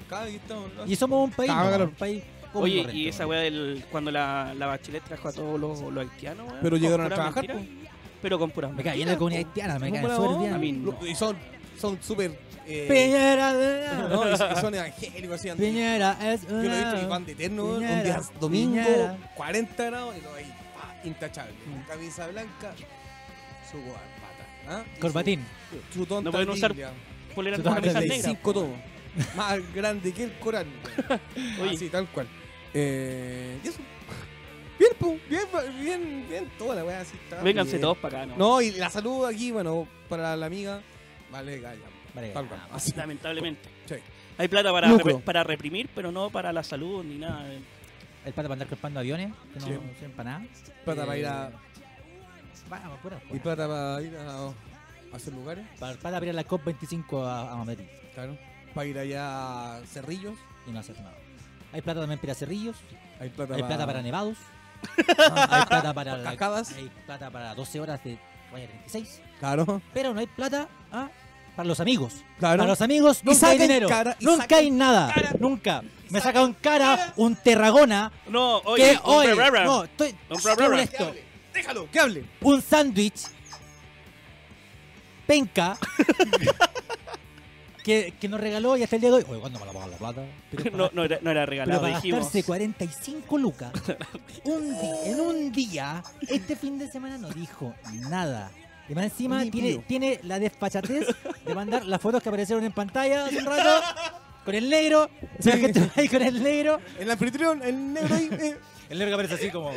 [SPEAKER 1] Acá aquí estamos en el
[SPEAKER 2] po.
[SPEAKER 1] oasis.
[SPEAKER 2] Y somos un país,
[SPEAKER 1] Ah,
[SPEAKER 2] ¿no?
[SPEAKER 1] claro.
[SPEAKER 2] un país con
[SPEAKER 3] Oye,
[SPEAKER 2] correcto,
[SPEAKER 3] y esa
[SPEAKER 2] ¿no?
[SPEAKER 3] weá del. Cuando la, la bachelet trajo a todos los, los haitianos, weón.
[SPEAKER 1] Pero
[SPEAKER 3] con
[SPEAKER 1] llegaron a
[SPEAKER 3] puras
[SPEAKER 1] trabajar,
[SPEAKER 3] mentiras, Pero con puras
[SPEAKER 2] Me cae bien
[SPEAKER 3] mentiras,
[SPEAKER 2] la comunidad
[SPEAKER 3] po.
[SPEAKER 2] haitiana, me
[SPEAKER 1] Son
[SPEAKER 2] cae
[SPEAKER 1] buena
[SPEAKER 2] súper
[SPEAKER 1] onda.
[SPEAKER 3] A mí
[SPEAKER 2] bien.
[SPEAKER 3] no.
[SPEAKER 1] Y son, son súper. eh,
[SPEAKER 2] Piñera, de-
[SPEAKER 1] No, y son- y son evangélicos, así. andan-
[SPEAKER 2] Piñera es
[SPEAKER 1] Yo lo he visto
[SPEAKER 2] una-
[SPEAKER 1] que van de eterno, weón, un
[SPEAKER 2] Piñera,
[SPEAKER 1] día es domingo,
[SPEAKER 2] Piñera.
[SPEAKER 1] 40 grados, y lo ahí, pa, intachable. Camisa blanca, su corbata. ¿ah? Y su-
[SPEAKER 2] Corbatín.
[SPEAKER 1] Su tonta
[SPEAKER 3] No pueden usar
[SPEAKER 1] Biblia,
[SPEAKER 3] Polera
[SPEAKER 1] su
[SPEAKER 3] con
[SPEAKER 1] tonta
[SPEAKER 3] camisa
[SPEAKER 1] de
[SPEAKER 3] negra.
[SPEAKER 1] cinco tomos. Más grande que el Corán. weón.
[SPEAKER 3] Oye.
[SPEAKER 1] Así, tal cual. Eh, y eso. Bien, pu, bien, bien, bien, toda la weá así está. Eh,
[SPEAKER 3] Vénganse
[SPEAKER 1] bien.
[SPEAKER 3] todos para acá, ¿no?
[SPEAKER 1] No, y la salud aquí, bueno, para la amiga, vale, gaya.
[SPEAKER 2] Vale, ah,
[SPEAKER 1] Tal cual. Así.
[SPEAKER 3] Lamentablemente.
[SPEAKER 1] Sí.
[SPEAKER 3] Hay plata para,
[SPEAKER 1] Lucro.
[SPEAKER 3] repre- para reprimir, pero no para la salud ni nada.
[SPEAKER 2] El pata para andar culpando aviones, que no
[SPEAKER 1] Sí.
[SPEAKER 2] sirven para nada.
[SPEAKER 1] Plata para ir a-
[SPEAKER 2] Eh, Vamos, pura,
[SPEAKER 1] Y
[SPEAKER 2] pura.
[SPEAKER 1] plata para ir a, a hacer lugares.
[SPEAKER 2] Para, para abrir la COP25 a, a Madrid
[SPEAKER 1] Claro. Para ir allá a Cerrillos.
[SPEAKER 2] y no hacer nada. Hay plata también para cerrillos,
[SPEAKER 1] Hay plata,
[SPEAKER 2] hay
[SPEAKER 1] pa-
[SPEAKER 2] plata para nevados,
[SPEAKER 1] Ah,
[SPEAKER 2] hay plata para la-
[SPEAKER 1] Cascadas.
[SPEAKER 2] hay plata para 12 horas de Guaya 36.
[SPEAKER 1] Claro.
[SPEAKER 2] Pero no hay plata a Para los amigos.
[SPEAKER 1] Claro.
[SPEAKER 2] Para los amigos
[SPEAKER 1] Y
[SPEAKER 2] nunca hay
[SPEAKER 1] saca en
[SPEAKER 2] dinero.
[SPEAKER 1] cara, y
[SPEAKER 2] nunca
[SPEAKER 1] saca
[SPEAKER 2] hay
[SPEAKER 1] en
[SPEAKER 2] nada.
[SPEAKER 3] cara.
[SPEAKER 2] Nunca. Me saca en cara un terragona
[SPEAKER 3] No,
[SPEAKER 2] que
[SPEAKER 3] oye, un
[SPEAKER 2] hoy.
[SPEAKER 3] brabra.
[SPEAKER 2] No, estoy,
[SPEAKER 3] Un
[SPEAKER 2] estoy
[SPEAKER 3] brabra.
[SPEAKER 1] Que
[SPEAKER 2] molesto.
[SPEAKER 1] hable. Déjalo, que hable.
[SPEAKER 2] Un sándwich. Penca. que, que nos regaló y hasta el día de hoy. Oye, ¿cuándo me la pagan la plata? Pero para-
[SPEAKER 3] No, no era, no era
[SPEAKER 2] Pero
[SPEAKER 3] regalado,
[SPEAKER 2] para
[SPEAKER 3] dijimos.
[SPEAKER 2] gastarse 45 lucas un di- en un día, este fin de semana no dijo nada. Y más encima
[SPEAKER 1] Oye,
[SPEAKER 2] tiene,
[SPEAKER 1] Pío.
[SPEAKER 2] tiene la desfachatez de mandar las fotos que aparecieron en pantalla hace un rato con el negro.
[SPEAKER 1] Sí.
[SPEAKER 2] la gente ahí con el negro.
[SPEAKER 1] El anfitrión, el negro ahí, eh,
[SPEAKER 2] El negro que aparece así como,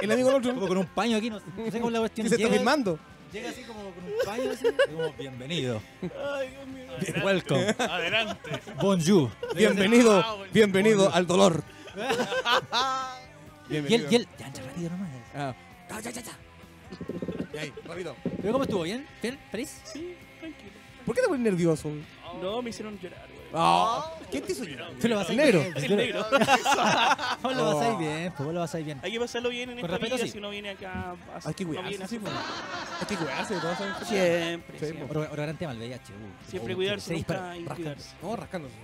[SPEAKER 1] el amigo del otro.
[SPEAKER 2] como con un paño aquí, no, no sé cómo es la cuestión.
[SPEAKER 1] que se está
[SPEAKER 2] Llega,
[SPEAKER 1] firmando.
[SPEAKER 2] llega así como con un paño así. y como, bienvenido.
[SPEAKER 3] Ay, Dios mío.
[SPEAKER 2] Welcome.
[SPEAKER 4] Adelante.
[SPEAKER 2] Bonjour.
[SPEAKER 1] Bienvenido,
[SPEAKER 4] Ah, bueno.
[SPEAKER 1] bienvenido al dolor.
[SPEAKER 2] Y él,
[SPEAKER 1] bienvenido.
[SPEAKER 2] y él, ya, ya, rápido nomás.
[SPEAKER 1] Ah. Ya, ya, ya, ya. Y ahí, rápido.
[SPEAKER 2] ¿Pero cómo estuvo? ¿Bien? ¿Bien? ¿Feliz?
[SPEAKER 3] Sí, tranquilo.
[SPEAKER 1] ¿Por qué te pones nervioso?
[SPEAKER 3] No, me hicieron llorar, güey.
[SPEAKER 1] Ah, ¿Quién te hizo llorar?
[SPEAKER 2] Tú lo vas a ir
[SPEAKER 1] Negro.
[SPEAKER 2] bien, tú
[SPEAKER 3] El
[SPEAKER 2] lo-
[SPEAKER 3] negro.
[SPEAKER 2] Vos lo vas a ir bien, pues vos lo vas a ir bien.
[SPEAKER 3] Hay que pasarlo bien en
[SPEAKER 2] Con
[SPEAKER 3] esta
[SPEAKER 2] respeto,
[SPEAKER 3] vida
[SPEAKER 2] sí.
[SPEAKER 3] si uno viene acá. a-
[SPEAKER 1] Hay que
[SPEAKER 3] no viene
[SPEAKER 1] cuidarse.
[SPEAKER 3] así,
[SPEAKER 1] sí,
[SPEAKER 3] pues.
[SPEAKER 1] pues. Hay que cuidarse de todas esas cosas.
[SPEAKER 3] Siempre,
[SPEAKER 1] Sí,
[SPEAKER 3] siempre.
[SPEAKER 2] Otro, otro gran tema, el VIH. uh,
[SPEAKER 3] Siempre
[SPEAKER 2] uh,
[SPEAKER 3] cuidarse,
[SPEAKER 2] se dispara,
[SPEAKER 3] nunca
[SPEAKER 2] rasca.
[SPEAKER 3] cuidarse.
[SPEAKER 1] No, rascándose.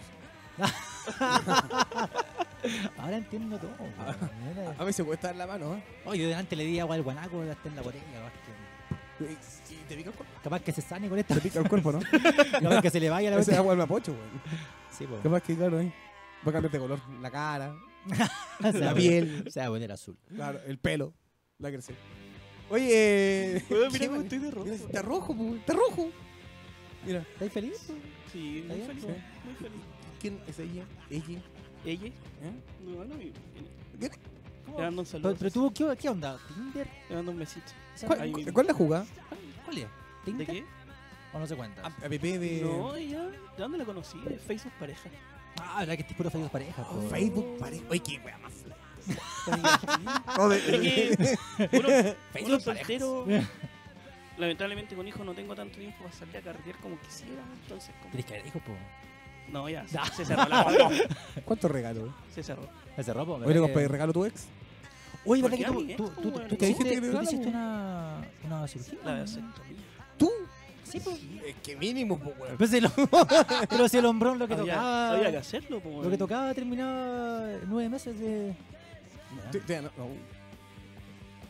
[SPEAKER 2] Ahora entiendo todo.
[SPEAKER 3] Ah.
[SPEAKER 2] weón.
[SPEAKER 1] A mí se puede estar en la mano, ¿eh?
[SPEAKER 2] Oh, yo delante le di agua al guanaco, hasta en la botella. Capaz que,
[SPEAKER 1] Y- Y te pica el cuerpo.
[SPEAKER 2] capaz que se sane con esta.
[SPEAKER 1] Te pica el cuerpo, ¿no?
[SPEAKER 2] capaz que se le vaya la
[SPEAKER 1] Ese
[SPEAKER 2] botella.
[SPEAKER 1] agua del mapocho, güey.
[SPEAKER 2] Sí, po.
[SPEAKER 1] Capaz que, claro, ahí. Va a cambiar de color. La cara,
[SPEAKER 2] Se va
[SPEAKER 1] la
[SPEAKER 2] a-
[SPEAKER 1] piel,
[SPEAKER 2] Se va a poner azul.
[SPEAKER 1] claro, el pelo. La crecer. Oye, eh.
[SPEAKER 3] Weón, mira
[SPEAKER 1] ¿qué,
[SPEAKER 3] cómo
[SPEAKER 1] güey?
[SPEAKER 3] estoy de rojo.
[SPEAKER 1] Mira, Está rojo, pues, está rojo. Mira,
[SPEAKER 2] ¿Estáis feliz? po?
[SPEAKER 3] Sí, muy
[SPEAKER 2] bien?
[SPEAKER 3] feliz.
[SPEAKER 1] Sí.
[SPEAKER 3] Muy feliz.
[SPEAKER 1] ¿quién es ella? ¿Ella?
[SPEAKER 3] ¿Ella?
[SPEAKER 1] ¿Eh?
[SPEAKER 3] No, no, y-
[SPEAKER 1] ¿Viene?
[SPEAKER 3] Le mando un
[SPEAKER 2] Pero,
[SPEAKER 3] saludo.
[SPEAKER 2] pero tú, ¿qué, qué onda? ¿Tinder?
[SPEAKER 3] Le mando un besito.
[SPEAKER 2] ¿Esa-
[SPEAKER 1] ¿Cuál,
[SPEAKER 3] Ahí
[SPEAKER 1] cu-
[SPEAKER 3] mismo.
[SPEAKER 1] cuál es la jugada?
[SPEAKER 2] ¿Cuál es?
[SPEAKER 3] ¿De
[SPEAKER 2] ¿Tinder?
[SPEAKER 3] qué?
[SPEAKER 2] ¿O no se cuenta?
[SPEAKER 1] A- App
[SPEAKER 2] eh,
[SPEAKER 1] de.
[SPEAKER 3] No, ella. ¿De dónde la conocí? De Facebook pareja.
[SPEAKER 2] Ah, verdad que este es puro Facebook pareja. po.
[SPEAKER 1] Oh, Facebook, pare. Oye, qué wea más.
[SPEAKER 3] Es que uno, uno
[SPEAKER 2] Facebook
[SPEAKER 3] soltero. Lamentablemente con hijos no tengo tanto tiempo para salir a carretear como quisiera. Entonces, como-
[SPEAKER 2] ¿Tienes que haber hijos, po?
[SPEAKER 3] no, ya.
[SPEAKER 2] Ya.
[SPEAKER 3] Se cerró la puerta.
[SPEAKER 1] ¿Cuántos regalos?
[SPEAKER 3] Se cerró.
[SPEAKER 2] ¿Ese ropa?
[SPEAKER 3] eh,
[SPEAKER 1] Oye, compadre, ¿regalo tu ex?
[SPEAKER 2] Oye,
[SPEAKER 3] ¿Por
[SPEAKER 2] ¿verdad que
[SPEAKER 3] qué a mí,
[SPEAKER 2] tú,
[SPEAKER 3] eh?
[SPEAKER 2] tú, tú,
[SPEAKER 3] Bueno,
[SPEAKER 2] tú
[SPEAKER 3] ¿qué
[SPEAKER 2] te hiciste,
[SPEAKER 1] dijiste que
[SPEAKER 2] tú te
[SPEAKER 1] regalo,
[SPEAKER 2] hiciste
[SPEAKER 1] po?
[SPEAKER 2] una, una cirugía?
[SPEAKER 3] La
[SPEAKER 2] ¿no?
[SPEAKER 3] vasectomía.
[SPEAKER 1] ¿Tú?
[SPEAKER 2] Sí, pues.
[SPEAKER 1] Es que mínimo, pues, weón.
[SPEAKER 2] Pero si, el, pero si el hombrón lo que
[SPEAKER 3] Había,
[SPEAKER 2] tocaba.
[SPEAKER 3] había que hacerlo, po,
[SPEAKER 2] Lo que
[SPEAKER 3] weón.
[SPEAKER 2] tocaba terminaba nueve meses de.
[SPEAKER 1] Te- te- no, no.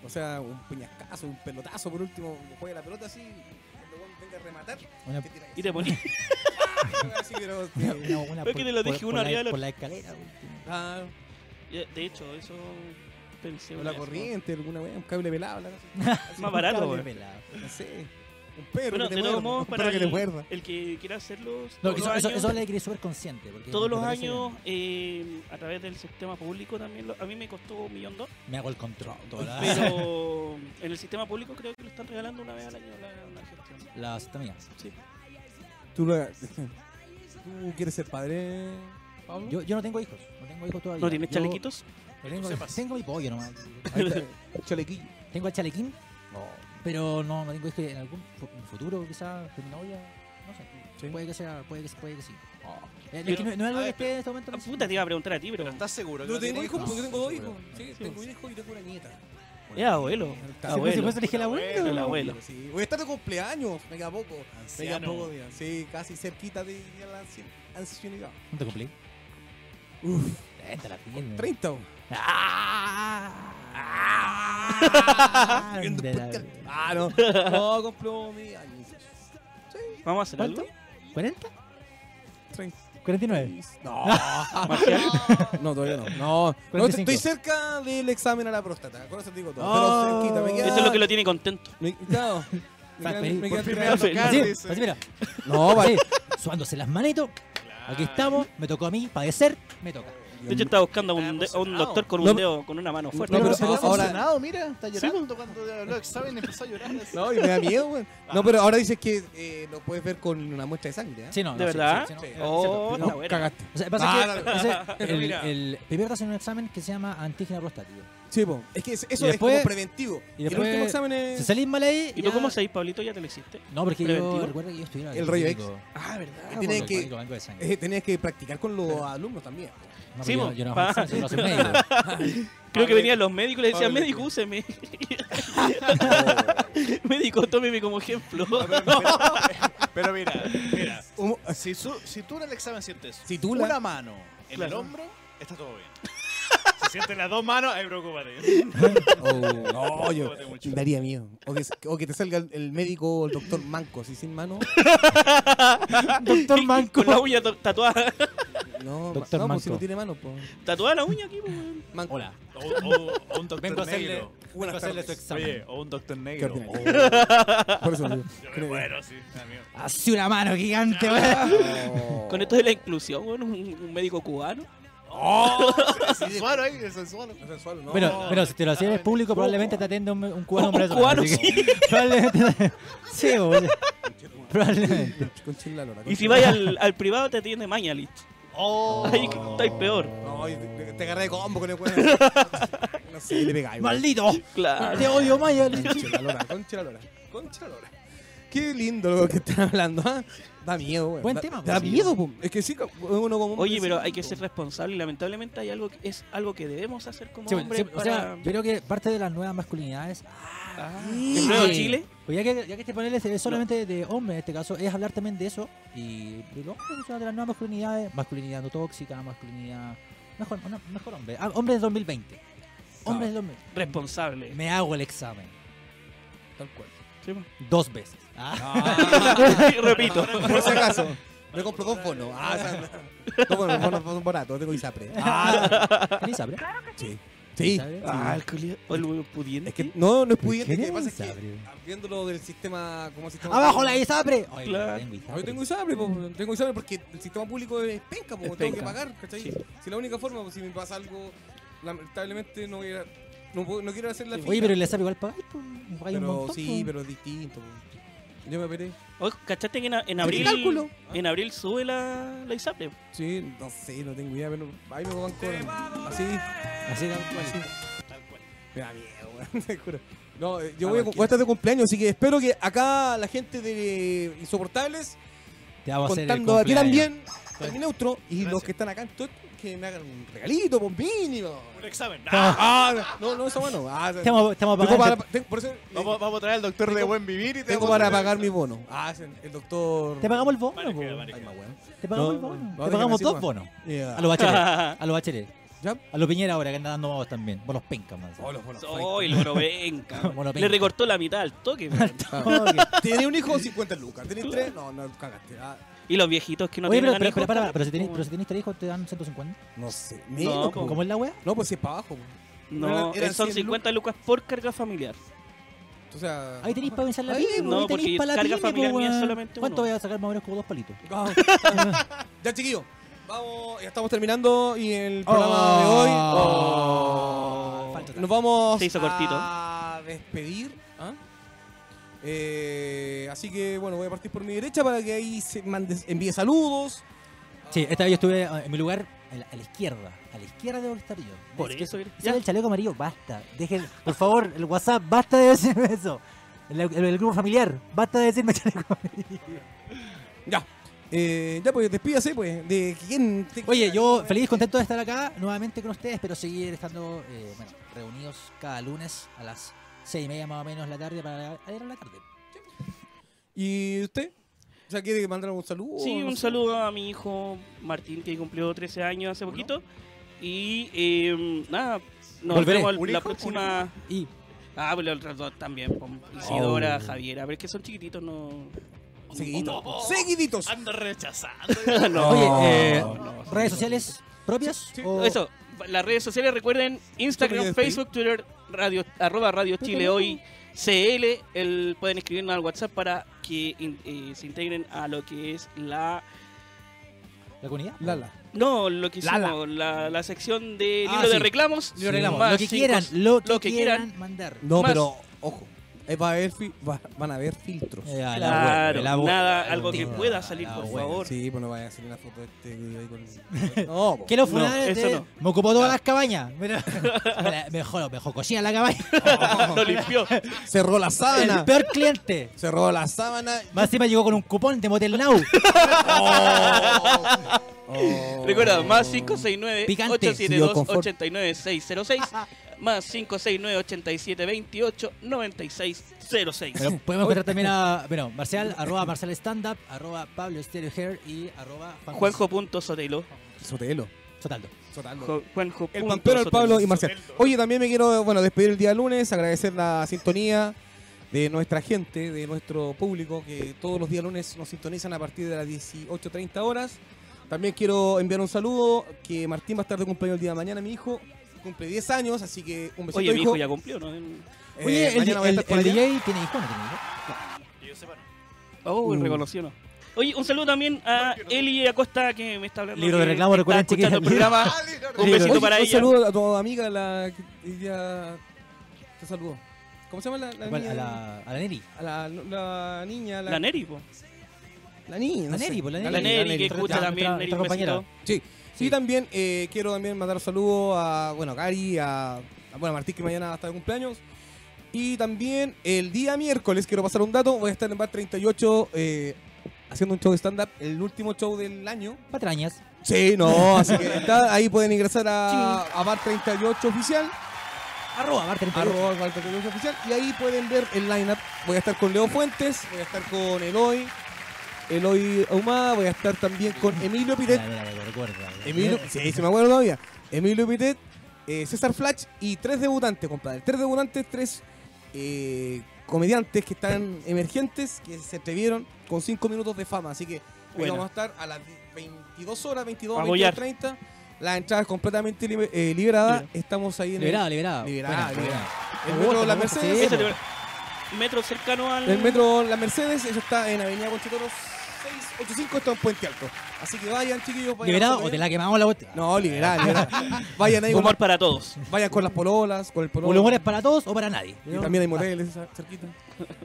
[SPEAKER 1] O sea, un puñascazo, un pelotazo por último, juega la pelota así, cuando el weón venga a rematar,
[SPEAKER 2] Una-
[SPEAKER 1] te tira ahí.
[SPEAKER 3] Y te ponía.
[SPEAKER 1] Así, pero,
[SPEAKER 2] una-
[SPEAKER 1] eh,
[SPEAKER 2] una- una
[SPEAKER 3] Creo que te lo dije, uno
[SPEAKER 2] la-
[SPEAKER 3] arriba del
[SPEAKER 2] por la escalera. güey.
[SPEAKER 1] ah,
[SPEAKER 3] De hecho, eso pensé.
[SPEAKER 1] o la
[SPEAKER 3] una vez,
[SPEAKER 1] corriente, alguna wea, un cable pelado, la cosa.
[SPEAKER 3] weón. Más barato,
[SPEAKER 2] Cable
[SPEAKER 3] weón.
[SPEAKER 2] pelado.
[SPEAKER 1] no sé. Un perro
[SPEAKER 3] Bueno,
[SPEAKER 1] que
[SPEAKER 3] de
[SPEAKER 1] te
[SPEAKER 3] todos
[SPEAKER 1] muerda,
[SPEAKER 3] modos,
[SPEAKER 1] un
[SPEAKER 3] para
[SPEAKER 1] perro que te muerda.
[SPEAKER 3] el, el que quiera hacerlo,
[SPEAKER 2] No,
[SPEAKER 3] todos
[SPEAKER 2] eso,
[SPEAKER 3] los
[SPEAKER 2] eso,
[SPEAKER 3] años,
[SPEAKER 2] eso le quería súper consciente. Porque
[SPEAKER 3] todos
[SPEAKER 2] me
[SPEAKER 3] los
[SPEAKER 2] parece
[SPEAKER 3] años, eh, a través del sistema público también, lo- a mí me costó un millón dos,
[SPEAKER 2] que Me hago el control. toda la-
[SPEAKER 3] pero en el sistema público creo que lo están regalando una vez al año la, la gestión.
[SPEAKER 2] La vasectomía.
[SPEAKER 3] Sí.
[SPEAKER 1] Tú, lo- ¿Tú quieres ser padre, Pablo?
[SPEAKER 2] Yo, yo no tengo hijos. No tengo hijos todavía.
[SPEAKER 3] ¿No tienes
[SPEAKER 2] Yo-
[SPEAKER 3] chalequitos?
[SPEAKER 2] yo Tengo,
[SPEAKER 4] No sepas.
[SPEAKER 2] tengo mi pollo nomás.
[SPEAKER 1] Ahí está, chalequillo.
[SPEAKER 2] Tengo el chalequín. Pero no, no tengo hijos. En algún fu- en futuro, quizás, con mi novia. No sé.
[SPEAKER 1] Sí.
[SPEAKER 2] Puede que sea, puede que, puede que sí. Eh, no,
[SPEAKER 3] Oh, Pero-
[SPEAKER 2] es que no, no es algo
[SPEAKER 4] a
[SPEAKER 2] que
[SPEAKER 4] ver,
[SPEAKER 2] esté en este momento.
[SPEAKER 3] Ah,
[SPEAKER 2] en mi-
[SPEAKER 3] puta, te iba a preguntar a ti, pero...
[SPEAKER 4] ¿Estás seguro? que
[SPEAKER 1] No tengo
[SPEAKER 4] tiene
[SPEAKER 1] hijos porque
[SPEAKER 2] No,
[SPEAKER 1] tengo dos
[SPEAKER 2] sí,
[SPEAKER 1] hijos.
[SPEAKER 2] bueno.
[SPEAKER 1] Sí, tengo un hijo y tengo una nieta.
[SPEAKER 3] Es abuelo.
[SPEAKER 1] Está-
[SPEAKER 2] Sí, pues, si
[SPEAKER 3] Abuelo.
[SPEAKER 2] fuese elegí el abuelo.
[SPEAKER 3] El abuelo.
[SPEAKER 1] Sí, voy a estar de cumpleaños, me queda poco. Me queda
[SPEAKER 4] Anciano.
[SPEAKER 1] poco, mira. Sí, casi cerquita de de la ancien- ancianidad.
[SPEAKER 2] ¿No te cumplí?
[SPEAKER 1] Uf,
[SPEAKER 2] Esta la tiene.
[SPEAKER 1] 30.
[SPEAKER 2] ¡Ah!
[SPEAKER 1] Viendo
[SPEAKER 2] De la-
[SPEAKER 1] podcast. Ah, no. No, compro mi año.
[SPEAKER 3] ¿Vamos a hacer
[SPEAKER 2] ¿Cuánto?
[SPEAKER 3] algo?
[SPEAKER 2] ¿40?
[SPEAKER 1] 30.
[SPEAKER 2] ¿49?
[SPEAKER 1] No,
[SPEAKER 3] Marcial.
[SPEAKER 1] no, todavía no. No, no,
[SPEAKER 2] 45.
[SPEAKER 1] estoy cerca del examen a la próstata. Con eso te digo todo.
[SPEAKER 2] Oh.
[SPEAKER 1] Pero cerquita, me queda.
[SPEAKER 3] Eso es lo que lo tiene contento.
[SPEAKER 1] Me, claro. Me
[SPEAKER 2] Está
[SPEAKER 1] queda-
[SPEAKER 2] feliz
[SPEAKER 1] me
[SPEAKER 2] por
[SPEAKER 1] queda
[SPEAKER 4] primera
[SPEAKER 1] tirado.
[SPEAKER 2] Así,
[SPEAKER 4] vez. dice.
[SPEAKER 2] así mira.
[SPEAKER 1] No, vale.
[SPEAKER 2] Sí, suándose las manitos.
[SPEAKER 4] Claro.
[SPEAKER 2] Aquí estamos. Me tocó a mí padecer. Me toca.
[SPEAKER 3] De hecho, estaba buscando a un, de- a un doctor con un
[SPEAKER 1] No,
[SPEAKER 3] dedo, con una mano fuerte.
[SPEAKER 1] No,
[SPEAKER 4] No,
[SPEAKER 1] pero
[SPEAKER 4] pero se lo ha
[SPEAKER 1] ahora-
[SPEAKER 4] funcionado, mira. Está llorando cuando habló de examen empezó a llorar. así.
[SPEAKER 1] No, y me da miedo, güey. No, pero ahora dices que eh, lo puedes ver con una muestra de sangre. ¿eh?
[SPEAKER 2] Sí, no.
[SPEAKER 3] ¿De
[SPEAKER 2] no, sí,
[SPEAKER 3] verdad?
[SPEAKER 2] sí, sí, no,
[SPEAKER 1] Sí.
[SPEAKER 2] eh,
[SPEAKER 3] Oh,
[SPEAKER 2] sí, no.
[SPEAKER 3] está bueno.
[SPEAKER 1] Cagaste.
[SPEAKER 2] O sea, pasa
[SPEAKER 1] Ah,
[SPEAKER 2] que ese- el,
[SPEAKER 4] mira.
[SPEAKER 2] el- primero te hacen un examen que se llama antígeno prostático.
[SPEAKER 1] Sí, po. es que es- eso
[SPEAKER 2] después-
[SPEAKER 1] es como preventivo.
[SPEAKER 2] y
[SPEAKER 1] Y, el
[SPEAKER 2] después-
[SPEAKER 1] último examen es.
[SPEAKER 2] Si salís mal ahí.
[SPEAKER 3] ¿Y
[SPEAKER 2] ya-
[SPEAKER 3] tú cómo sabes, Pablito? ¿Ya te lo hiciste?
[SPEAKER 2] No, porque
[SPEAKER 3] ¿Preventivo?
[SPEAKER 2] yo recuerdo que yo estuviera.
[SPEAKER 1] El rollo
[SPEAKER 2] ex.
[SPEAKER 3] Ah, ¿verdad?
[SPEAKER 1] Tiene
[SPEAKER 2] Tienen
[SPEAKER 1] que-
[SPEAKER 2] que. Banco de sangre.
[SPEAKER 1] eh, tenías que practicar con los alumnos también.
[SPEAKER 2] No,
[SPEAKER 3] Sí,
[SPEAKER 2] pero
[SPEAKER 3] vos.
[SPEAKER 2] yo, yo no
[SPEAKER 3] Pa.
[SPEAKER 2] soy- no soy médico.
[SPEAKER 3] Creo que
[SPEAKER 1] Pablo-
[SPEAKER 3] venían los médicos y le decían,
[SPEAKER 1] Pablo-
[SPEAKER 3] médico, úseme. médico, tómeme como ejemplo.
[SPEAKER 1] Pero, pero-
[SPEAKER 4] Pero mira, mira. Si, su- si tú en el examen sientes
[SPEAKER 1] Si tú la-
[SPEAKER 4] una mano en el
[SPEAKER 3] Claro.
[SPEAKER 4] hombro, está todo bien. Si sientes las dos manos, ahí preocúpate.
[SPEAKER 1] Oh, no, yo
[SPEAKER 4] Preocúpate mucho.
[SPEAKER 1] me daría miedo. O que, o que te salga el, el médico o el doctor manco, si sin mano.
[SPEAKER 2] Doctor Manco.
[SPEAKER 3] Con la uña to- tatuada.
[SPEAKER 1] No,
[SPEAKER 2] Doctor
[SPEAKER 1] no, pues si
[SPEAKER 2] manco.
[SPEAKER 1] no tiene mano, pues.
[SPEAKER 3] Tatuada la uña aquí, po, weón.
[SPEAKER 1] Manco.
[SPEAKER 2] Hola.
[SPEAKER 4] O, o- o un doctor
[SPEAKER 2] Vengo a hacerle,
[SPEAKER 4] negro.
[SPEAKER 2] vengo a hacerle tu examen.
[SPEAKER 4] Oye, o un doctor
[SPEAKER 1] Qué
[SPEAKER 4] negro.
[SPEAKER 1] ordinario.
[SPEAKER 4] O-
[SPEAKER 1] Por eso lo digo.
[SPEAKER 4] Yo me muero, sí. amigo.
[SPEAKER 2] Hace una mano gigante, weón.
[SPEAKER 1] Oh.
[SPEAKER 3] Con esto de la inclusión, weón, un, un médico cubano.
[SPEAKER 4] ¡Oh! Es sensual ahí, es sensual.
[SPEAKER 1] Sensual, no.
[SPEAKER 2] Bueno, pero si te lo hacías en público, probablemente te atienda un, un cubano.
[SPEAKER 3] Un
[SPEAKER 2] brazo,
[SPEAKER 3] cubano,
[SPEAKER 2] así que
[SPEAKER 3] sí.
[SPEAKER 2] Probablemente. Sí, weón. Probablemente.
[SPEAKER 1] Concha de la lora,
[SPEAKER 3] Y si
[SPEAKER 1] concha de
[SPEAKER 3] vais al, al privado, te atiende Mañalich.
[SPEAKER 4] ¡Oh!
[SPEAKER 3] Ahí estáis peor.
[SPEAKER 1] la- No, y te, te agarré de combo con el weón. No sé, le pegáis. weón.
[SPEAKER 2] ¡Maldito!
[SPEAKER 3] Claro.
[SPEAKER 2] ¡Te odio, Maya!
[SPEAKER 1] Concha la lora, concha la lora, concha la lora. Qué lindo lo que están hablando, ¿ah? Da miedo, weón.
[SPEAKER 2] Buen
[SPEAKER 1] Da-
[SPEAKER 2] tema,
[SPEAKER 1] Da
[SPEAKER 2] pues, sí.
[SPEAKER 1] miedo, pum. Es que sí, co- uno como
[SPEAKER 3] Oye, pero hay que ser responsable y lamentablemente hay algo que, es algo que debemos hacer como
[SPEAKER 2] Sí, bueno,
[SPEAKER 3] hombres
[SPEAKER 2] sí, o sea,
[SPEAKER 3] para...
[SPEAKER 2] yo creo que parte de las nuevas masculinidades.
[SPEAKER 3] ¿El nuevo Chile?
[SPEAKER 2] Pues ya que, ya que este panel es- es solamente de hombres en este caso, es hablar también de eso. Y de los hombres, o sea, de las nuevas masculinidades. Masculinidad no tóxica, masculinidad. Mejor, no, mejor hombre. Ah, hombres del 2020.
[SPEAKER 3] Ah.
[SPEAKER 2] Hombres del 2020.
[SPEAKER 3] Responsable.
[SPEAKER 2] Me hago el examen.
[SPEAKER 1] Tal cual.
[SPEAKER 2] Dos veces. Ah.
[SPEAKER 3] Y repito.
[SPEAKER 1] Por si acaso, me compro dos bonos. Ah, o sea, dos bonos, bonos, bonos baratos, tengo ISAPRE.
[SPEAKER 2] ¿Tenéis hambre?
[SPEAKER 1] sí. Sí.
[SPEAKER 2] Ah, ¿Isapre?
[SPEAKER 1] Ah, el-
[SPEAKER 3] O el weón pudiente.
[SPEAKER 1] es que no, no es pudiente.
[SPEAKER 2] ¿Qué
[SPEAKER 1] Lo que pasa es que,
[SPEAKER 2] ISAPRE?
[SPEAKER 1] viéndolo del sistema, como sistema
[SPEAKER 2] ¡Abajo
[SPEAKER 1] público-
[SPEAKER 2] la ISAPRE! Oye,
[SPEAKER 3] Claro.
[SPEAKER 2] tengo ISAPRE.
[SPEAKER 1] Yo tengo ISAPRE, po, tengo ISAPRE porque el sistema público es penca, po, tengo
[SPEAKER 3] Es
[SPEAKER 1] que
[SPEAKER 3] penca.
[SPEAKER 1] pagar, ¿cachai?
[SPEAKER 3] Sí.
[SPEAKER 1] Si la única forma, pues, si me pasa algo, lamentablemente no voy a, no, puedo- no quiero hacer la fila.
[SPEAKER 2] Oye, pero el ISAPRE igual pagáis. pues, pagáis un
[SPEAKER 1] Pero
[SPEAKER 2] montón,
[SPEAKER 1] sí,
[SPEAKER 2] pues.
[SPEAKER 1] pero es distinto. po. Yo me operé.
[SPEAKER 3] Oye, ¿Cachaste que en, en abril...
[SPEAKER 1] cálculo?
[SPEAKER 3] En abril sube la, la ISAPRE.
[SPEAKER 1] Sí, no sé, no tengo idea, pero ahí me coman con. Así.
[SPEAKER 2] Así tal cual.
[SPEAKER 1] Me da miedo, weón, te juro. No, eh,
[SPEAKER 2] Ah,
[SPEAKER 1] yo voy a cuestas de cumpleaños, así que espero que acá la gente de Insoportables,
[SPEAKER 2] Te vamos a hacer el
[SPEAKER 1] contando a ti
[SPEAKER 2] cumpleaños.
[SPEAKER 1] también, a mi neutro, y los
[SPEAKER 4] Gracias.
[SPEAKER 1] que están acá, entonces, que me hagan un regalito, por mínimo.
[SPEAKER 4] Un examen.
[SPEAKER 1] Ah, no, no, eso bueno. Ah,
[SPEAKER 2] Te vamos, te vamos a
[SPEAKER 1] tengo
[SPEAKER 2] pagar.
[SPEAKER 1] para, tengo, por eso,
[SPEAKER 4] Vamos, vamos a traer al doctor de
[SPEAKER 1] Tengo-
[SPEAKER 4] buen vivir y te
[SPEAKER 1] tengo
[SPEAKER 4] vamos a
[SPEAKER 1] para
[SPEAKER 4] hacer un
[SPEAKER 1] pagar mi
[SPEAKER 4] examen.
[SPEAKER 1] bono. Ah, es el, el doctor.
[SPEAKER 2] Te pagamos el bono,
[SPEAKER 4] Vale,
[SPEAKER 2] po.
[SPEAKER 4] queda, vale,
[SPEAKER 1] Ay, más weón.
[SPEAKER 2] Te pagamos
[SPEAKER 1] No,
[SPEAKER 2] el bono.
[SPEAKER 1] no,
[SPEAKER 2] Te pagamos
[SPEAKER 1] déjame
[SPEAKER 2] dos
[SPEAKER 1] así nomás.
[SPEAKER 2] bonos.
[SPEAKER 1] Yeah.
[SPEAKER 2] A los bachelet. A los bachelet.
[SPEAKER 1] Ya.
[SPEAKER 2] A los piñera ahora que andan dando bonos también. Bonos pencas más.
[SPEAKER 1] Oh, los bonos.
[SPEAKER 3] Soy el Borovenca.
[SPEAKER 2] Mono penca.
[SPEAKER 3] Le recortó la mitad al toque. weón.
[SPEAKER 1] Ah. Tiene un hijo 50 lucas, tiene tres, no, no cagaste. Ah,
[SPEAKER 3] y los viejitos que no
[SPEAKER 2] Oye, pero, pero,
[SPEAKER 3] tienen
[SPEAKER 2] pero,
[SPEAKER 3] hijos,
[SPEAKER 2] para, para, pero si
[SPEAKER 3] también,
[SPEAKER 2] tenéis pero si tenéis tres hijos te dan 150.
[SPEAKER 1] no sé.
[SPEAKER 3] No,
[SPEAKER 1] Menos,
[SPEAKER 3] po.
[SPEAKER 1] po.
[SPEAKER 2] ¿Cómo es la wea?
[SPEAKER 1] no, pues si es para abajo. po.
[SPEAKER 3] No,
[SPEAKER 1] Eran- eran
[SPEAKER 3] son
[SPEAKER 1] 100
[SPEAKER 3] 50 lucas por carga familiar.
[SPEAKER 1] O sea.
[SPEAKER 2] Ahí tenéis para pensar la
[SPEAKER 1] Ahí, pues,
[SPEAKER 2] pyme,
[SPEAKER 3] no,
[SPEAKER 2] ahí
[SPEAKER 3] porque
[SPEAKER 2] tenéis para la
[SPEAKER 3] carga
[SPEAKER 2] pyme, po,
[SPEAKER 3] familiar mía es
[SPEAKER 2] weón.
[SPEAKER 3] solamente
[SPEAKER 2] ¿Cuánto
[SPEAKER 3] uno.
[SPEAKER 2] voy a sacar más o menos como dos palitos?
[SPEAKER 1] Vamos. ya, chiquillos. Vamos, ya estamos terminando y el programa de hoy.
[SPEAKER 2] Oh. Falta tanto.
[SPEAKER 1] Nos vamos
[SPEAKER 3] Se hizo cortito.
[SPEAKER 1] a despedir. ¿ah? Eh, así que bueno, voy a partir por mi derecha para que ahí se mande- envíe saludos.
[SPEAKER 2] Sí, esta vez yo estuve eh, en mi lugar a la, a la izquierda. A la izquierda debo estar yo.
[SPEAKER 3] Por
[SPEAKER 2] Es que-
[SPEAKER 3] eso eres-
[SPEAKER 2] Sabe el chaleco amarillo? Basta. Dejen, por favor, el WhatsApp, basta de decirme eso. El, el- el grupo familiar, basta de decirme chaleco amarillo.
[SPEAKER 1] Ya. Eh, ya, pues despídase, pues. De quién te-
[SPEAKER 2] Oye, yo feliz, contento de estar acá nuevamente con ustedes, pero seguir estando eh, bueno, reunidos cada lunes a las seis y media más o menos de la tarde para a la tarde.
[SPEAKER 1] ¿Y usted? O sea, ¿quiere mandar algún
[SPEAKER 2] Oh,
[SPEAKER 1] saludo?
[SPEAKER 3] Sí,
[SPEAKER 1] No
[SPEAKER 3] un
[SPEAKER 1] sé.
[SPEAKER 3] saludo a mi hijo Martín, que cumplió 13 años hace poquito. Y eh, nada, nos
[SPEAKER 2] Volveré.
[SPEAKER 3] vemos
[SPEAKER 4] ¿Un
[SPEAKER 3] la
[SPEAKER 4] hijo?
[SPEAKER 3] próxima.
[SPEAKER 2] Y
[SPEAKER 3] Ah, pues los otros dos también, con Isidora,
[SPEAKER 2] Oh.
[SPEAKER 3] Javiera. Pero es que son chiquititos, no.
[SPEAKER 1] Seguiditos.
[SPEAKER 4] No.
[SPEAKER 1] Seguiditos.
[SPEAKER 4] Ando rechazando.
[SPEAKER 3] No.
[SPEAKER 2] oye, eh, redes sociales propias
[SPEAKER 1] Sí,
[SPEAKER 2] o
[SPEAKER 3] Eso, las redes sociales recuerden:
[SPEAKER 1] Yo me
[SPEAKER 3] Instagram,
[SPEAKER 1] voy a
[SPEAKER 3] Facebook, Twitter, radio, arroba Radio Chile Hoy, CL. el- pueden escribirnos al WhatsApp para que in- eh, se integren a lo que es la.
[SPEAKER 2] la comunidad.
[SPEAKER 1] Lala.
[SPEAKER 3] No, lo que hicimos,
[SPEAKER 2] Lala.
[SPEAKER 3] la, la sección de
[SPEAKER 2] Ah,
[SPEAKER 3] libro de
[SPEAKER 2] sí.
[SPEAKER 3] reclamos.
[SPEAKER 2] Lo arreglamos.
[SPEAKER 3] Más
[SPEAKER 2] Lo que
[SPEAKER 3] cinco-
[SPEAKER 2] quieran, lo que,
[SPEAKER 3] lo que
[SPEAKER 2] quieran,
[SPEAKER 3] quieran.
[SPEAKER 2] mandar.
[SPEAKER 1] No,
[SPEAKER 3] Más-
[SPEAKER 1] pero ojo. eh, va a haber fi- va- van a haber filtros.
[SPEAKER 2] Eh, a la
[SPEAKER 3] Claro,
[SPEAKER 2] web, la web,
[SPEAKER 3] nada,
[SPEAKER 2] la
[SPEAKER 3] algo que
[SPEAKER 2] web,
[SPEAKER 3] pueda salir,
[SPEAKER 2] la
[SPEAKER 3] por
[SPEAKER 2] web.
[SPEAKER 3] favor.
[SPEAKER 1] Ah, Sí, pues no vaya a salir una foto de este video ahí con. No, po.
[SPEAKER 2] Que los
[SPEAKER 3] No,
[SPEAKER 2] funerales
[SPEAKER 3] eso
[SPEAKER 2] de-
[SPEAKER 3] no.
[SPEAKER 2] me ocupó todas las cabañas. Mira. Me la- mejor, mejor cocina la cabaña.
[SPEAKER 3] Lo limpió.
[SPEAKER 1] Cerró la sábana.
[SPEAKER 2] El peor cliente.
[SPEAKER 1] Cerró la sábana.
[SPEAKER 2] Más encima llegó con un cupón de Motel Now. Oh.
[SPEAKER 3] Recuerda, más 569-872-89606. más 569-8728-9606.
[SPEAKER 2] Pero podemos encontrar también a. Bueno, Marcial, arroba Marcial Stand Up, arroba Pablo Stereo Hair y arroba Juan
[SPEAKER 3] Juanjo.sotelo.
[SPEAKER 1] Sotelo.
[SPEAKER 2] Sotaldo.
[SPEAKER 1] Sotaldo.
[SPEAKER 3] Jo- Juanjo.
[SPEAKER 1] El Pampero, el Pablo y Marcial. Oye, también me quiero bueno, despedir el día lunes, agradecer la sintonía de nuestra gente, de nuestro público, que todos los días lunes nos sintonizan a partir de las 18.30 horas. También quiero enviar un saludo, que Martín va a estar de cumpleaños el día de mañana, mi hijo. Cumple 10 años, así que
[SPEAKER 2] Pues
[SPEAKER 1] un besito,
[SPEAKER 3] Oye, mi hijo ya cumplió, ¿no?
[SPEAKER 1] Eh,
[SPEAKER 2] Oye, el,
[SPEAKER 1] mañana voy a
[SPEAKER 2] el-
[SPEAKER 1] estar por
[SPEAKER 2] el
[SPEAKER 1] allá.
[SPEAKER 2] DJ tiene hijo, ¿no tiene hijo?
[SPEAKER 4] Que yo sepa, no.
[SPEAKER 3] Oh,
[SPEAKER 1] Mm.
[SPEAKER 3] reconoció, ¿no? Oye, un saludo también a Eli Acosta que me está hablando.
[SPEAKER 2] Libro de
[SPEAKER 3] que
[SPEAKER 2] reclamo,
[SPEAKER 3] está
[SPEAKER 2] recuerden,
[SPEAKER 3] escuchando el
[SPEAKER 2] chiquillos.
[SPEAKER 3] programa. Un
[SPEAKER 2] Libro.
[SPEAKER 3] besito
[SPEAKER 1] Oye,
[SPEAKER 3] para
[SPEAKER 1] un
[SPEAKER 3] ella.
[SPEAKER 1] saludo a tu amiga, la que hoy día te saludó. ¿Cómo se llama la, la
[SPEAKER 2] Igual
[SPEAKER 1] niña?
[SPEAKER 2] a la, a la Neri.
[SPEAKER 1] A la, la niña, la,
[SPEAKER 3] La Neri, po.
[SPEAKER 1] la niña. no
[SPEAKER 2] La
[SPEAKER 1] sé.
[SPEAKER 2] Neri, pues, la Neri.
[SPEAKER 3] La Neri, que
[SPEAKER 2] nuestra-
[SPEAKER 3] escucha también,
[SPEAKER 2] nuestra-
[SPEAKER 3] Neri,
[SPEAKER 2] nuestra
[SPEAKER 3] un
[SPEAKER 2] compañera.
[SPEAKER 1] Sí.
[SPEAKER 3] besito.
[SPEAKER 1] Y también eh, quiero también mandar saludos a, bueno, a Cari, a, a, bueno, a Martín que mañana está de cumpleaños. Y también el día miércoles, quiero pasar un dato, voy a estar en Bar 38 eh, haciendo un show de stand-up, el último show del año.
[SPEAKER 2] Patrañas.
[SPEAKER 1] Sí, no, así que está, ahí pueden ingresar a, a Bar 38 oficial.
[SPEAKER 2] Arroba, Bar 38.
[SPEAKER 1] arroba Bar 38 oficial y ahí pueden ver el lineup. Voy a estar con Leo Fuentes, voy a estar con Eloy, Eloy Ahumada, voy a estar también con Emilio Piret,
[SPEAKER 2] Mira, mira, mira, recuerda.
[SPEAKER 1] Emilio,
[SPEAKER 2] Mira.
[SPEAKER 1] sí, sí me acuerdo todavía. Emilio Pitet, eh, César Flash y tres debutantes, compadre. Tres debutantes, tres eh, comediantes que están emergentes, que se atrevieron con cinco minutos de fama. Así que ahí
[SPEAKER 3] Buena.
[SPEAKER 1] vamos a estar a las 22 horas, 22,
[SPEAKER 3] A apoyar.
[SPEAKER 1] 30. La entrada es completamente libe- eh, liberada.
[SPEAKER 3] Libera.
[SPEAKER 1] Estamos ahí en
[SPEAKER 2] Liberada, liberada.
[SPEAKER 1] Liberada,
[SPEAKER 2] Buena,
[SPEAKER 1] liberada. el, el
[SPEAKER 2] Me
[SPEAKER 1] metro
[SPEAKER 2] gusta,
[SPEAKER 1] La
[SPEAKER 2] me gusta,
[SPEAKER 1] Mercedes.
[SPEAKER 2] sí.
[SPEAKER 3] Ese te- Metro cercano al.
[SPEAKER 1] El metro La Mercedes, eso está en Avenida Conchitoros 685, está en Puente Alto. Así que vayan, chiquillos. vayan a
[SPEAKER 2] Liberado o
[SPEAKER 1] apoyar.
[SPEAKER 2] te la quemamos la botella.
[SPEAKER 1] No, liberal, liberal. Vayan ahí con
[SPEAKER 3] Humor para todos.
[SPEAKER 1] Vayan con las pololas, con el
[SPEAKER 2] O el
[SPEAKER 1] pololo.
[SPEAKER 2] humor es para todos o para nadie.
[SPEAKER 1] Y también hay moteles esa- cerquita.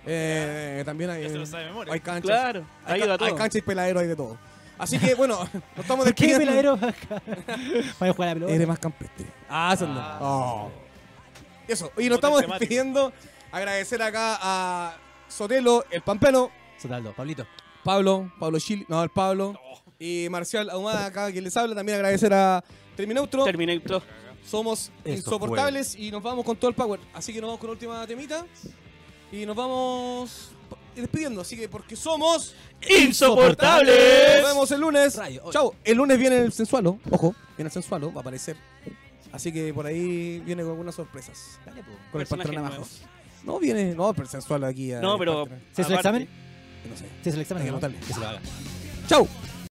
[SPEAKER 1] Eh, también hay,
[SPEAKER 4] Ya se lo sabe de memoria.
[SPEAKER 1] hay canchas.
[SPEAKER 3] Claro,
[SPEAKER 1] hay,
[SPEAKER 3] ayuda a
[SPEAKER 1] ca- hay
[SPEAKER 3] todos.
[SPEAKER 1] canchas y peladero, hay de todo. Así que bueno, nos estamos
[SPEAKER 2] ¿Por qué
[SPEAKER 1] despidiendo.
[SPEAKER 2] peladero? Vaya a jugar a la pelota.
[SPEAKER 1] Eres más campestre. Ah, eso no. Oh. Eso, y nos
[SPEAKER 4] Motel
[SPEAKER 1] estamos
[SPEAKER 4] temático.
[SPEAKER 1] despidiendo. Agradecer acá a Sotelo, el Pampelo,
[SPEAKER 2] Sotaldo, Pablito.
[SPEAKER 1] Pablo, Pablo Chile, no, el Pablo.
[SPEAKER 4] Oh.
[SPEAKER 1] Y Marcial Ahumada acá quien les habla. También agradecer a Termineutro.
[SPEAKER 3] Terminator.
[SPEAKER 1] Somos
[SPEAKER 2] Eso
[SPEAKER 1] insoportables y nos vamos con todo el power. Así que nos vamos con la última temita. Y nos vamos despidiendo. Así que porque somos.
[SPEAKER 3] ¡Insoportables!
[SPEAKER 1] Nos vemos el lunes.
[SPEAKER 2] Radio Hoy.
[SPEAKER 1] Chao. El lunes viene el sensualo. Ojo, viene el sensualo, va a aparecer. Así que por ahí viene con algunas sorpresas.
[SPEAKER 2] Dale, po.
[SPEAKER 1] Con el
[SPEAKER 3] Personajes
[SPEAKER 1] patrón abajo.
[SPEAKER 3] nuevos.
[SPEAKER 1] No viene, no, pero el sensualo aquí. a-
[SPEAKER 3] No,
[SPEAKER 1] el
[SPEAKER 3] pero.
[SPEAKER 1] patrón,
[SPEAKER 2] ¿Se hizo el
[SPEAKER 3] aparte-
[SPEAKER 2] examen?
[SPEAKER 1] No sé.
[SPEAKER 2] ¿Se hizo el examen?
[SPEAKER 1] Hay que
[SPEAKER 2] ¿no?
[SPEAKER 1] votarle.
[SPEAKER 2] Que se lo haga.
[SPEAKER 1] Chao.